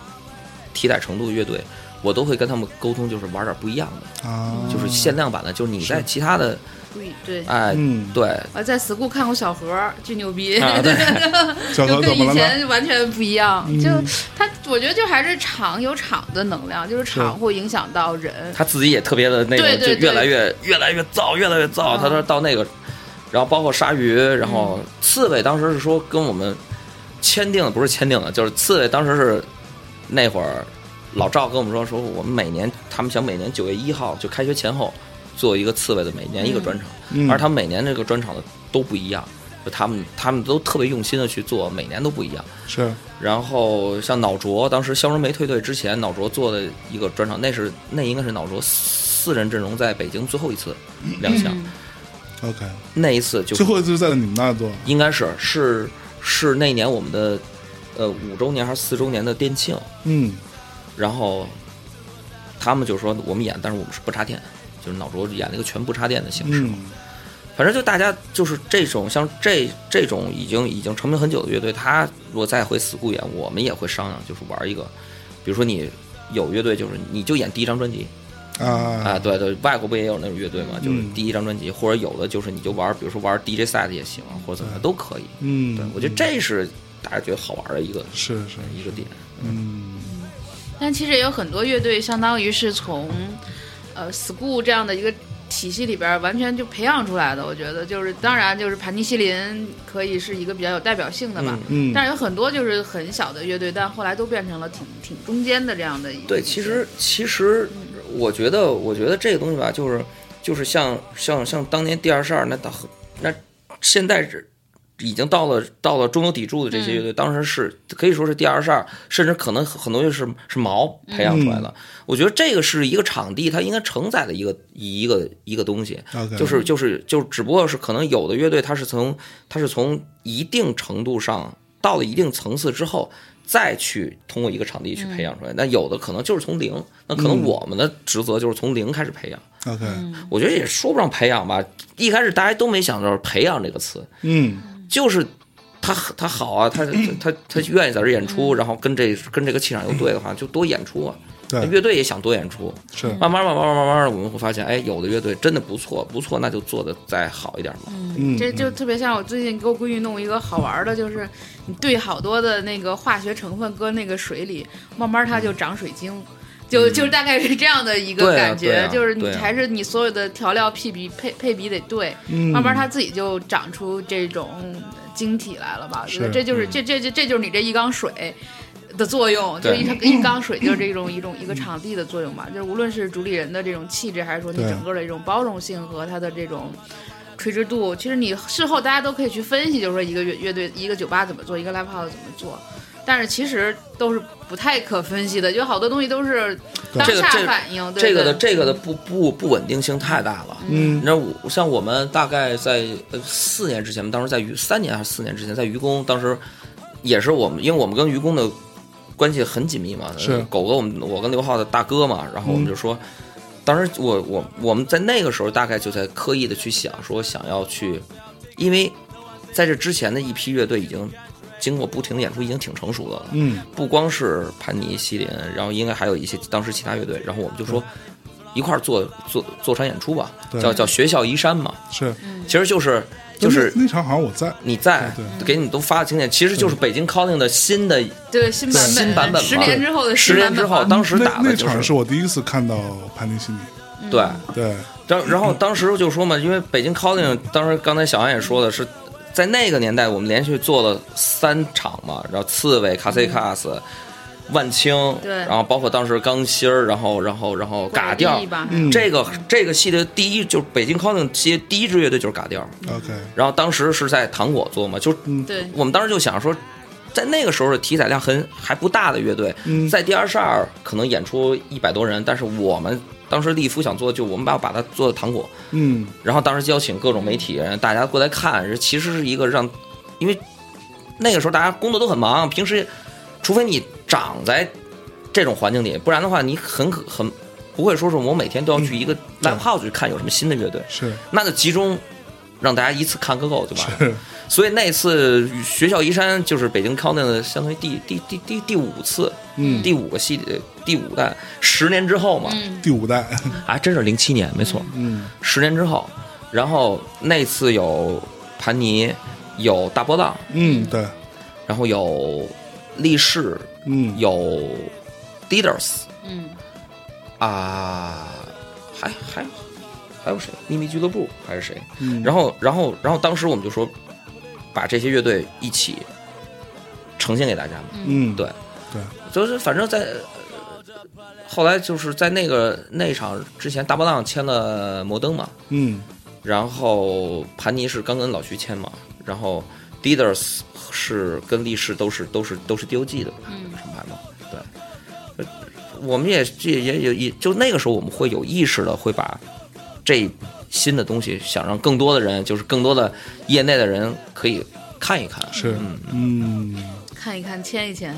D: 体载程度的乐队，我都会跟他们沟通，就是玩点不一样的，
F: 啊，
D: 就是限量版的，就是你在其他的
C: 对对，
D: 哎，
F: 嗯
D: 对
C: 我在 school 看过小何，巨牛逼。
D: 啊，
C: [LAUGHS]
D: 对，
F: 小
C: 就
F: 何
C: 跟
F: 怎么
C: 以
F: 了呢？
C: 前完全不一样，
F: 嗯
C: 就他，我觉得就还是场有场的能量，就是场会影响到人。
D: 他自己也特别的那种，
C: 对
D: 就
C: 对嗯
D: 越来越越来越燥，越来越燥。他说到那个，然后包括鲨鱼，然后刺猬当时是说跟我
C: 嗯
D: 们签订的，不是签订的，就是刺猬当时是那会儿老赵跟我们说，说我们每年他们想每年九月一号就开学前后做一个刺猬的每年一个专场，
F: 嗯
D: 而他们每年这个专场的都不一样，就他们他们都特别用心的去做，每年都不一样。
F: 是，
D: 然后像脑浊，当时肖荣梅退队之前，脑浊做的一个专场，那是那应该是脑浊四人阵容在北京最后一次
C: 嗯
D: 亮相，
F: OK，
D: 那一次就
F: 最后就是在你们那儿做，
D: 应该是是是那年我们的呃五周年还是四周年的店庆，
F: 嗯，
D: 然后他们就说我们演，但是我们是不插电，就是脑浊演了一个全不插电的形式嘛。
F: 嗯，
D: 反正就大家就是这种像这这种已经已经成名很久的乐队，他如果再回 school 演，我们也会商量，就是玩一个，比如说你有乐队就是你就演第一张专辑，
F: 啊嗯
D: 啊，对对，外国不也有那种乐队嘛？就是第一张专辑，或者有的就是你就玩，比如说玩 DJ set 也行，啊或者怎么样都可以。
F: 嗯，
D: 对，我觉得这是大家觉得好玩的一个
F: 是是，
D: 一个点。
F: 嗯
C: 但其实也有很多乐队，相当于是从呃 school 这样的一个体系里边儿完全就培养出来的。我觉得就是，当然就是盘尼西林可以是一个比较有代表性的吧。
D: 嗯
F: 嗯，
C: 但是有很多就是很小的乐队，但后来都变成了挺挺中间的这样的一个。
D: 对，其实其实我觉得，我觉得这个东西吧，就是就是像像像当年第二十二那到那现在是已经到了到了中流砥柱的这些乐队，当时是可以说是第二十二，甚至可能很多就是是毛培养出来的。我觉得这个是一个场地，它应该承载的一个一个一个东西。
F: OK
D: 就是就是就只不过是可能有的乐队它是从它是从一定程度上到了一定层次之后，再去通过一个场地去培养出来。那、有的可能就是从零，那可能我们的职责就是从零开始培养。
F: OK，
D: 我觉得也说不上培养吧，一开始大家都没想到培养这个词，
F: 嗯
D: 就是他他好啊，他他他他愿意在这演出，然后跟这跟这个气场又对的话，就多演出啊。
F: 对
D: 乐队也想多演出，
F: 是
D: 慢慢慢慢慢慢慢的，我们会发现，哎，有的乐队真的不错，不错，那就做的再好一点嘛。
F: 嗯，
C: 这就特别像我最近给我闺女弄一个好玩儿的，就是你兑好多的那个化学成分搁那个水里，慢慢它就长水晶，就就大概是这样的一个
D: 嗯对啊
C: 感
D: 对
C: 觉
D: 啊，
C: 就是你
D: 对啊
C: 还是你所有的调料配比配配比得对，
F: 嗯
C: 慢慢它自己就长出这种晶体来了吧？我觉
F: 是
C: 得这
D: 嗯
C: 就是这这这这就是你这一缸水。的作用就
D: 对
C: 一一缸水就是这种一种一个场地的作用吧，就是无论是主理人的这种气质，还是说你
F: 对
C: 整个的这种包容性和他的这种垂直度，其实你事后大家都可以去分析，就是说一个乐乐队、一个酒吧怎么做，一个 live house 怎么做，但是其实都是不太可分析的，有好多东西都是当
D: 这个
C: 下
D: 这个
C: 反应。对
D: 这个的
C: 对
D: 这个的不不不稳定性太大了。
F: 嗯
D: 你知道我像我们大概在呃四年之前，当时在愚三年还是四年之前，在愚公，当时也是我们，因为我们跟愚公的关系很紧密嘛，呃
F: 是嗯
D: 狗哥，我们我跟刘浩的大哥嘛，然后我们就说，当时我我我们在那个时候大概就在刻意的去想说想要去，因为在这之前的一批乐队已经经过不停的演出，已经挺成熟的了，
F: 嗯
D: 不光是潘尼、西林，然后应该还有一些当时其他乐队，然后我们就说一块儿做做做场演出吧，
F: 嗯对
D: 叫叫学校移山嘛，
F: 是
D: 其实就是就是
F: 那那场好像我在，
D: 你在
F: 对对
D: 给你都发的经典，其实就是北京 calling 的新的
C: 对新版本，
D: 新版本嘛
C: 十年之后的
D: 十
C: 新版
D: 年
C: 本
D: 之后，
C: 嘛
D: 当时打
F: 那
D: 的
F: 那
D: 就
F: 场
D: 是
F: 是我第一次看到潘尼西尼，
D: 对，
F: 对，
D: 然然后当时就说嘛，因为北京 calling 当时刚才小安也说的是。在那个年代，我们连续做了三场嘛，然后刺猬、卡西卡斯、万青，
C: 对
D: 然后包括当时钢芯儿，然后然后然后嘎
C: 第
D: 调
C: 一，吧，
F: 嗯
D: 这个这个系列第一就是北京 calling 系列第一支乐队就是嘎调，
F: 嗯 OK，
D: 然后当时是在糖果做嘛，就
C: 对，
D: 我们当时就想说，在那个时候的体载量很还不大的乐队，
F: 嗯
D: 在第二十二可能演出一百多人，但是我们当时立夫想做，就我们把把它做的糖果，
F: 嗯
D: 然后当时邀请各种媒体人，大家过来看，其实是一个让，因为那个时候大家工作都很忙，平时除非你长在这种环境里，不然的话你很可很不会说是我每天都要去一个 live house 去看有什么新的乐队，
F: 是
D: 那就集中让大家一次看个够就完了。
F: 是
D: 所以那次学校移山就是北京 County 的相当于第第第第第五次，
F: 嗯
D: 第五个系列第五代，十年之后嘛，
F: 第五代，
D: 还嗯啊真是零七年，没错，
F: 嗯
D: 十年之后，然后那次有盘尼，有大波浪，
F: 嗯对，
D: 然后有力士，
F: 嗯
D: 有 Leaders
E: 嗯，
D: 啊，还还还有谁？秘密俱乐部还是谁？
F: 嗯，
D: 然
F: 后
D: 后，然后，然后，当时我们就说，把这些乐队一起呈现给大家嘛。
F: 嗯
D: 对，
F: 对，
D: 就是反正在，呃后来就是在那个那一场之前，大波浪签了摩登嘛，
F: 嗯
D: 然后盘尼是刚跟老徐签嘛，然后 Leaders 是跟力士都是都是都是 DOG 的厂牌嘛，对。呃我们也也也也也就那个时候，我们会有意识的会把这新的东西，想让更多的人，就是更多的业内的人可以看一看。
F: 是
D: 嗯，
F: 嗯
C: 看一看，签一签，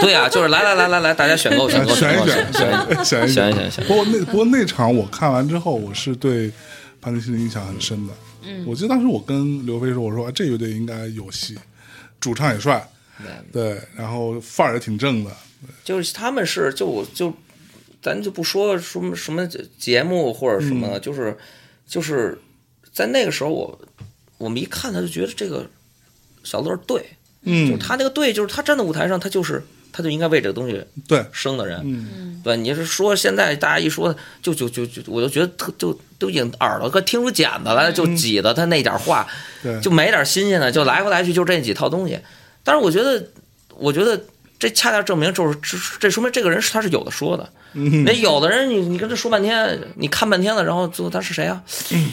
D: 对啊，就是来来来来来，大家选购选
F: [LAUGHS]
D: 购
F: 选
D: 购
F: 一
D: 选
F: 选， [LAUGHS] 选
D: 选
F: 一
D: 一选选。
F: 不过那不过那场我看完之后，我是对潘尼西林印象很深的。嗯，我记得当时我跟刘飞说，我说、啊、这乐队应该有戏，主唱也帅，对，然后范儿也挺正的，
D: 就是他们是就我就咱就不说什么什么节目或者什么，就是就是在那个时候我，我们一看他就觉得这个小乐对，
F: 嗯，
D: 他那个对就是他站在舞台上，他就是他就应该为这个东西
F: 对，
D: 生的人，
F: 嗯
D: 对，你是说现在大家一说就就就就，我就觉得特就都已经耳朵快听出茧子来了，就挤得他那点话，
F: 嗯对，
D: 就没点新鲜的，就来回来去就这几套东西。但是我觉得，我觉得这恰恰证明就是这这说明这个人是他是有的说的。
F: 嗯
D: 那有的人你你跟他说半天，你看半天了，然后最后他是谁啊？
F: 嗯
D: [LAUGHS]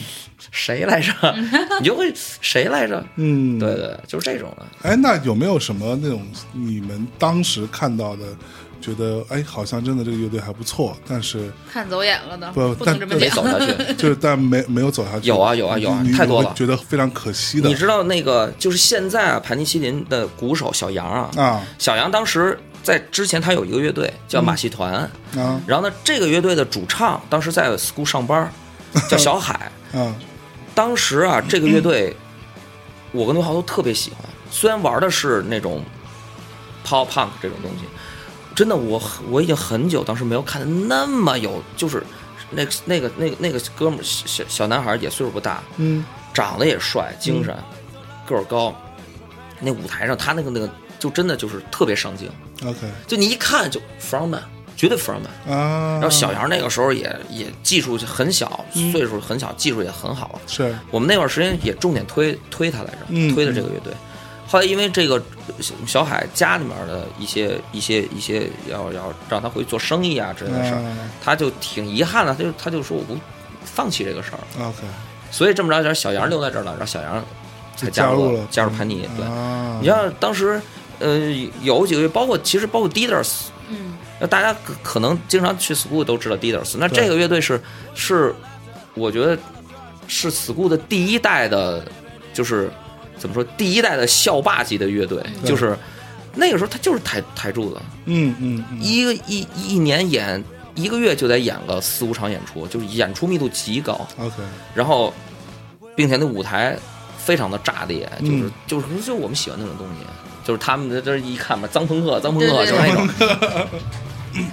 D: 谁来着？ [LAUGHS] 你就会谁来着？
F: 嗯，
D: 对对，就是这种的。
F: 哎，那有没有什么那种你们当时看到的，觉得哎，好像真的这个乐队还不错，但
D: [LAUGHS]
F: 是
C: [LAUGHS] 看走眼了的，
F: 不
C: 不
F: 但
C: 能这么
D: 没
C: 讲。
D: 走下
F: [LAUGHS]
D: 去。
F: 就是但没没有走下去？
D: 有啊有啊有啊
F: 你你
D: 太多了
F: 你会觉得非常可惜的。
D: 你知道那个就是现在啊，盘尼西林的鼓手小杨啊，
F: 啊
D: 小杨当时在之前他有一个乐队叫马戏团，
F: 啊
D: 然后呢，这个乐队的主唱当时在 school 上班，叫小海。
F: 啊！
D: 当时啊，这个乐队我跟刘浩都特别喜欢，虽然玩的是那种 pop punk 这种东西，真的我我已经很久当时没有看的那么有，就是那个那个那个那个哥们儿小小小男孩也岁数不大，
F: 嗯
D: 长得也帅，精神，个儿高，那舞台上他那个那个就真的就是特别上镜，
F: ，OK
D: 就你一看就 frontman，绝对 frontman。
B: 嗯
F: 啊。
D: 然后小杨那个时候也也技术很小，岁数很小，技术也很好。
F: 是
D: 我们那段时间也重点推推他来着，
F: 嗯
D: 推的这个乐队。后来因为这个小小海家里面的一些一些一些要要让他回去做生意啊之类的事儿，
B: 嗯
F: 啊
D: 他就挺遗憾的，他就他就说我不放弃这个事儿了。
F: ，OK
D: 所以这么着，就是小杨留在这儿了，让小杨才加
F: 入
D: 入
F: 了
D: 加入潘尼。
B: 嗯
D: 对，
F: 啊，
D: 你像当时呃有几个月，包括其实包括 Dealers
E: 嗯，
D: 那大家可可能经常去 school 都知道 Dealers，那
F: 对
D: 这个乐队是是，我觉得是 school 的第一代的，就是怎么说，第一代的校霸级的乐队，
F: 对
D: 就是那个时候他就是台台柱子，
F: 嗯嗯嗯
D: 一个一一年演一个月就得演个四五场演出，就是演出密度极高，
F: ，OK
D: 然后并且那舞台非常的炸裂，就是、
F: 嗯
D: 就是就是我们喜欢那种东西，就是他们在这一看吧，脏朋克，脏朋克
E: 对
D: 就
E: 对
D: 是那种。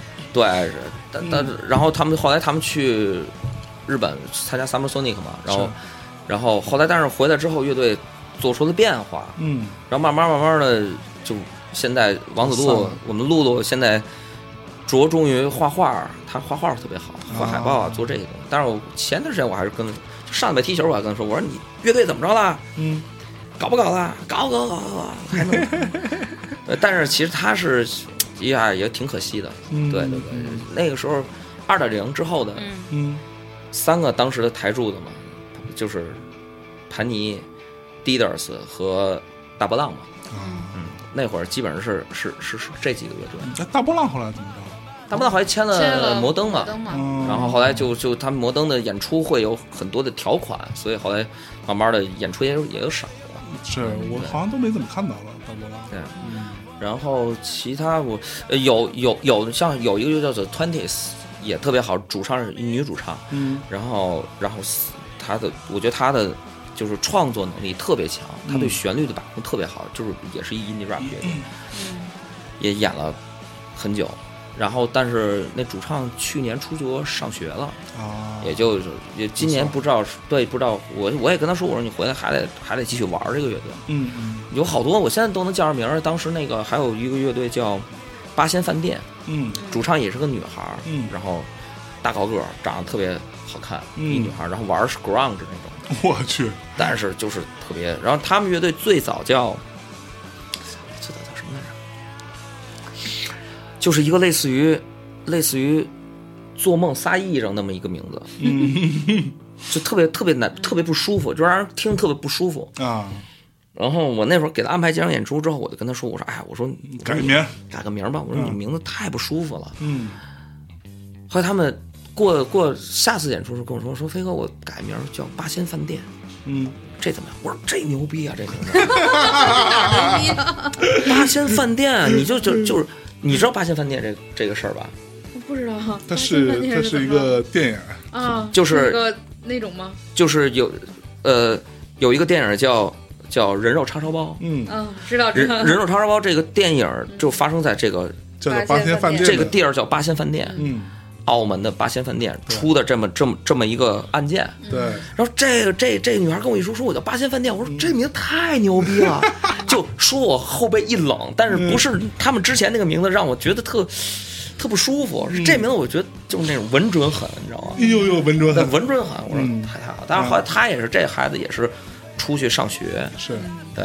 E: [LAUGHS]
D: 对，是但但
E: 嗯
D: 然后他们后来他们去日本参加 Summer Sonic 嘛，然后
F: 是
D: 然后后来但是回来之后乐队做出了变化，
F: 嗯
D: 然后慢慢慢慢的就现在王子
F: 散
D: 路
F: 了
D: 我们露露现在着重于画画，他画画特别好，画海报啊
F: 哦
D: 做这个东西。但是我前段时间我还是跟就上礼拜踢球我还跟他说，我说你乐队怎么着啦？
F: 嗯
D: 搞不搞啦？搞搞搞搞搞，
F: [LAUGHS]
D: 还能。呃但是其实他是哎呀也挺可惜的，
F: 嗯，
D: 对对对，那个时候二点零之后的
F: 嗯
D: 三个当时的台柱子嘛，就是盘尼、Diders 和大波浪嘛。
F: 啊，
D: 嗯，那会儿基本上是是是是这几个乐队，
B: 嗯
F: 嗯那大波浪后来怎么着了？
D: 他们后来签
E: 签
D: 了
E: 了
D: 呃摩登嘛，
E: 灯嘛，
F: 嗯
D: 然后后来就就他们摩登的演出会有很多的条款，所以后来慢慢的演出也有也有少了。
F: 是我好像都没怎么看到了大波浪。
D: 嗯对，
F: 嗯
D: 然后其他我呃有有有像有一个就叫做 Twenties，也特别好，主唱是一女主唱，
F: 嗯
D: 然后然后她的我觉得她的就是创作能力特别强，她对
F: 嗯
D: 旋律的把控特别好，就是也是一 indie rap 乐队，
C: 嗯
D: 也演了很久。然后，但是那主唱去年出国上学了，
F: 啊，
D: 也就是也今年
F: 不错
D: 不知道是对不知道我我也跟他说我说你回来还得还得继续玩这个乐队，
F: 嗯嗯
D: 有好多我现在都能叫上名儿。当时那个还有一个乐队叫八仙饭店，
F: 嗯
D: 主唱也是个女孩儿，
F: 嗯
D: 然后大高个儿，长得特别好看，
F: 嗯
D: 一女孩儿，然后玩儿是 grunge 那种，
F: 嗯，我去，
D: 但是就是特别。然后他们乐队最早叫最早叫什么来着？就是一个类似于类似于做梦撒癔症那么一个名字，
F: 嗯
D: 就特别特别难，特别不舒服，就让人听着特别不舒服。
F: 啊，
D: 然后我那会儿给他安排这场演出之后，我就跟他说：“我说，哎，我说我说
F: 改
D: 你
F: 名，
D: 改个名儿吧，我说你
F: 嗯
D: 名字太不舒服了。
F: 嗯
D: 后来他们过过下次演出的时候跟我说：“说飞哥，我改名儿叫八仙饭店，
F: 嗯，
D: 这怎么样？”我说：“这牛逼啊，这名字！八仙饭店，啊你就就就是你知道八仙饭店这这个事儿吧？
E: 我不知道。
F: 它
E: 八仙
F: 是
E: 饭店
F: 它
E: 是
F: 是一
E: 怎么了
F: 个电影，
E: 啊，
D: 就是
E: 个那种吗？
D: 就是有呃有一个电影叫叫《人肉叉烧包
F: 嗯，
C: 哦啊
E: 嗯，知道》，知
D: 人
E: 道。
D: 人肉叉烧包这个电影就发生在这个
F: 叫做八仙饭店，
D: 这个地儿叫八仙饭店。
F: 嗯
D: 澳门的八仙饭店出的这么这么这么一个案件。
B: 对，
D: 然后这个这这女孩跟我一说，说我叫八仙饭店，我
B: 嗯
D: 说这名太牛逼
B: [LAUGHS]
D: 了，就说我后背一冷，但是不
B: 嗯
D: 是他们之前那个名字让我觉得特特不舒服，
B: 嗯
D: 是这名字我觉得就是那种稳准狠，你知道吗？
B: 哎呦呦，文卓
D: 那
B: 很
D: 文准狠，我说
B: 嗯
D: 太太好了，但是后来他也是这孩子也是出去上学，
B: 是
D: 对。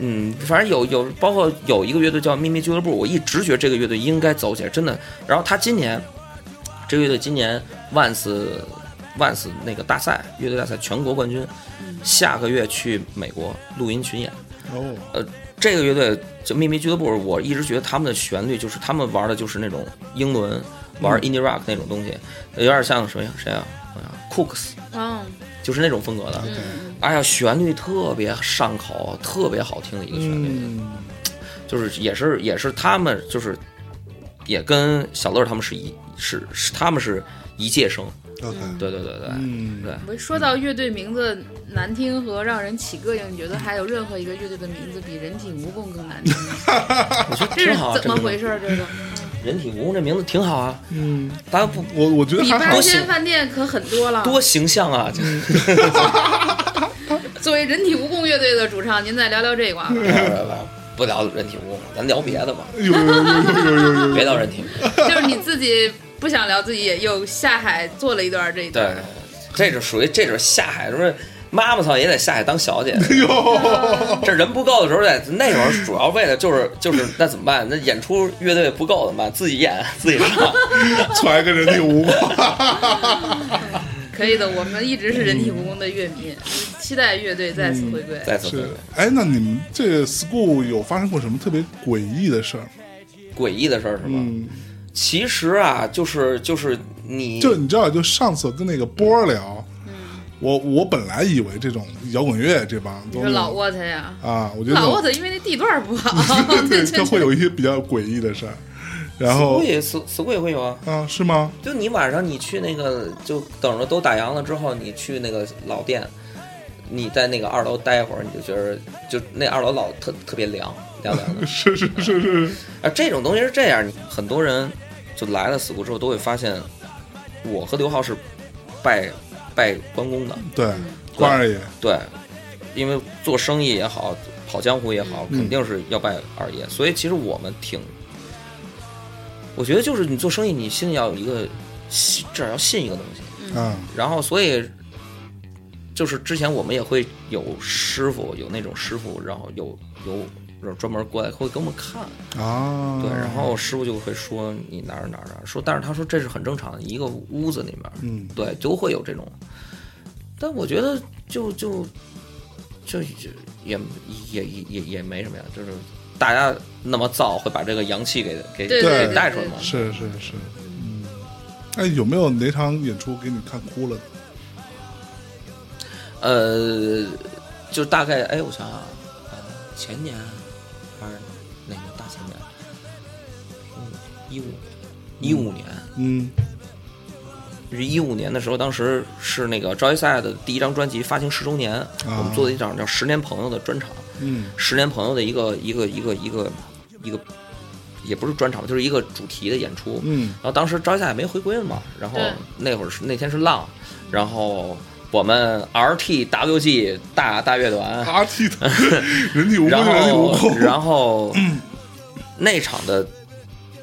D: 嗯，反正有有，包括有一个乐队叫秘密俱乐部，我一直觉得这个乐队应该走起来，真的。然后他今年，这个乐队今年万斯万斯那个大赛乐队大赛全国冠军，下个月去美国录音巡演。
B: 哦，
D: 这个乐队就秘密俱乐部，我一直觉得他们的旋律就是他们玩的就是那种英伦玩 indie rock 那种东西，有点像谁呀谁啊哎呀，Cooks，
C: 嗯
D: 就是那种风格的。
C: 嗯，
D: 哎呀，旋律特别上口，特别好听的一个旋律，
B: 嗯，
D: 就是也是也是他们就是也跟小乐他们是一是是他们是一届生，
B: OK，
D: 对对对对，
B: 嗯
D: 对
C: 我说到乐队名字难听和让人起膈应，你觉得还有任何一个乐队的名字比人体蜈蚣更难听？
D: [LAUGHS] 我觉得
C: 这是
D: 挺好啊，
C: 怎么回
D: 事？
C: 事儿？这个
D: 人体蜈蚣这名字挺好啊，
B: 嗯，
D: 大家不
B: 我我觉得
C: 比
B: 还好
C: 八，仙饭店可很多了。
D: 多形象啊，就
C: 作为人体蜈蚣乐队的主唱，您再聊聊这啊一卦吧。
B: 嗯
D: [LAUGHS] 不聊人体蜈蚣了，咱聊别的吧，
B: 有有有有有有有，
D: 别聊人体蜈蚣。
C: [LAUGHS] 就是你自己不想聊，自己也又下海做了一段这一
D: 对
C: 段。，
D: 这就属于这就是下海，就是妈妈操也得下海当
B: [LAUGHS]
D: 小姐。
B: 哎有，
D: [LAUGHS] 这人不够的时候，在那会儿主要为了就是就是那怎么办？那演出乐队不够怎么办？自己演自己
B: [LAUGHS]
D: 唱。
B: 传一个人体蜈
D: [LAUGHS]
B: 蚣，
C: 可以的，我们一直是人体
D: 嗯
C: 蜈蚣的乐迷，期待乐队再次回归。
D: 再次回
B: 是
D: 归，
B: 哎，那你们这个 school 有发生过什么特别诡异的事儿？
D: 诡异的事儿是吗？
B: 嗯，
D: 其实啊，就是就是你
B: 就你知道，就上次跟那个波儿聊，我我本来以为这种摇滚乐这帮
C: 嗯你
B: 都
C: 说
B: 是
C: 老沃特呀，
B: 啊，我觉得，
C: 老沃特因为那地
D: [LAUGHS]
C: 段不好 [LAUGHS]
B: 对，[LAUGHS]
C: 确
B: 就会有一些比较诡异的事儿，然后
D: 死鬼死死鬼也会有啊。
B: 啊，是吗？
D: 就你晚上你去那个，就等着都打烊了之后，你去那个老店，你在那个二楼待一会儿，你就觉得就那二楼老特特别凉凉凉
B: [LAUGHS]
D: 的。
B: 是是是是，
D: 啊，这种东西是这样，你很多人就来了死谷之后都会发现，我和刘浩是拜拜关公的，
B: 对，
C: 嗯
B: 关二爷，
D: 对，因为做生意也好，跑江湖也好，
B: 嗯
D: 肯定是要拜二爷，所以其实我们挺，我觉得就是你做生意，你心里要有一个信，至少要信一个东西，
B: 啊，
D: 然后所以。就是之前我们也会有师傅，有那种师傅，然后有有有专门过来会给我们看，
B: 啊，
D: 对，然后师傅就会说你哪儿哪儿哪儿说，但是他说这是很正常的，一个屋子里面，
B: 嗯
D: 对，都会有这种。但我觉得就就就就也也也也也没什么呀，就是大家那么造会把这个阳气给给
C: 对
B: 对
D: 给带出来嘛。
B: 是是是，嗯，哎，有没有哪场演出给你看哭了的？
D: 呃，就大概哎，我想想啊，呃，前年还是哪个大前年，一五一五年。
B: 嗯，
D: 一五年的时候，当时是那个 Joyside 的第一张专辑发行十周年，我们做了一场叫《十年朋友》的专场，
B: 嗯
D: 《十年朋友》的一个一个一个一个一个，也不是专场，就是一个主题的演出。
B: 嗯
D: 然后当时 Joyside 也没回归嘛，然后
C: 对
D: 那会儿是那天是浪，然后我们 RTWG 大大乐团，
B: ，R T
D: [LAUGHS]
B: 的人体蜈蚣，
D: 哎然
B: 人体蜈
D: 后
B: 蚣，
D: 然后 [CLEARS THROAT] 那场的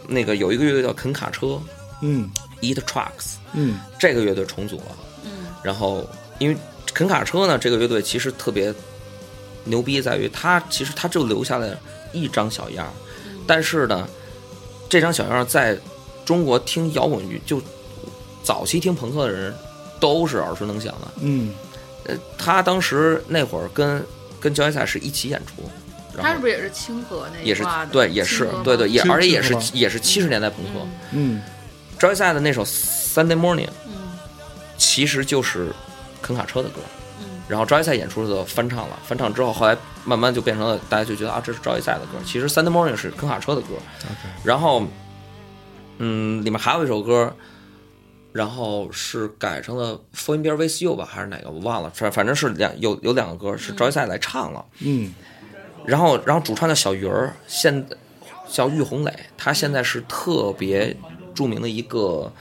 D: 那个有一个乐队叫肯卡车
B: 嗯
D: Eat Trucks，
B: 嗯
D: 这个乐队重组了。
C: 嗯
D: 然后因为肯卡车呢，这个乐队其实特别牛逼，在于它其实它就留下了一张小样儿，
C: 嗯
D: 但是呢，这张小样儿在中国听摇滚乐就早期听朋克的人都是耳熟能详的。
B: 嗯，
D: 呃，他当时那会儿跟跟交易赛是一起演出，然
C: 他是
D: 后
C: 不是也是清河那
D: 也
C: 一
D: 是
C: 挂的？
D: 对，也是
C: 清河吗
D: 对对，也
B: 清
D: 而且也
B: 清
D: 是
B: 河吧
D: 也是七十年代朋克。
B: 嗯
D: 交易赛的那首《Sunday Morning》
C: 嗯
D: 其实就是肯卡车的歌。
C: 嗯
D: 然后赵一赛演出的时候翻唱了，翻唱之后，后来慢慢就变成了大家就觉得啊，这是赵一赛的歌。其实《Sunday Morning》是肯卡车的歌，
B: ，OK，
D: 然后，嗯，里面还有一首歌，然后是改成了《f o in Bear with You》吧，还是哪个我忘了，反反正是两有有两个歌是赵一赛来唱了。
B: 嗯
D: 然后，然后主唱叫小鱼儿，现叫玉红磊，他现在是特别著名的一个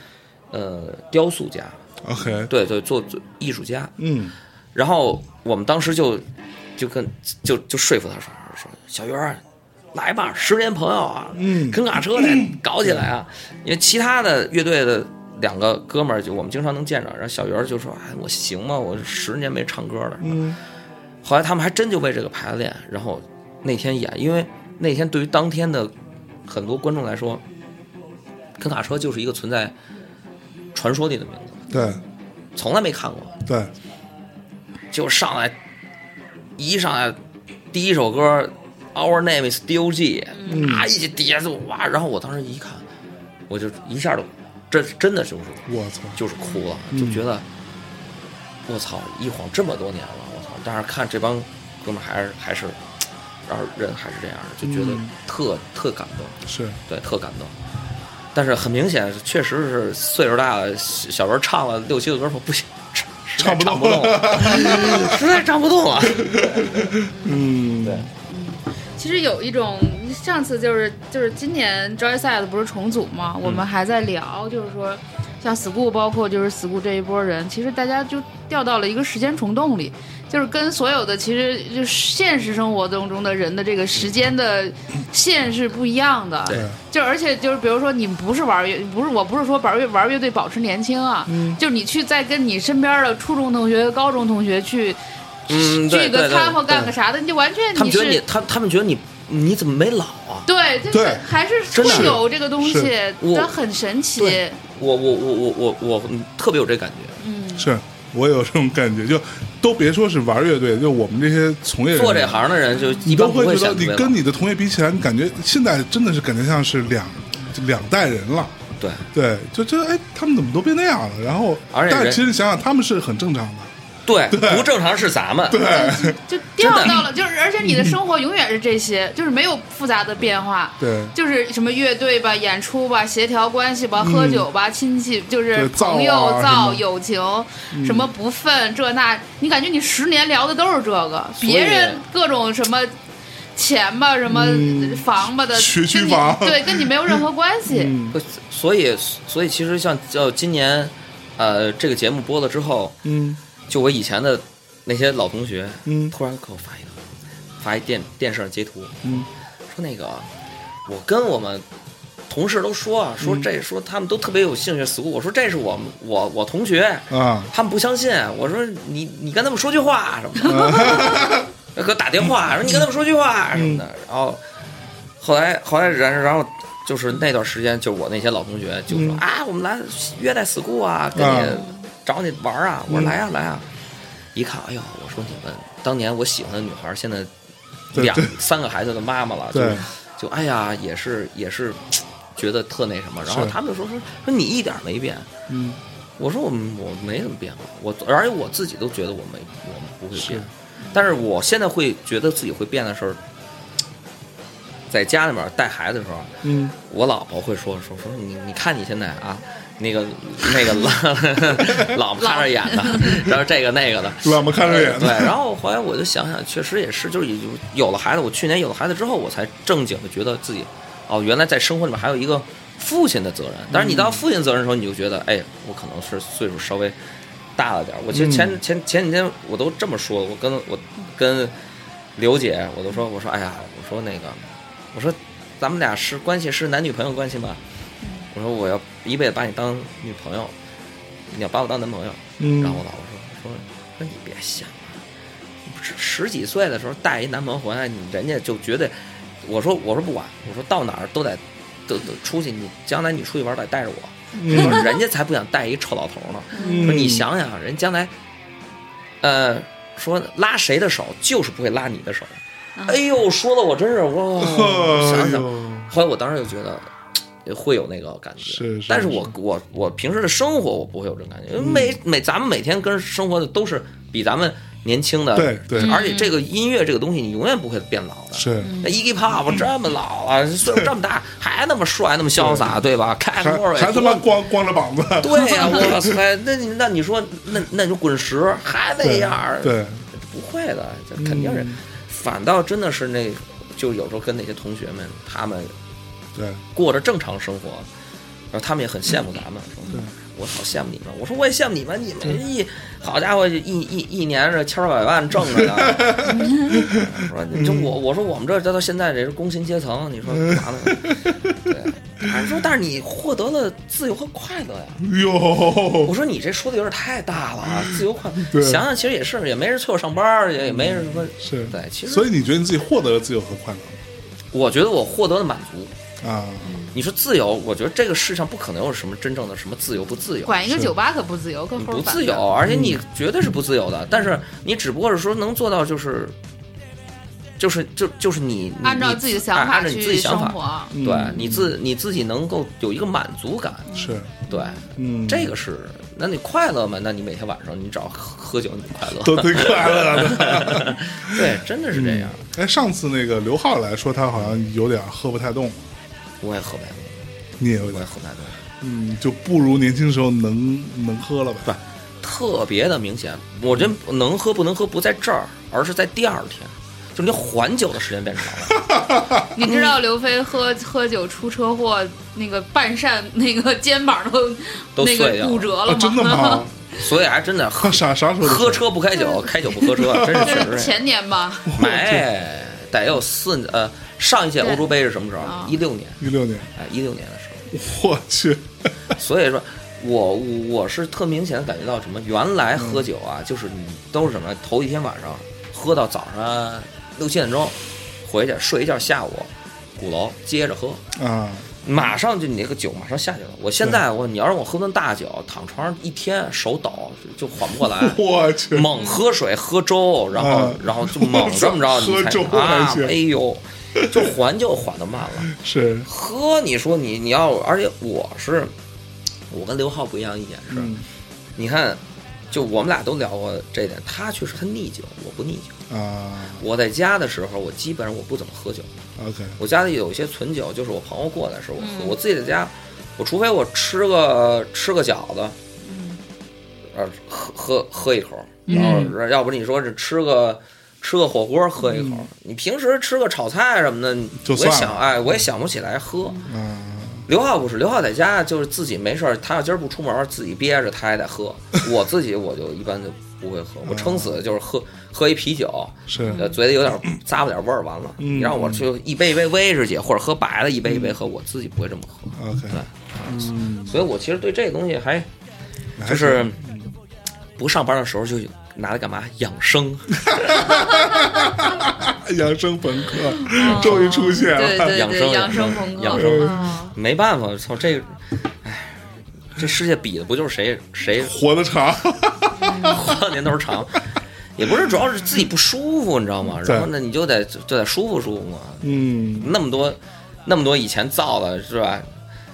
D: 呃雕塑家，
B: OK，
D: 对对，做做艺术家。
B: 嗯，
D: 然后我们当时就就跟就就说服他说说小袁儿，来吧，十年朋友啊，
B: 嗯
D: 跟卡车得搞起来啊，因为其他的乐队的。两个哥们儿就我们经常能见着，然后小袁儿就说：“哎，我行吗？我十年没唱歌了。”
B: 嗯，
D: 后来他们还真就为这个排练，然后那天演，因为那天对于当天的很多观众来说，肯卡车就是一个存在传说里的名字，
B: 对
D: 从来没看过，
B: 对，
D: 就上来一上来第一首歌《Our Name Is D.O.G.》，啊，一起底下就哇，然后我当时一看，我就一下就这真的就是
B: 我操，
D: 就是哭了，就觉得我操，一晃这么多年了，我操！但是看这帮哥们儿还是还是，然后人还是这样的，就觉得特、特感动，
B: 是
D: 对，特感动。但是很明显，确实是岁数大了，小小时候唱了六七个歌儿，我不行，实在唱不动了，
B: [LAUGHS]
D: 实在唱不动了。
B: 嗯，
D: 对
C: 其实有一种，上次就是就是今年 Joyside 不是重组嘛，
D: 嗯
C: 我们还在聊，就是说像 School，包括就是 School 这一波人，其实大家就掉到了一个时间虫洞里，就是跟所有的其实就是现实生活当中的人的这个时间的线是不一样的。
D: 对
C: 就而且就是，比如说你不是玩乐，不是我不是说玩乐玩乐队保持年轻啊，
D: 嗯
C: 就是你去再跟你身边的初中同学、高中同学去
D: 嗯，
C: 聚
D: 对
C: 个
D: 对
C: 餐或
D: 对，
C: 干个
D: 对
C: 啥的，你就完全
D: 他们觉
C: 是
D: 得你，他他们觉得你你怎么没老啊？
C: 对，就是
B: 对
C: 还是
D: 真的
C: 会有这个东西
B: 是，
D: 我
C: 它很神奇
D: 对。我我我我我我嗯特别有这感觉，
B: 是。我也有这种感觉，就都别说是玩乐队，就我们这些从业人员
D: 做这行的人就
B: 你
D: 一般
B: 都
D: 不
B: 觉
D: 会
B: 得
D: 想
B: 你
D: 特别
B: 跟
D: 老
B: 你的同业比起来，你感觉现在真的是感觉像是两两代人了。
D: 对。
B: 对，就这哎，他们怎么都变那样了？然后，
D: 而且
B: 但
D: 人
B: 其实想想，他们是很正常的。
D: 对，不正常是咱们。
C: 就掉
D: 真的
C: 到了，就是而且你的生活永远是这些，就是没有复杂的变化，
B: 嗯对，
C: 就是什么乐队吧、演出吧、协调关系吧、喝酒吧、亲戚，就是
B: 嗯对造啊
C: 朋友
B: 什么嗯
C: 造友情，什么不忿这那，你感觉你十年聊的都是这个，
D: 所以
C: 别人各种什么。钱吧，什么
B: 嗯
C: 房吧的，
B: 学区
C: 跟你
B: 房
C: 对，跟你没有任何关系。
B: 嗯
D: 不所以，所以其实像呃今年，呃这个节目播了之后，
B: 嗯
D: 就我以前的那些老同学，
B: 嗯
D: 突然给我发一个发一电电视上截图，
B: 嗯，
D: 说那个我跟我们同事都说
B: 嗯
D: 啊，说这说他们都特别有兴趣 school，我说这是我们我我同学， [LAUGHS]
B: 啊，
D: 他们不相信，我说你你跟他们说句话什么
B: 啊
D: 的， [LAUGHS] 给我打电
B: [LAUGHS]
D: 话说你跟他们说句话什么的，
B: 嗯
D: 然后后来后来然然后就是那段时间，就我那些老同学就说、
B: 嗯
D: 啊，我们来约在 school 啊，跟你、
B: 啊嗯
D: 找你玩啊，我说来呀、来呀、一看哎呦，我说你们当年我喜欢的女孩，现在
B: 对
D: 两
B: 对
D: 三个孩子的妈妈了，就
B: 对
D: 就哎呀，也是也是觉得特那什么，然后
B: 是
D: 他们就说说说你一点儿没变。
B: 嗯，
D: 我说我我没怎么变过，我而且我自己都觉得我没我不会
B: 是，
D: 变但是我现在会觉得自己会变的事儿，在家里面带孩子的时候，
B: 嗯，
D: 我老婆会说说说你你看你现在啊，那个那个老 [LAUGHS] 老婆看着眼
B: [LAUGHS]
D: 的，然后这个那个的，
B: 让我们看着眼
D: 对，然后后来我就想想，确实也是，就是有有了孩子，我去年有了孩子之后，我才正经的觉得自己，哦，原来在生活里面还有一个父亲的责任。但是你
B: 嗯
D: 当父亲责任的时候，你就觉得，哎，我可能是岁数稍微大了点儿。我其实前、
B: 嗯
D: 前前几天我都这么说，我跟我跟刘姐我都说，我说，哎呀，我说那个，我说咱们俩是关系是男女朋友关系吗？我说我要一辈子把你当女朋友，你要把我当男朋友。
B: 嗯
D: 然后我老婆说说说你别想了，你不是十几岁的时候带一男朋友回来，你人家就觉得，我说我说不管，我说到哪儿都得都都出去，你将来你出去玩儿得带着我，我
B: 嗯
D: 说人家才不想带一臭老头呢。说你想想，人将来，呃，说拉谁的手就是不会拉你的手。哎呦，说的我真是我
B: 哎
D: 想想，后来我当时就觉得。嘖会有那个感觉，
B: 是是嗯
D: 但是我我我平时的生活我不会有这种感觉，因为每每咱们每天跟生活的都是比咱们年轻的，
B: 对对
D: 而且这个音乐这个东西你永远不会变老的，
B: 是
D: 那 Iggy Pop 这么老了，岁数这
B: [LAUGHS]
D: 么大还那么帅那么潇洒，对吧？开
B: 还
D: Corey
B: 还他妈光光着膀子，
D: [LAUGHS] 对呀、我操！那你那你说，那那你就滚石还那样儿，
B: 对，
D: 不会的，这肯定是。反倒真的是那，就有时候跟那些同学们，他们
B: 对
D: 过着正常生活，然后他们也很羡慕咱们，说我好羡慕你们。我说我也羡慕你们，你们一好家伙一一一年这千八百万挣着呢。我说你就我我说我们这这到现在这是工薪阶层，你说干嘛呢？对，他说但是你获得了自由和快乐呀。
F: 哟，
D: 我说你这说的有点太大了啊，自由快
F: 对
D: 乐。想想其实也是，也没人催我上班儿，也也没人说。
F: 是，
D: 对，其实
F: 所以你觉得你自己获得了自由和快乐
D: 我觉得我获得了满足。
F: 吗啊？
D: 你说自由，我觉得这个世上不可能有什么真正的什么自由不自由。
C: 管一个
F: 是
C: 酒吧可不自由，跟
D: 你
C: 猴儿
D: 不
C: 反
D: 自由，而且
F: 嗯
D: 你绝对是不自由的。但是你只不过是说能做到，就是，就是就就是你你
C: 按照
D: 你
C: 自己的想
D: 哎
C: 法
D: 按照你自
C: 去
D: 己想
C: 生
D: 法，
C: 活。啊
F: 嗯
D: 对你自你自己能够有一个满足感，
F: 是，
D: 对，
F: 嗯，
D: 这个是。那你快乐嘛？那你每天晚上你只要喝喝酒，你就快乐。
F: 都挺快乐
D: [LAUGHS]
F: 的。
D: 对，真的是这
B: 嗯
D: 样。
F: 哎，上次那个刘浩来说，他好像有点喝不太动，
D: 我也喝白酒，
F: 你也有
D: 我
F: 点
D: 也，喝白酒，
F: 嗯，就不如年轻时候能能喝了吧？
D: 特别的明显。我这能喝不能喝不在这儿，而是在第二天，就你缓酒的时间变长了。
C: 你知道刘飞喝喝酒出车祸，那个半扇那个肩膀都
D: [LAUGHS] 都
C: 那
D: 碎
C: 个
D: 掉
C: 骨
D: 了
C: 折了
F: 啊，
C: 吗？
F: 真的
C: [LAUGHS]
F: 吗？ [LAUGHS]
D: 所以还真的喝
F: 啥啥时候的事
D: 喝？车不开酒，开酒不喝车，真是确
C: 这
D: 实
C: 是
D: 是这样。
C: 前年吧，
D: 没，得有四呃，上一届
C: 对
D: 欧洲杯是什么时候
C: 啊？
D: 一六年，
F: 一六年，
D: 哎，一六年的时候。
F: 我去，
D: 所以说，我我我是特明显感觉到什么？原来喝酒
F: 嗯
D: 啊，就是你都是什么？头一天晚上喝到早上六七点钟，回去睡一觉，下午鼓楼接着喝，
F: 啊，
D: 马上就你那个酒马上下去了。我现在我你要让我喝顿大酒，躺床上一天手抖就缓不
F: [LAUGHS]
D: 过来。
F: 啊我去，
D: 猛喝水、喝粥，然后、
F: 嗯
D: 然后就猛这么
F: [LAUGHS]
D: 着，
F: 喝
D: 你才
F: 粥
D: 啊
F: 还，行
D: 哎呦，就缓就缓的慢了。
F: 是，
D: 喝，你说你你要，而且我是，我跟刘浩不一样一点是，
F: 嗯
D: 你看，就我们俩都聊过这一点，他确实他腻酒，我不腻酒。
F: 啊
D: 我在家的时候，我基本上我不怎么喝酒，
F: ，OK，
D: 我家里有一些存酒，就是我朋友过来的时候我喝，我自己在家，我除非我吃个吃个饺子，呃，喝喝喝一口，然后、要不你说是吃个吃个火锅喝一口，你平时吃个炒菜什么的，
F: 就
D: 我也
F: 算了
D: 想哎，我也想不起来喝。
F: 啊，
D: 刘浩不是，刘浩在家就是自己没事儿，他要今儿不出门，自己憋着他还
F: [LAUGHS]
D: 得喝。我自己我就一般就不会喝，我撑死就是喝喝一啤酒，
F: 哦是，
D: 呃，嘴里有点咂巴点味儿，完了，
F: 嗯
D: 你让我就一杯一杯威士忌或者喝白的，一杯一杯喝，我自己不会这么喝，
F: OK，
D: 对
F: 嗯，
D: 所以我其实对这个东西还
F: 还
D: 就是不上班的时候就拿来干嘛养生，
F: 养生朋
D: 哦
F: 克终于出现
C: 对
F: 了，
C: 对
D: 养
C: 对，
D: 生
C: 养生朋
D: 朋
C: 克，
D: 养生，
C: 嗯
D: 没办法，操这个，唉，这世界比的不就是谁谁
F: 活得长，
D: 活的年头长。也不是，主要是自己不舒服，你知道吗？
F: 对
D: 然后呢，你就得就得舒服舒服嘛。
F: 嗯，
D: 那么多那么多以前造的是吧？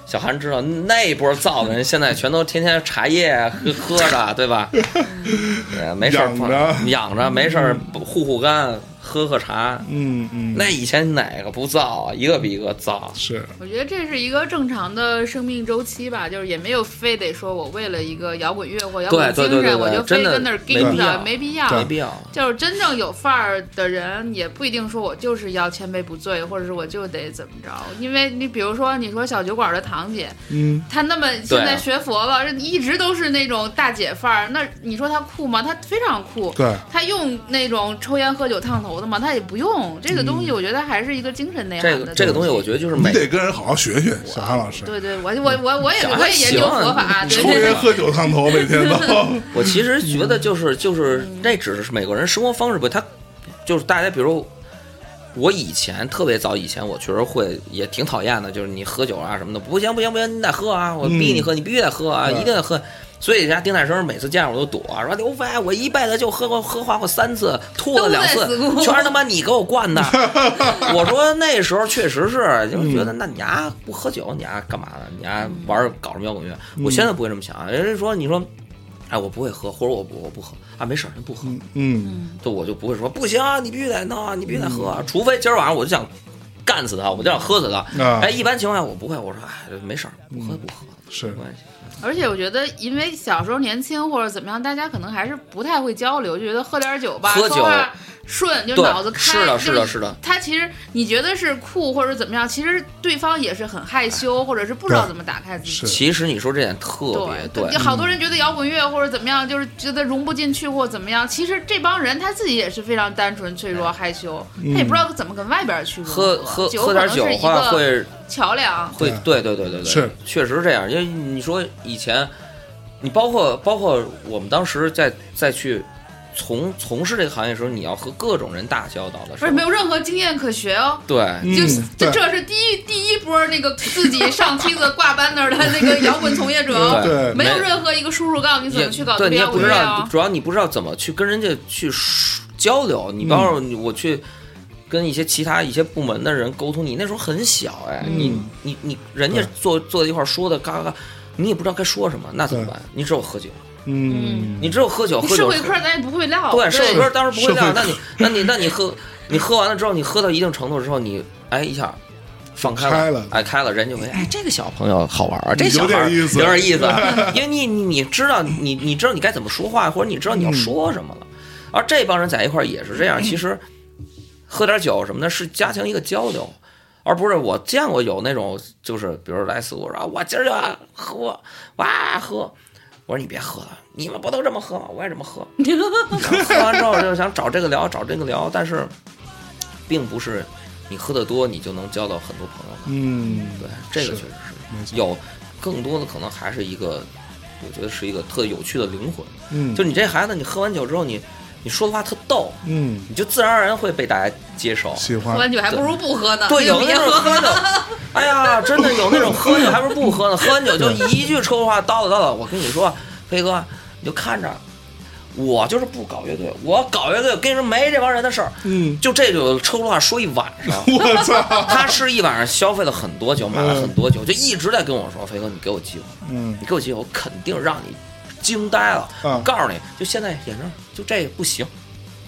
D: 小韩知道那一波造的人，现在全都天天茶叶喝喝着，对吧？对，没事儿
F: 养着
D: 养着，没事儿护护肝，喝喝茶。
F: 嗯嗯，
D: 那以前哪个不造啊？一个比一个造。
F: 是，
C: 我觉得这是一个正常的生命周期吧，就是也没有非得说我为了一个摇滚乐或摇滚
D: 对
C: 精
D: 对对
C: 神，
D: 对
C: 我就非
D: 真的
C: 跟那儿
D: 没
C: g
D: 必要
C: 着，没必要。
D: 没必要，
C: 就是真正有范儿的人，也不一定说我就是要千杯不醉，或者是我就得怎么着。因为你比如说，你说小酒馆的堂姐，
F: 嗯，
C: 她那么
D: 对啊
C: 现在学佛了，一直都是那种大姐范儿，那你说她酷吗？她非常酷。
F: 对，
C: 她用那种抽烟喝酒烫头的吗？她也不用。这个东西，我觉得还是一个精神内涵
D: 这
C: 的
D: 个嗯这个东西，我觉得就是每
F: 你得跟人好好学学，小韩老师，
C: 对对，我我我我也
D: 行
C: 我也研究佛法，对
F: 抽
C: 对
F: 烟
C: 对，
F: 喝酒烫头，每天
B: [LAUGHS]
F: 都，
D: 我其实觉得就是就是那只是美国人生活方式不，他就是大家比如我以前特别早以前，我确实会也挺讨厌的，就是你喝酒啊什么的，不行不行不行，你得喝啊，我逼你喝，你必须得喝啊，
F: 对
D: 一定得喝。所以人家丁太生每次见着我都躲，说刘飞，我一辈子就喝过喝花过三次，吐了两次
C: 都在死，哭
D: 全是他妈你给我灌的。我说那时候确实是，就是觉得那你丫不喝酒，你丫干嘛呢？你丫玩儿搞什么摇滚乐？我现在不会这么想，啊人家说你说。哎，我不会喝，或者我不我不喝啊，没事儿，那不喝，
F: 嗯，
D: 就我就不会说不行啊，你必须得弄啊，你必须得喝
B: 嗯
D: 啊，除非今儿晚上我就想干死他，我就想喝死他。
F: 啊
D: 哎
B: 嗯
D: 哎，一般情况下我不会，我说哎没事儿，不喝不喝，
F: 是
D: 没关系。
C: 而且我觉得，因为小时候年轻或者怎么样，大家可能还是不太会交流，就觉得喝点酒吧，
D: 喝酒
C: 说话顺，就
D: 对
C: 脑子开，
D: 是的，是
C: 就
D: 的，是的，
C: 他其实你觉得是酷或者怎么样，其实对方也是很害
D: 哎
C: 羞，或者是不知道
B: 对
C: 怎么打开自己。
B: 是
D: 其实你说这点特别
C: 对，
D: 对
C: 就，好多人觉得摇滚乐或者怎么样，就是觉得融不进去或怎么样。其实这帮人他自己也是非常单纯、脆弱、害羞，他也不知道怎么跟外边去
D: 嗯
C: 融
D: 喝
C: 合
D: 喝
C: 酒
D: 喝
C: 可
D: 点
C: 能
D: 酒
C: 是
D: 的
C: 一
D: 话
C: 个
D: 会
C: 桥梁。
D: 会，对对对对对，
B: 是，
D: 确实这样。因为你说以前，你包括包括我们当时在再去从从事这个行业的时候，你要和各种人打交道的时
C: 不是
D: 候
C: 没，有任何经验可学哦，
D: 对，
C: 就
B: 嗯，
C: 就
B: 对，
C: 这是第一第一波那个自己上梯子挂 banner 的那个摇滚从业
D: [LAUGHS]
C: 者哦，
B: 对
C: 没有
D: 没
C: 任何一个叔叔告诉你怎
D: 也
C: 么去搞
D: 对，
C: 独
D: 你
C: 立
D: 也
C: 摇
D: 不
C: 滚
D: 知
C: 乐
D: 道，
C: 哦。
D: 主要你不知道怎么去跟人家去说交流。
B: 嗯
D: 你包括你我去跟一些其他一些部门的人沟通，你那时候很小，哎，你你你，人家
B: 嗯对
D: 坐坐在一块儿说的嘎嘎嘎，你也不知道该说什么，那怎么
B: 对
D: 办？你只有喝酒，
B: 嗯，
D: 你只有喝酒，喝
C: 社
D: 酒
C: 会课咱也不会唠，
D: 对，社会
C: [LAUGHS]
D: 歌当时不会
B: 社会
D: 亮，那你那你那你喝，你喝完了之后，你喝到一定程度之后，你哎一下。放开
B: 开了
D: 哎，开了，人就会哎，这个小朋友好玩儿，这
B: 有
D: 小孩
B: 点
D: 儿
B: 意思
D: 有点
B: [LAUGHS]
D: 意思啊，因为你你你知道你你知道你该怎么说话，或者你知道你要说什么了，而这帮人在一块儿也是这样，其实喝点酒什么的，是加强一个交流，而不是我见过有那种就是，比如来四五说，啊我今儿就要喝，哇喝，我说你别喝了，你们不都这么喝吗？我也这么喝，喝完之后就想找这个聊，找这个聊，但是并不是你喝的多，你就能交到很多朋友吧。
B: 嗯，
D: 对，这个
B: 是
D: 确实是有，更多的可能还是一个，我觉得是一个特有趣的灵魂。
B: 嗯，
D: 就你这孩子，你喝完酒之后，你你说的话特逗，
B: 嗯，
D: 你就自然而然会被大家接受。
B: 喜
C: 喝
B: 欢，
C: 完酒还不如不喝呢，
D: 对，
C: 啊那
D: 有那
C: 就别
D: 种
C: 喝。
D: 喝酒，哎呀，真的有那种喝酒还不是不喝呢，喝完酒就一句抽话叨叨叨叨。我跟你说，飞哥，你就看着，我就是不搞乐队，我搞乐队，我跟你说没这帮人的事儿。
F: [LAUGHS]
B: 嗯，
D: 就这种抽话说一晚上，
B: 我操，
D: 他是一晚上消费了很多酒，买了很多酒，就一直在跟我说，飞哥，你给我机会，
B: 嗯
D: 你给我机会，我肯定让你惊呆了。
B: 啊
D: 我告诉你，就现在眼睛就这个不行，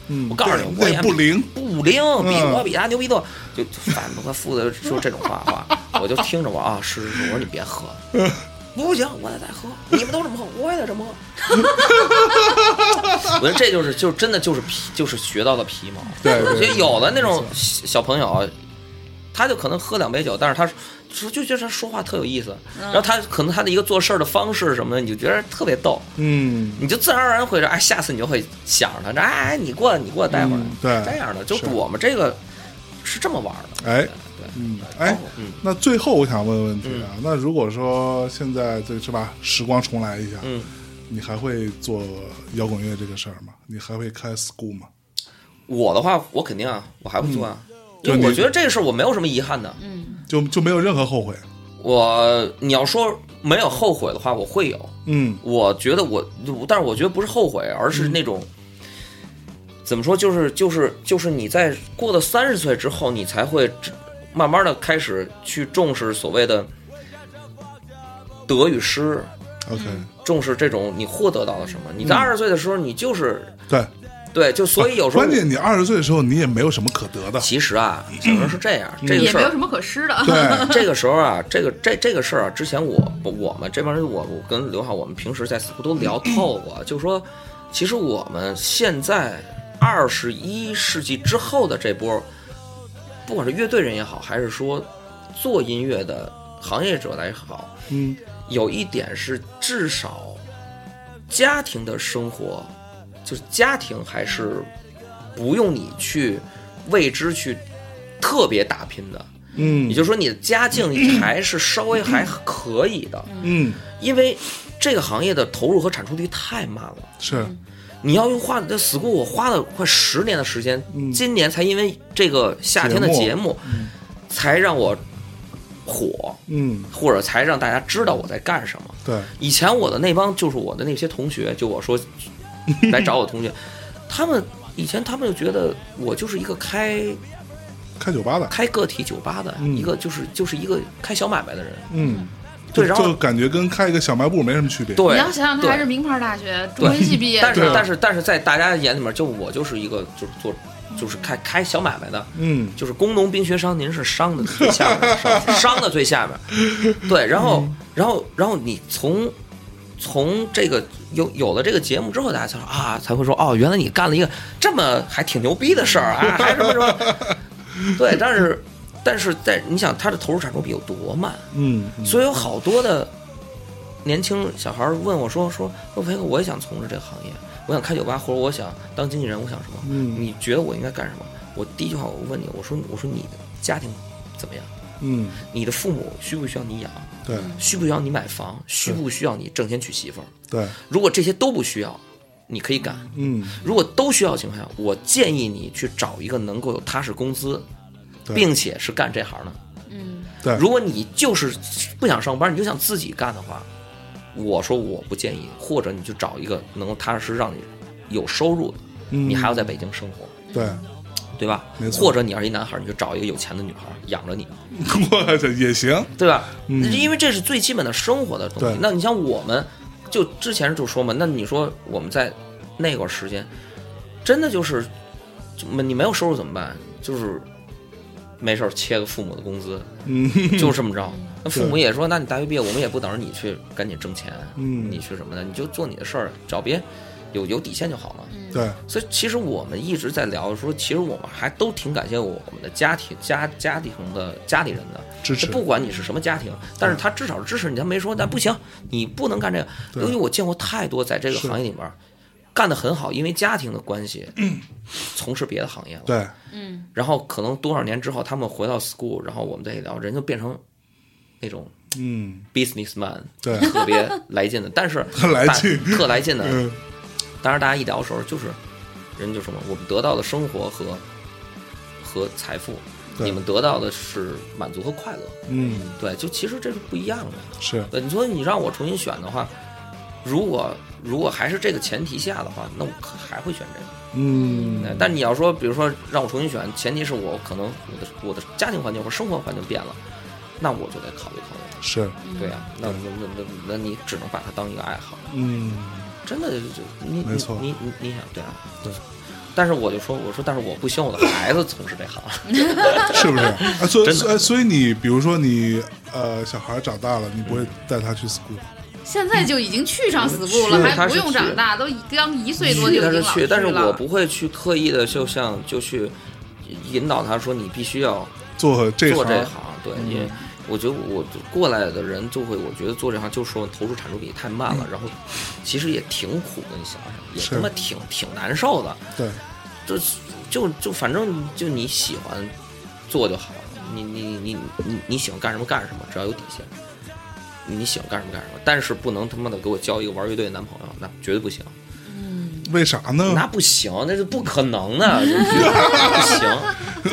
B: 嗯，
D: 我告诉你，我也
B: 那不灵，
D: 不灵，
B: 嗯
D: 比我比他牛逼多，就反复复的说这种话话，我就听着我啊，是是是，我说你别喝，
B: 嗯
D: 不行，我得再喝，你们都这么喝，我也得这么喝。
B: [LAUGHS]
D: 我觉得这就是就真的就是皮就是学到的皮毛，
B: 对对
D: 所
B: 对
D: 以有的那种小小朋友，啊他就可能喝两杯酒，但是他说就觉得他说话特有意思，
B: 嗯
D: 然后他可能他的一个做事儿的方式什么的，你就觉得特别逗，
B: 嗯，
D: 你就自然而然会说，哎，下次你就会想着他，哎，你过来，你过来待会儿，
B: 嗯对
D: 这样的，就是我们这个是这么玩的，
B: 哎，
D: 对，
B: 嗯，哎，
D: 嗯
B: 那最后我想问问题啊，那如果说现在这是吧，时光重来一下，
D: 嗯，
B: 你还会做摇滚乐这个事儿吗？你还会开 school 吗？
D: 我的话，我肯定啊，我还会做啊，
B: 就嗯
D: 因为
B: 你嗯
D: 我觉得这个事儿我没有什么遗憾的，
B: 就就没有任何后悔？
D: 我你要说没有后悔的话，我会有，
B: 嗯
D: 我觉得我，但是我觉得不是后悔，而是那种、
B: 嗯
D: 怎么说，就是就是就是你在过了三十岁之后，你才会知慢慢的开始去重视所谓的得与失，
B: ，OK，
D: 重视这种你获得到了什么。
C: 嗯
D: 你在二十岁的时候，你就是
B: 对，
D: 对，就所以有时候
B: 啊关键你二十岁的时候，你也没有什么可
D: [LAUGHS]
B: 得的，
D: 其实啊，有时候是这样，这个
C: 嗯也
D: 事
C: 没有
D: 儿
C: 什。么可失的。
B: 对，
D: [LAUGHS] 这个时候啊，这个这这个事儿啊，之前我我们这帮人，我我跟刘浩，我们平时在似乎都聊透
C: [COUGHS]
D: 过，就说，其实我们现在二十一世纪之后的这波，不管是乐队人也好，还是说做音乐的行业者来好，
B: 嗯
D: 有一点是，至少家庭的生活，就是家庭还是不用你去为之去特别打拼的。
B: 嗯，
D: 也就是说，你的家境还是稍微还可以的，
B: 嗯
D: 因为这个行业的投入和产出率太慢了。
B: 是，
D: 你要用花这 school，我花了快十年的时间，今年才因为这个夏天的
B: 节
D: 节目，才让我火，
B: 嗯
D: 或者才让大家知道我在干什么。
B: 对，
D: 以前我的那帮就是我的那些同学，就我说来找我
B: [LAUGHS]
D: 同学，他们以前他们就觉得我就是一个开
B: 开酒吧的，
D: 开个体酒吧的、一个，就是就是一个开小买卖的人。
B: 嗯，
D: 对
B: 就
D: 然后
B: 就感觉跟开一个小卖部没什么区别，
D: 对，
C: 你要想想，他还
D: 对
C: 是名牌大学中
D: 对
C: 文系毕业的，
B: 啊
D: 但是但是但是在大家眼里面，就我就是一个就是做就是开开小买卖的，
B: 嗯
D: 就是工农兵学商，您是商的最下面，商商的最下面。对，然后然后然后你从从这个有有了这个节目之后，大家才说啊，才会说哦，原来你干了一个这么还挺牛逼的事儿啊，还什么什么，对，但是但是在你想他的投入产出比有多慢，
B: 嗯，嗯
D: 所以有好多的年轻小孩问我说说说飞哥，我也想从事这个行业，我想开酒吧，或者我想当经纪人，我想什么？
B: 嗯
D: 你觉得我应该干什么？我第一句话我问你，我说我说你的家庭怎么样？
B: 嗯，
D: 你的父母需不需要你养？
B: 对
D: 需不需要你买房？需不需要你挣钱娶媳妇儿？
B: 对，
D: 如果这些都不需要，你可以干；
B: 嗯
D: 如果都需要的情况下，我建议你去找一个能够有踏实工资，
B: 对
D: 并且是干这行的。
B: 对，
D: 如果你就是不想上班，你就想自己干的话，我说我不建议，或者你就找一个能够踏踏实实让你有收入的，
B: 嗯
D: 你还要在北京生活，
B: 对， [LAUGHS]
D: 对吧
B: 没？错
D: 或者你要是一男孩，你就找一个有钱的女孩养着你，
B: 我去也行，
D: 对吧？
B: 嗯
D: 因为这是最基本的生活的东
B: 对
D: 西。那你像我们，就之前就说嘛，那你说我们在那段时间，真的就是，就你没有收入怎么办？就是没事儿切个父母的工 [LAUGHS] 资，
B: 嗯，
D: 就是这么着。那父母
B: 对
D: 也说，那你大学毕业，我们也不等着你去赶紧挣钱，
B: 嗯
D: 你去什么的，你就做你的事儿，只要别有有底线就好了。
B: 对，
D: 所以其实我们一直在聊说，其实我们还都挺感谢我们的家庭家家庭的家里人的，
B: 支持
D: 不管你是什么家庭，但是他至少是支持你，他没说但不行，你不能干这个。
B: 对
D: 因为我见过太多在这个
B: 是
D: 行业里面干得很好，因为家庭的关系，从事别的行业了。
B: 对，
D: 然后可能多少年之后，他们回到 school，然后我们再一聊，人就变成那种
B: 嗯，
D: businessman，
B: 对 [LAUGHS]
D: 特别来劲的。但是
B: 特来劲
D: 但特来劲的。
B: 嗯，
D: 当时大家一聊的时候，就是人就说嘛，我们得到的生活和和财富，
B: 对
D: 你们得到的是满足和快乐。
B: 嗯，
D: 对，就其实这是不一样的。
B: 是，
D: 对，你说你让我重新选的话，如果如果还是这个前提下的话，那我可还会选这个。
B: 嗯，
D: 对但你要说，比如说让我重新选，前提是我可能我的我的家庭环境或生活环境变了，那我就得考虑考虑。
B: 是，
D: 对呀、那那那那那你只能把它当一个爱好，
B: 嗯，
D: 真的就就你
B: 没错
D: 你你你你想对啊对。但是我就说，我说，但是我不希望我的孩子从事这
C: [LAUGHS]
D: 行。
B: 是不是？啊，所以，
D: 真的
B: 所以所以你比如说你呃，小孩长大了，你不会带他去 school，
C: 现在就已经去上 school 了，
D: 去
C: 还
D: 他
C: 不
D: 是
C: 用
D: 去
C: 长大，都已刚一岁多就
D: 去
C: 已经
D: 他是
C: 老
D: 去，但是
C: 了
D: 我不会去刻意的，就像就去引导他说你必须要
B: 做这
D: 做这
B: 行，嗯
D: 行，对，因为我觉得我过来的人就会，我觉得做这行就说投入产出比太慢了，然后其实也挺苦的，你想想，
B: 嗯
D: 也
B: 是
D: 他妈挺挺难受的，
B: 对，
D: 就就就反正就你喜欢做就好了，你你你你你你喜欢干什么干什么，只要有底线。你喜欢干什么干什么，但是不能他妈的给我交一个玩乐队的男朋友，那绝对不行，
B: 为啥呢？
D: 那不行，那是 [LAUGHS] 不可能的，就绝对不行，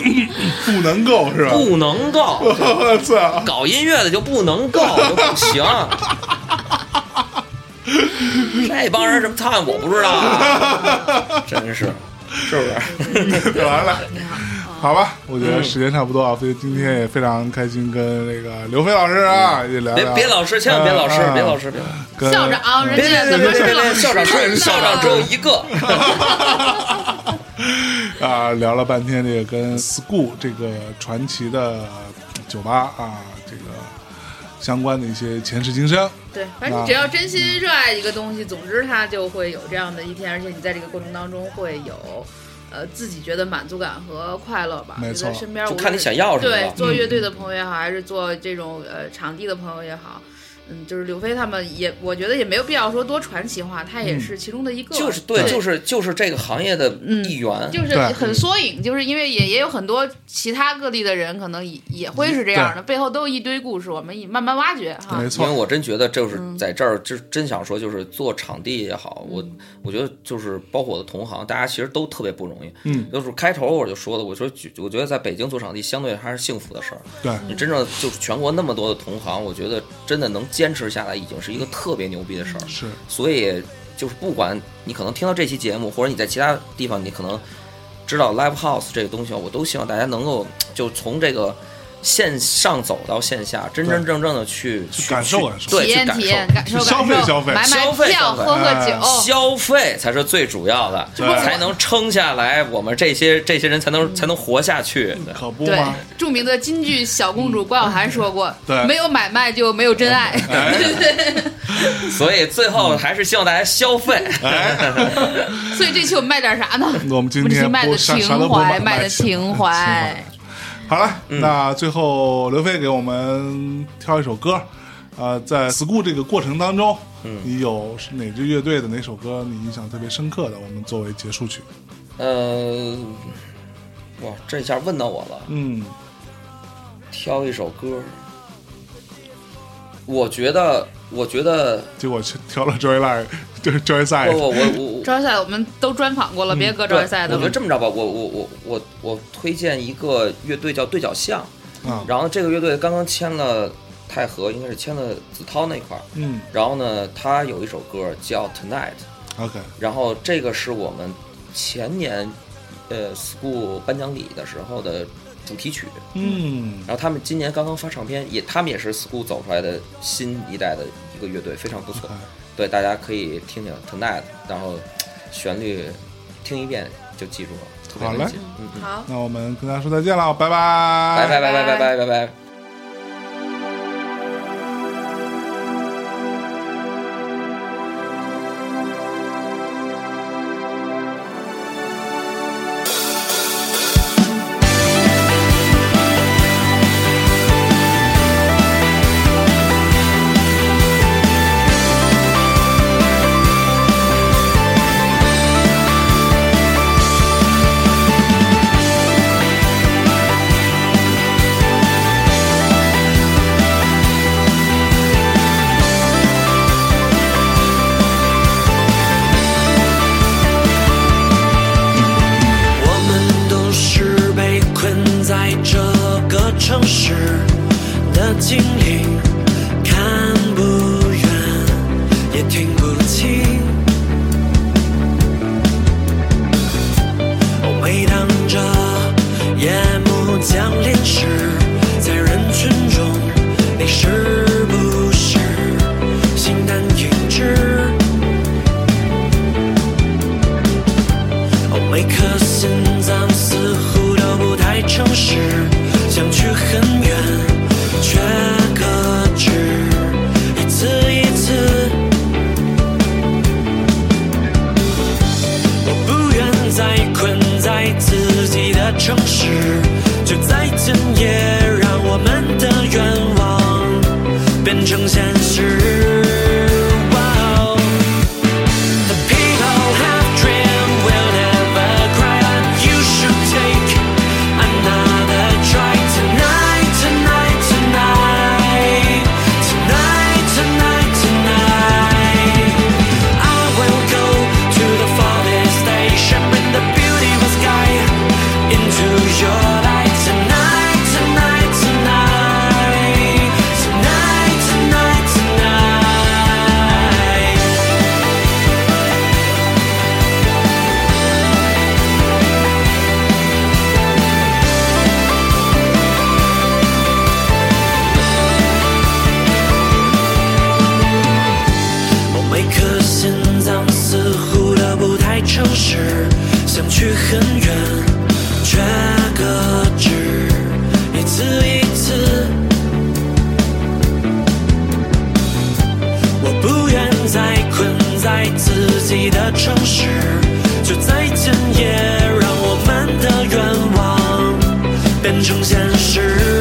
B: 不能够是吧？
D: 不能够，
B: [LAUGHS] 我操！
D: 搞音乐的就不能够，就不 [LAUGHS] 行。这帮人什么操，我不知道啊， [LAUGHS] 真是，是不是？
B: 完了， [LAUGHS] 好吧，我觉
D: 嗯
B: 得时间差不多啊，所以今天也非常开心跟那个刘飞老师啊也聊
D: 别
B: 聊，
D: 别老师，千万别老师，别老师，别老师
B: 跟
C: 校长，啊人
D: 别
C: 家
D: 别
C: 怎
D: 别
C: 么
D: 别
C: 是
D: 别
C: 老
D: 别！
C: 师
D: 校长只校长只有一个，
B: [LAUGHS] 啊，聊了半天这个跟 school 这个传奇的酒吧啊，这个相关的一些前世今生。
C: 对，反正你只要真心热爱一个东西，总之它就会有这样的一天，而且你在这个过程当中会有。呃，自己觉得满足感和快乐吧。
B: 没
C: 觉得
B: 错嗯
C: 身边
D: 就
C: 无
D: 看你
C: 论
D: 想要什么
C: 对
D: 了，。
C: 做乐队的朋友也好，还是做这种呃场地的朋友也好，嗯，就是刘飞他们也，我觉得也没有必要说多传奇化，他
B: 嗯
C: 也是其中的一个。
D: [LAUGHS] 就是对，就是就是这个行业的一员，
C: 就是
B: 对
C: 很缩影，就是因为也也有很多其他各地的人，可能也也会是这样的，背后都有一堆故事，我们也慢慢挖掘哈
B: 没。
D: 因为
B: 错，
D: 我真觉得就是在这儿，就真想说，就是做场地也好，我我觉得就是包括我的同行，大家其实都特别不容易。
B: 嗯，
D: 就是开头我就说的，我说举我觉得在北京做场地相对还是幸福的事儿。
B: 对，
D: 你真正就是全国那么多的同行，我觉得真的能坚持下来，已经是一个特别牛逼的事儿。
B: 是
D: 所以就是不管你可能听到这期节目，或者你在其他地啊方，你可能知道 live house 这个东西，我都希望大家能够就从这个线上走到线下，真真正正的去
G: 去
D: 去
G: 感受啊感受
D: 去对，去
C: 体验
D: 感
C: 体
D: 受
C: 验，哦感受
B: 消
C: 感
B: 费
C: 受，
B: 消费
C: 买
D: 消
C: 买
D: 费
C: 票，
D: 消费
C: 喝喝
B: 哎
C: 酒，
D: 消费才是最主要的，
B: 对
D: 才能撑下来，我们这些这些人才
G: 嗯
D: 能才能活下去。对
B: 可不
C: 对
B: 吗？，
C: 著名的京剧小公主关晓涵说过，
B: 对哎
C: 没有买卖就没有真爱。
G: 嗯
D: 所以最后还是希望大家消费。
C: [LAUGHS]
G: 哎
C: 所以这期我们卖点啥呢？
B: 我们今
C: 我们这期
B: 天
C: 卖
B: 不
C: 的
B: 啥啥都
C: 情
B: 不
C: 怀，
B: 卖
C: 的情
B: 怀。
C: 怀。
B: 好了，那最后刘飞给我们挑一首歌，呃，在 school 这个过程当中，
D: 嗯
B: 你有哪支乐队的哪首歌你印象特别深刻的？我们作为结束曲，
D: [LAUGHS] 呃，哇，这一下问到我了，
B: 嗯，
D: 挑一首歌。我觉得，我觉得，
B: 结果去挑了 Joyline，就是 Joy
D: 我
B: Side，
D: 我我我
C: [LAUGHS] 招赛我们都专访过了，别搁
D: 嗯对，
C: 招赛的
D: 我觉得
C: 了。
D: 这么着吧，我我我我我推荐一个乐队叫对角巷，
B: 啊，
D: 然后这个乐队刚刚签了太和，应该是签了子韬那块儿。
B: 嗯
D: 然后呢，他有一首歌叫《Tonight》，
B: ，OK，
D: 然后这个是我们前年呃 School 颁奖礼的时候的主题曲。
B: 嗯，
D: 然后他们今年刚刚发唱片，也他们也是 School 走出来的新一代的一个乐队，非常不错。对，大家可以听听《Tonight》，然后旋律听一遍就记住了，特别
B: 好
D: 能
B: 嘞
D: 记。嗯嗯，
C: 好，
B: 那我们跟大家说再见了，拜拜，
D: 拜拜拜拜拜拜拜拜。
H: 我们都是被困在这个城市的精灵，看不远也听不清。每当这夜幕降临时，在人群中，你是不是形单影只？哦，每颗心脏似乎都不太诚实，想去很远，却搁置，一次一次。我不愿再困在自己的城市，就在今夜，让我们的愿望变成现实。哇哦 The people have dream will never cry and you should take another try tonight, tonight, tonight, tonight, tonight, tonight. I will go to the farthest station with the beautiful sky into your light tonight, tonight, tonight, tonight, tonight, tonight.我每颗心脏似乎都不太诚实，想去很远，却搁置，一次一次。我不愿再困在自己的城市，就在今夜，让我们的愿望变成现实。